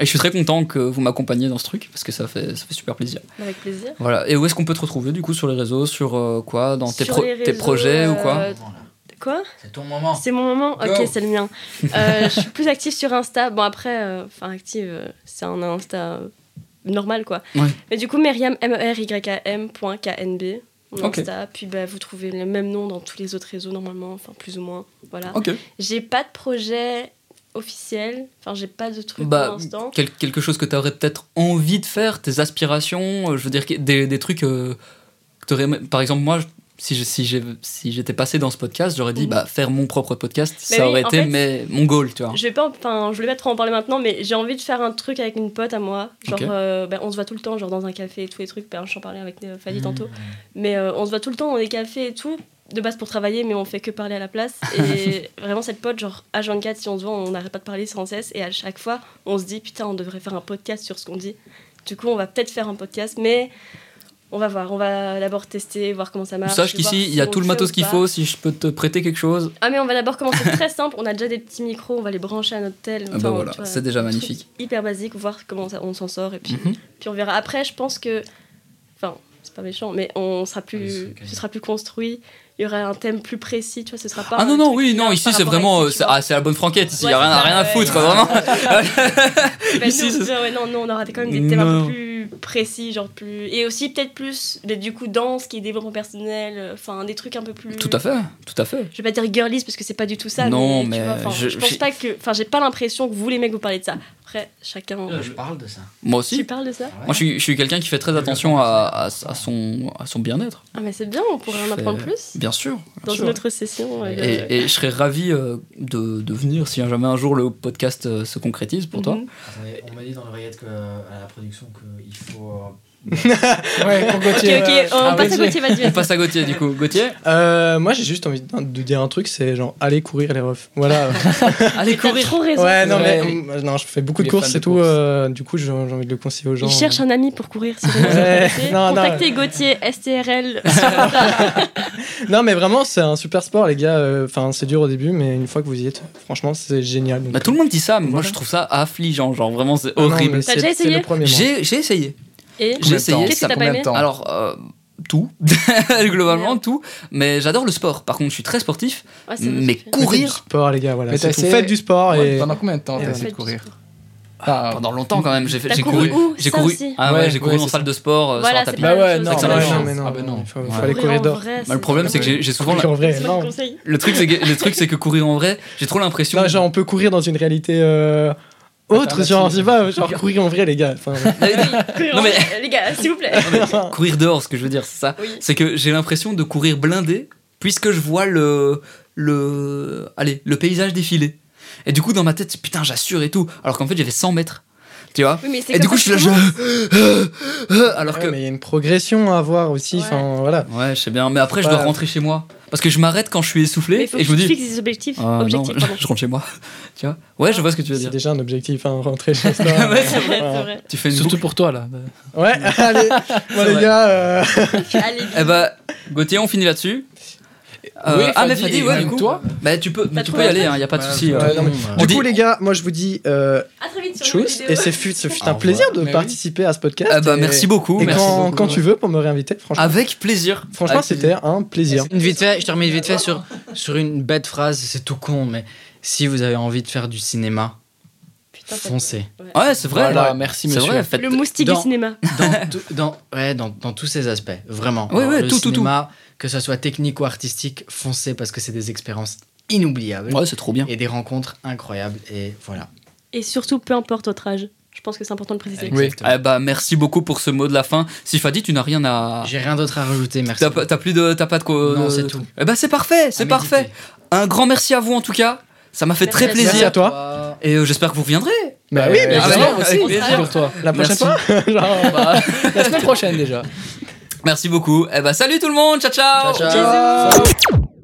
Speaker 3: et je suis très content que vous m'accompagniez dans ce truc parce que ça fait, ça fait super plaisir.
Speaker 1: Avec plaisir.
Speaker 3: Voilà, et où est-ce qu'on peut te retrouver du coup sur les réseaux, sur euh, quoi, dans tes,
Speaker 1: Sur
Speaker 3: pro-
Speaker 1: les
Speaker 3: tes
Speaker 1: réseaux,
Speaker 3: projets Eh, ou quoi
Speaker 1: euh,
Speaker 2: Voilà.
Speaker 1: Quoi
Speaker 2: C'est ton moment.
Speaker 1: C'est mon moment
Speaker 2: Go.
Speaker 1: Ok, c'est le mien. Euh, je suis plus active sur Insta. Bon, après, euh, enfin, active, euh, c'est un Insta euh, normal, quoi.
Speaker 3: Ouais.
Speaker 1: Mais du coup, Myriam, E M-E-R-Y-A-M, point K-N-B, mon
Speaker 3: Ok.
Speaker 1: Insta. Puis, bah, vous trouvez le même nom dans tous les autres réseaux, normalement, enfin, plus ou moins. Voilà.
Speaker 3: Ok.
Speaker 1: J'ai pas de projet officiel. Enfin, j'ai pas de truc
Speaker 3: Bah,
Speaker 1: pour l'instant.
Speaker 3: Quel- quelque chose que t'aurais peut-être envie de faire, tes aspirations, euh, je veux dire, que- des, des trucs euh, que t'aurais aimé- Par exemple, moi, je- si je- si j'ai- si j'étais passé dans ce podcast, j'aurais dit,
Speaker 1: Mhm.
Speaker 3: bah, faire mon propre podcast,
Speaker 1: Mais Bah
Speaker 3: ça
Speaker 1: oui,
Speaker 3: aurait
Speaker 1: en
Speaker 3: été
Speaker 1: fait,
Speaker 3: mes- mon goal, tu vois.
Speaker 1: Je vais pas, enfin, je voulais pas trop en parler maintenant, mais j'ai envie de faire un truc avec une pote à moi. Genre,
Speaker 3: Ok.
Speaker 1: euh, ben, on se voit tout le temps, genre dans un café et tous les trucs. Ben, J'en parlais avec euh, Fadi
Speaker 2: Mmh.
Speaker 1: tantôt. Mais euh, on se voit tout le temps dans des cafés et tout, de base pour travailler, mais on fait que parler à la
Speaker 3: [LAUGHS]
Speaker 1: place. Et vraiment, cette pote, genre, à 24, si on se voit, on n'arrête pas de parler sans cesse. Et à chaque fois, on se dit, putain, on devrait faire un podcast sur ce qu'on dit. Du coup, on va peut-être faire un podcast, mais on va voir. On va d'abord tester, voir comment ça marche.
Speaker 3: Sache
Speaker 1: voir
Speaker 3: qu'ici,
Speaker 1: si
Speaker 3: il y a
Speaker 1: on
Speaker 3: tout le
Speaker 1: fait
Speaker 3: matos
Speaker 1: ou
Speaker 3: qu'il
Speaker 1: pas.
Speaker 3: faut. Si je peux te prêter quelque chose,
Speaker 1: Ah mais on va d'abord
Speaker 3: [LAUGHS]
Speaker 1: commencer très simple, on a déjà des petits micros, on va les brancher à notre tel.
Speaker 3: bah voilà, c'est déjà magnifique.
Speaker 1: Hyper basique, voir comment ça- on s'en sort et puis,
Speaker 3: Mhm.
Speaker 1: puis on verra. Après je pense que, enfin c'est pas méchant, mais on sera
Speaker 3: Ah,
Speaker 2: Oui, c'est
Speaker 1: plus,
Speaker 2: ok.
Speaker 1: ce sera plus construit, il y aura un thème plus précis, tu vois, ce sera pas.
Speaker 3: Ah
Speaker 1: un
Speaker 3: non, non,
Speaker 1: truc
Speaker 3: oui,
Speaker 1: qui
Speaker 3: non,
Speaker 1: a
Speaker 3: ici
Speaker 1: par
Speaker 3: c'est
Speaker 1: rapport à
Speaker 3: vraiment.
Speaker 1: ici, tu
Speaker 3: c'est-
Speaker 1: vois.
Speaker 3: ah, c'est la bonne franquette, ici, il
Speaker 1: Ouais,
Speaker 3: n'y a rien,
Speaker 1: c'est ça,
Speaker 3: rien à
Speaker 1: ouais.
Speaker 3: foutre, quoi, vraiment.
Speaker 1: Bah, nous,
Speaker 3: ah, ici, c'est-
Speaker 1: ouais, non, non, on aura quand même des thèmes un
Speaker 3: Non.
Speaker 1: peu plus précis, genre plus et aussi peut-être plus mais du coup danse qui est développement personnel, euh, enfin des trucs un peu plus.
Speaker 3: Tout à fait, tout à fait.
Speaker 1: je vais pas dire girlies parce que c'est pas du tout ça.
Speaker 3: Non,
Speaker 1: mais, tu
Speaker 3: mais
Speaker 1: vois, enfin,
Speaker 3: je-
Speaker 1: je,
Speaker 3: j'ai-
Speaker 1: pense pas que. Enfin, j'ai pas l'impression que vous les mecs vous parlez de ça. Après, chacun.
Speaker 2: Euh, Je parle de ça.
Speaker 3: Moi
Speaker 1: Tu
Speaker 3: aussi.
Speaker 1: parles de ça
Speaker 3: Moi, je suis, je suis quelqu'un qui fait très attention à, à- à son, à son bien-être,
Speaker 1: Ah, mais c'est bien, on pourrait en
Speaker 3: Je
Speaker 1: apprendre
Speaker 3: fais-
Speaker 1: plus
Speaker 3: bien sûr. bien
Speaker 1: dans
Speaker 3: sûr.
Speaker 1: une autre session. euh,
Speaker 3: Et, et je serais ravi euh, de, de venir si jamais un jour le podcast euh, se concrétise pour toi.
Speaker 1: Mhm.
Speaker 2: Attendez, on m'a dit dans l'oreillette que, euh, à la production qu'il faut. euh, bah,
Speaker 5: Ouais, pour
Speaker 1: Ok,
Speaker 5: Gauthier.
Speaker 1: ok, on
Speaker 5: Ah,
Speaker 1: passe à
Speaker 5: vas-y.
Speaker 1: Gauthier, vas-y.
Speaker 3: On passe à Gauthier du coup. Gauthier,
Speaker 5: [LAUGHS] Euh, moi, j'ai juste envie de de dire un truc, c'est genre aller courir les refs.
Speaker 1: [LAUGHS]
Speaker 5: Voilà.
Speaker 3: allez
Speaker 1: T'as
Speaker 3: courir.
Speaker 1: trop raison.
Speaker 5: ouais, non, mais
Speaker 6: vrai.
Speaker 5: euh, non, je fais beaucoup de
Speaker 6: Il est fan
Speaker 5: courses
Speaker 6: de
Speaker 5: et tout.
Speaker 6: courses.
Speaker 5: euh, du coup, j'ai j'ai envie de le conseiller aux gens.
Speaker 1: Il cherche un ami pour courir si vous êtes
Speaker 5: euh. [LAUGHS] Ouais,
Speaker 1: intéressé.
Speaker 5: non, non.
Speaker 1: Contactez Gauthier, STRL.
Speaker 5: [LAUGHS] Non, mais vraiment, c'est un super sport, les gars. euh, Enfin, c'est dur au début, mais une fois que vous y êtes, franchement, c'est génial. Donc,
Speaker 3: Bah, tout le monde dit ça, mais moi
Speaker 5: Voilà.
Speaker 3: je trouve ça affligeant, genre vraiment c'est
Speaker 5: Ah non,
Speaker 3: horrible.
Speaker 5: mais
Speaker 1: T'as
Speaker 5: c'est-
Speaker 1: déjà essayé
Speaker 5: C'est le premier. moi.
Speaker 3: J'ai j'ai essayé.
Speaker 1: Et
Speaker 3: J'ai essayé.
Speaker 1: Qu'est-ce que
Speaker 3: ça-
Speaker 1: t'as pas
Speaker 6: combien de
Speaker 1: aimé
Speaker 6: temps
Speaker 3: Alors, euh, tout, [LAUGHS] globalement
Speaker 1: Merde. Ah,
Speaker 3: tout, mais j'adore le sport. Par contre, je suis très sportif,
Speaker 1: Ouais, c'est vrai,
Speaker 3: mais
Speaker 1: c'est-
Speaker 5: Faites du
Speaker 3: courir
Speaker 5: sport, les gars, voilà.
Speaker 6: Mais
Speaker 5: c'est
Speaker 6: t'as
Speaker 5: tout.
Speaker 6: essayé-
Speaker 5: Faites du sport et.
Speaker 6: Pendant combien de temps
Speaker 5: et
Speaker 6: t'as
Speaker 5: ouais.
Speaker 6: essayé de
Speaker 1: Faites du
Speaker 6: courir
Speaker 1: sport.
Speaker 6: Ah,
Speaker 3: pendant longtemps quand même. J'ai fait-
Speaker 1: T'as
Speaker 3: j'ai
Speaker 1: couru
Speaker 3: couru,
Speaker 1: où
Speaker 3: j'ai
Speaker 1: Ça
Speaker 3: couru.
Speaker 1: aussi.
Speaker 3: Ah ouais,
Speaker 6: Ouais,
Speaker 3: j'ai couru
Speaker 6: ouais,
Speaker 3: en
Speaker 6: c'est
Speaker 3: salle de sport euh,
Speaker 1: Voilà,
Speaker 3: sur un
Speaker 1: c'est
Speaker 3: tapis.
Speaker 1: pas
Speaker 6: Bah
Speaker 1: la
Speaker 6: ouais,
Speaker 1: même
Speaker 6: non,
Speaker 1: chose.
Speaker 3: ça,
Speaker 6: ouais,
Speaker 3: non.
Speaker 6: non,
Speaker 5: mais non,
Speaker 6: Ah bah non.
Speaker 5: il faut- faut
Speaker 6: Ouais.
Speaker 5: aller
Speaker 1: Courir
Speaker 5: courir
Speaker 1: en
Speaker 5: dehors.
Speaker 1: vrai,
Speaker 3: Bah, le problème, c'est que j'ai j'ai souvent la-
Speaker 5: En vrai,
Speaker 1: C'est
Speaker 5: non.
Speaker 1: votre
Speaker 3: [LAUGHS]
Speaker 1: conseil.
Speaker 3: le truc, c'est que le truc, c'est que courir en vrai, j'ai trop l'impression.
Speaker 5: Non, genre, on peut courir dans une réalité euh, autre, genre, je sais pas, genre courir en vrai, les gars. Enfin,
Speaker 3: Non,
Speaker 1: Non, mais les gars, s'il vous plaît.
Speaker 3: courir dehors, ce que je veux dire, c'est ça.
Speaker 1: Oui.
Speaker 3: C'est que j'ai l'impression de courir blindé, puisque je vois le, le, allez, le paysage défiler. Et du coup, dans ma tête, c'est, putain, j'assure et tout. Alors qu'en fait, j'ai fait 100 mètres. Tu vois
Speaker 1: Oui, mais c'est
Speaker 3: Et
Speaker 1: comme
Speaker 3: du coup, je
Speaker 1: ça
Speaker 3: suis là,
Speaker 1: que
Speaker 3: je.
Speaker 1: commence.
Speaker 3: [LAUGHS] Alors que.
Speaker 5: ouais, mais il y a une progression à avoir aussi.
Speaker 1: Ouais.
Speaker 5: Enfin, voilà.
Speaker 3: Ouais, je sais bien. Mais après, je dois
Speaker 5: Ouais.
Speaker 3: rentrer chez moi. Parce que je m'arrête quand je suis
Speaker 1: Mais
Speaker 3: essoufflé
Speaker 1: faut
Speaker 3: et
Speaker 1: que
Speaker 3: je me
Speaker 1: tu
Speaker 3: dis.
Speaker 1: fixes des objectifs.
Speaker 3: Ah, non, [LAUGHS]
Speaker 1: objectifs, pardon.
Speaker 3: je rentre chez moi. Tu vois Ouais, je vois ce que tu veux
Speaker 5: C'est
Speaker 3: dire.
Speaker 5: déjà un objectif, hein, rentrer
Speaker 3: [LAUGHS]
Speaker 5: chez soi.
Speaker 1: Ouais, c'est vrai, c'est vrai.
Speaker 3: Tu fais une
Speaker 6: Surtout
Speaker 3: boucle.
Speaker 6: pour toi là.
Speaker 5: Ouais,
Speaker 3: [LAUGHS]
Speaker 5: allez, moi, les
Speaker 3: vrai.
Speaker 5: gars. euh,
Speaker 1: [LAUGHS] Allez,
Speaker 3: Eh bah, Gauthier, on finit là-dessus. Euh,
Speaker 6: oui,
Speaker 3: ah, mais
Speaker 6: Fadi,
Speaker 3: Fadi, ouais,
Speaker 6: et
Speaker 3: du coup.
Speaker 6: toi
Speaker 3: Bah, tu peux, mais
Speaker 1: Pas
Speaker 3: tu
Speaker 1: trop
Speaker 3: peux y
Speaker 1: la
Speaker 3: aller, il
Speaker 1: place.
Speaker 3: n'y a pas de
Speaker 2: Ouais,
Speaker 3: souci.
Speaker 2: ouais,
Speaker 3: euh.
Speaker 2: non, mais-
Speaker 3: On
Speaker 5: Du
Speaker 3: dit-
Speaker 5: coup, les gars, moi je vous dis euh,
Speaker 1: À très vite sur
Speaker 5: tchuss,
Speaker 1: vidéo.
Speaker 5: et c'est fut, ce fut
Speaker 2: Au
Speaker 5: un
Speaker 2: revoir.
Speaker 5: plaisir de
Speaker 6: Mais oui.
Speaker 5: participer à ce podcast.
Speaker 3: Ah bah,
Speaker 5: et-
Speaker 3: merci beaucoup.
Speaker 5: Et
Speaker 3: merci
Speaker 5: quand,
Speaker 3: beaucoup.
Speaker 5: quand tu veux pour me réinviter, franchement,
Speaker 3: Avec plaisir.
Speaker 5: franchement
Speaker 3: Avec
Speaker 5: c'était un plaisir.
Speaker 2: Une vite fait, je termine vite fait sur, sur une bête phrase, c'est tout con, mais si vous avez envie de faire du cinéma,
Speaker 1: Putain, ça-
Speaker 2: foncez.
Speaker 1: ouais.
Speaker 3: Ouais, c'est vrai.
Speaker 6: Voilà, merci
Speaker 3: C'est
Speaker 6: monsieur.
Speaker 3: vrai, Ah, faites-
Speaker 1: Le moustique
Speaker 2: Dans-
Speaker 1: du cinéma.
Speaker 2: dans, tout- dans, ouais, dans, dans tous ces aspects, vraiment.
Speaker 3: Ouais, ouais,
Speaker 2: le
Speaker 3: tout, tout,
Speaker 2: cinéma, que ce soit technique ou artistique, foncez parce que c'est des expériences inoubliables
Speaker 3: Ouais, c'est trop bien.
Speaker 2: et des rencontres incroyables. Et voilà.
Speaker 1: Et surtout, peu importe votre âge. Je pense que c'est important de préciser.
Speaker 6: Oui.
Speaker 2: Exactement.
Speaker 3: Ah bah, merci beaucoup pour ce mot de la fin. Si Fadi, tu n'as rien à.
Speaker 2: J'ai rien d'autre à rajouter, merci.
Speaker 3: T'as pas, t'as plus de, t'as pas de quoi.
Speaker 2: Non, c'est tout.
Speaker 3: Eh bah, c'est parfait,
Speaker 2: À
Speaker 3: c'est
Speaker 2: méditer.
Speaker 3: parfait. Un grand merci à vous en tout cas. Ça m'a fait
Speaker 1: Merci
Speaker 3: très
Speaker 1: à
Speaker 3: plaisir.
Speaker 5: Merci à toi.
Speaker 2: Toi,
Speaker 3: Et euh, j'espère que vous reviendrez.
Speaker 5: Bah oui, mais
Speaker 6: Ah,
Speaker 3: bah,
Speaker 5: justement,
Speaker 3: non, avec plaisir. [LAUGHS]
Speaker 6: pour toi.
Speaker 5: la prochaine
Speaker 3: Merci.
Speaker 5: fois, [LAUGHS]
Speaker 3: [LAUGHS]
Speaker 5: genre,
Speaker 6: Bah, la semaine prochaine déjà.
Speaker 3: Merci beaucoup. Eh bah, salut tout le monde. Ciao, ciao.
Speaker 2: ciao, ciao.
Speaker 1: Bisous.
Speaker 5: Ciao.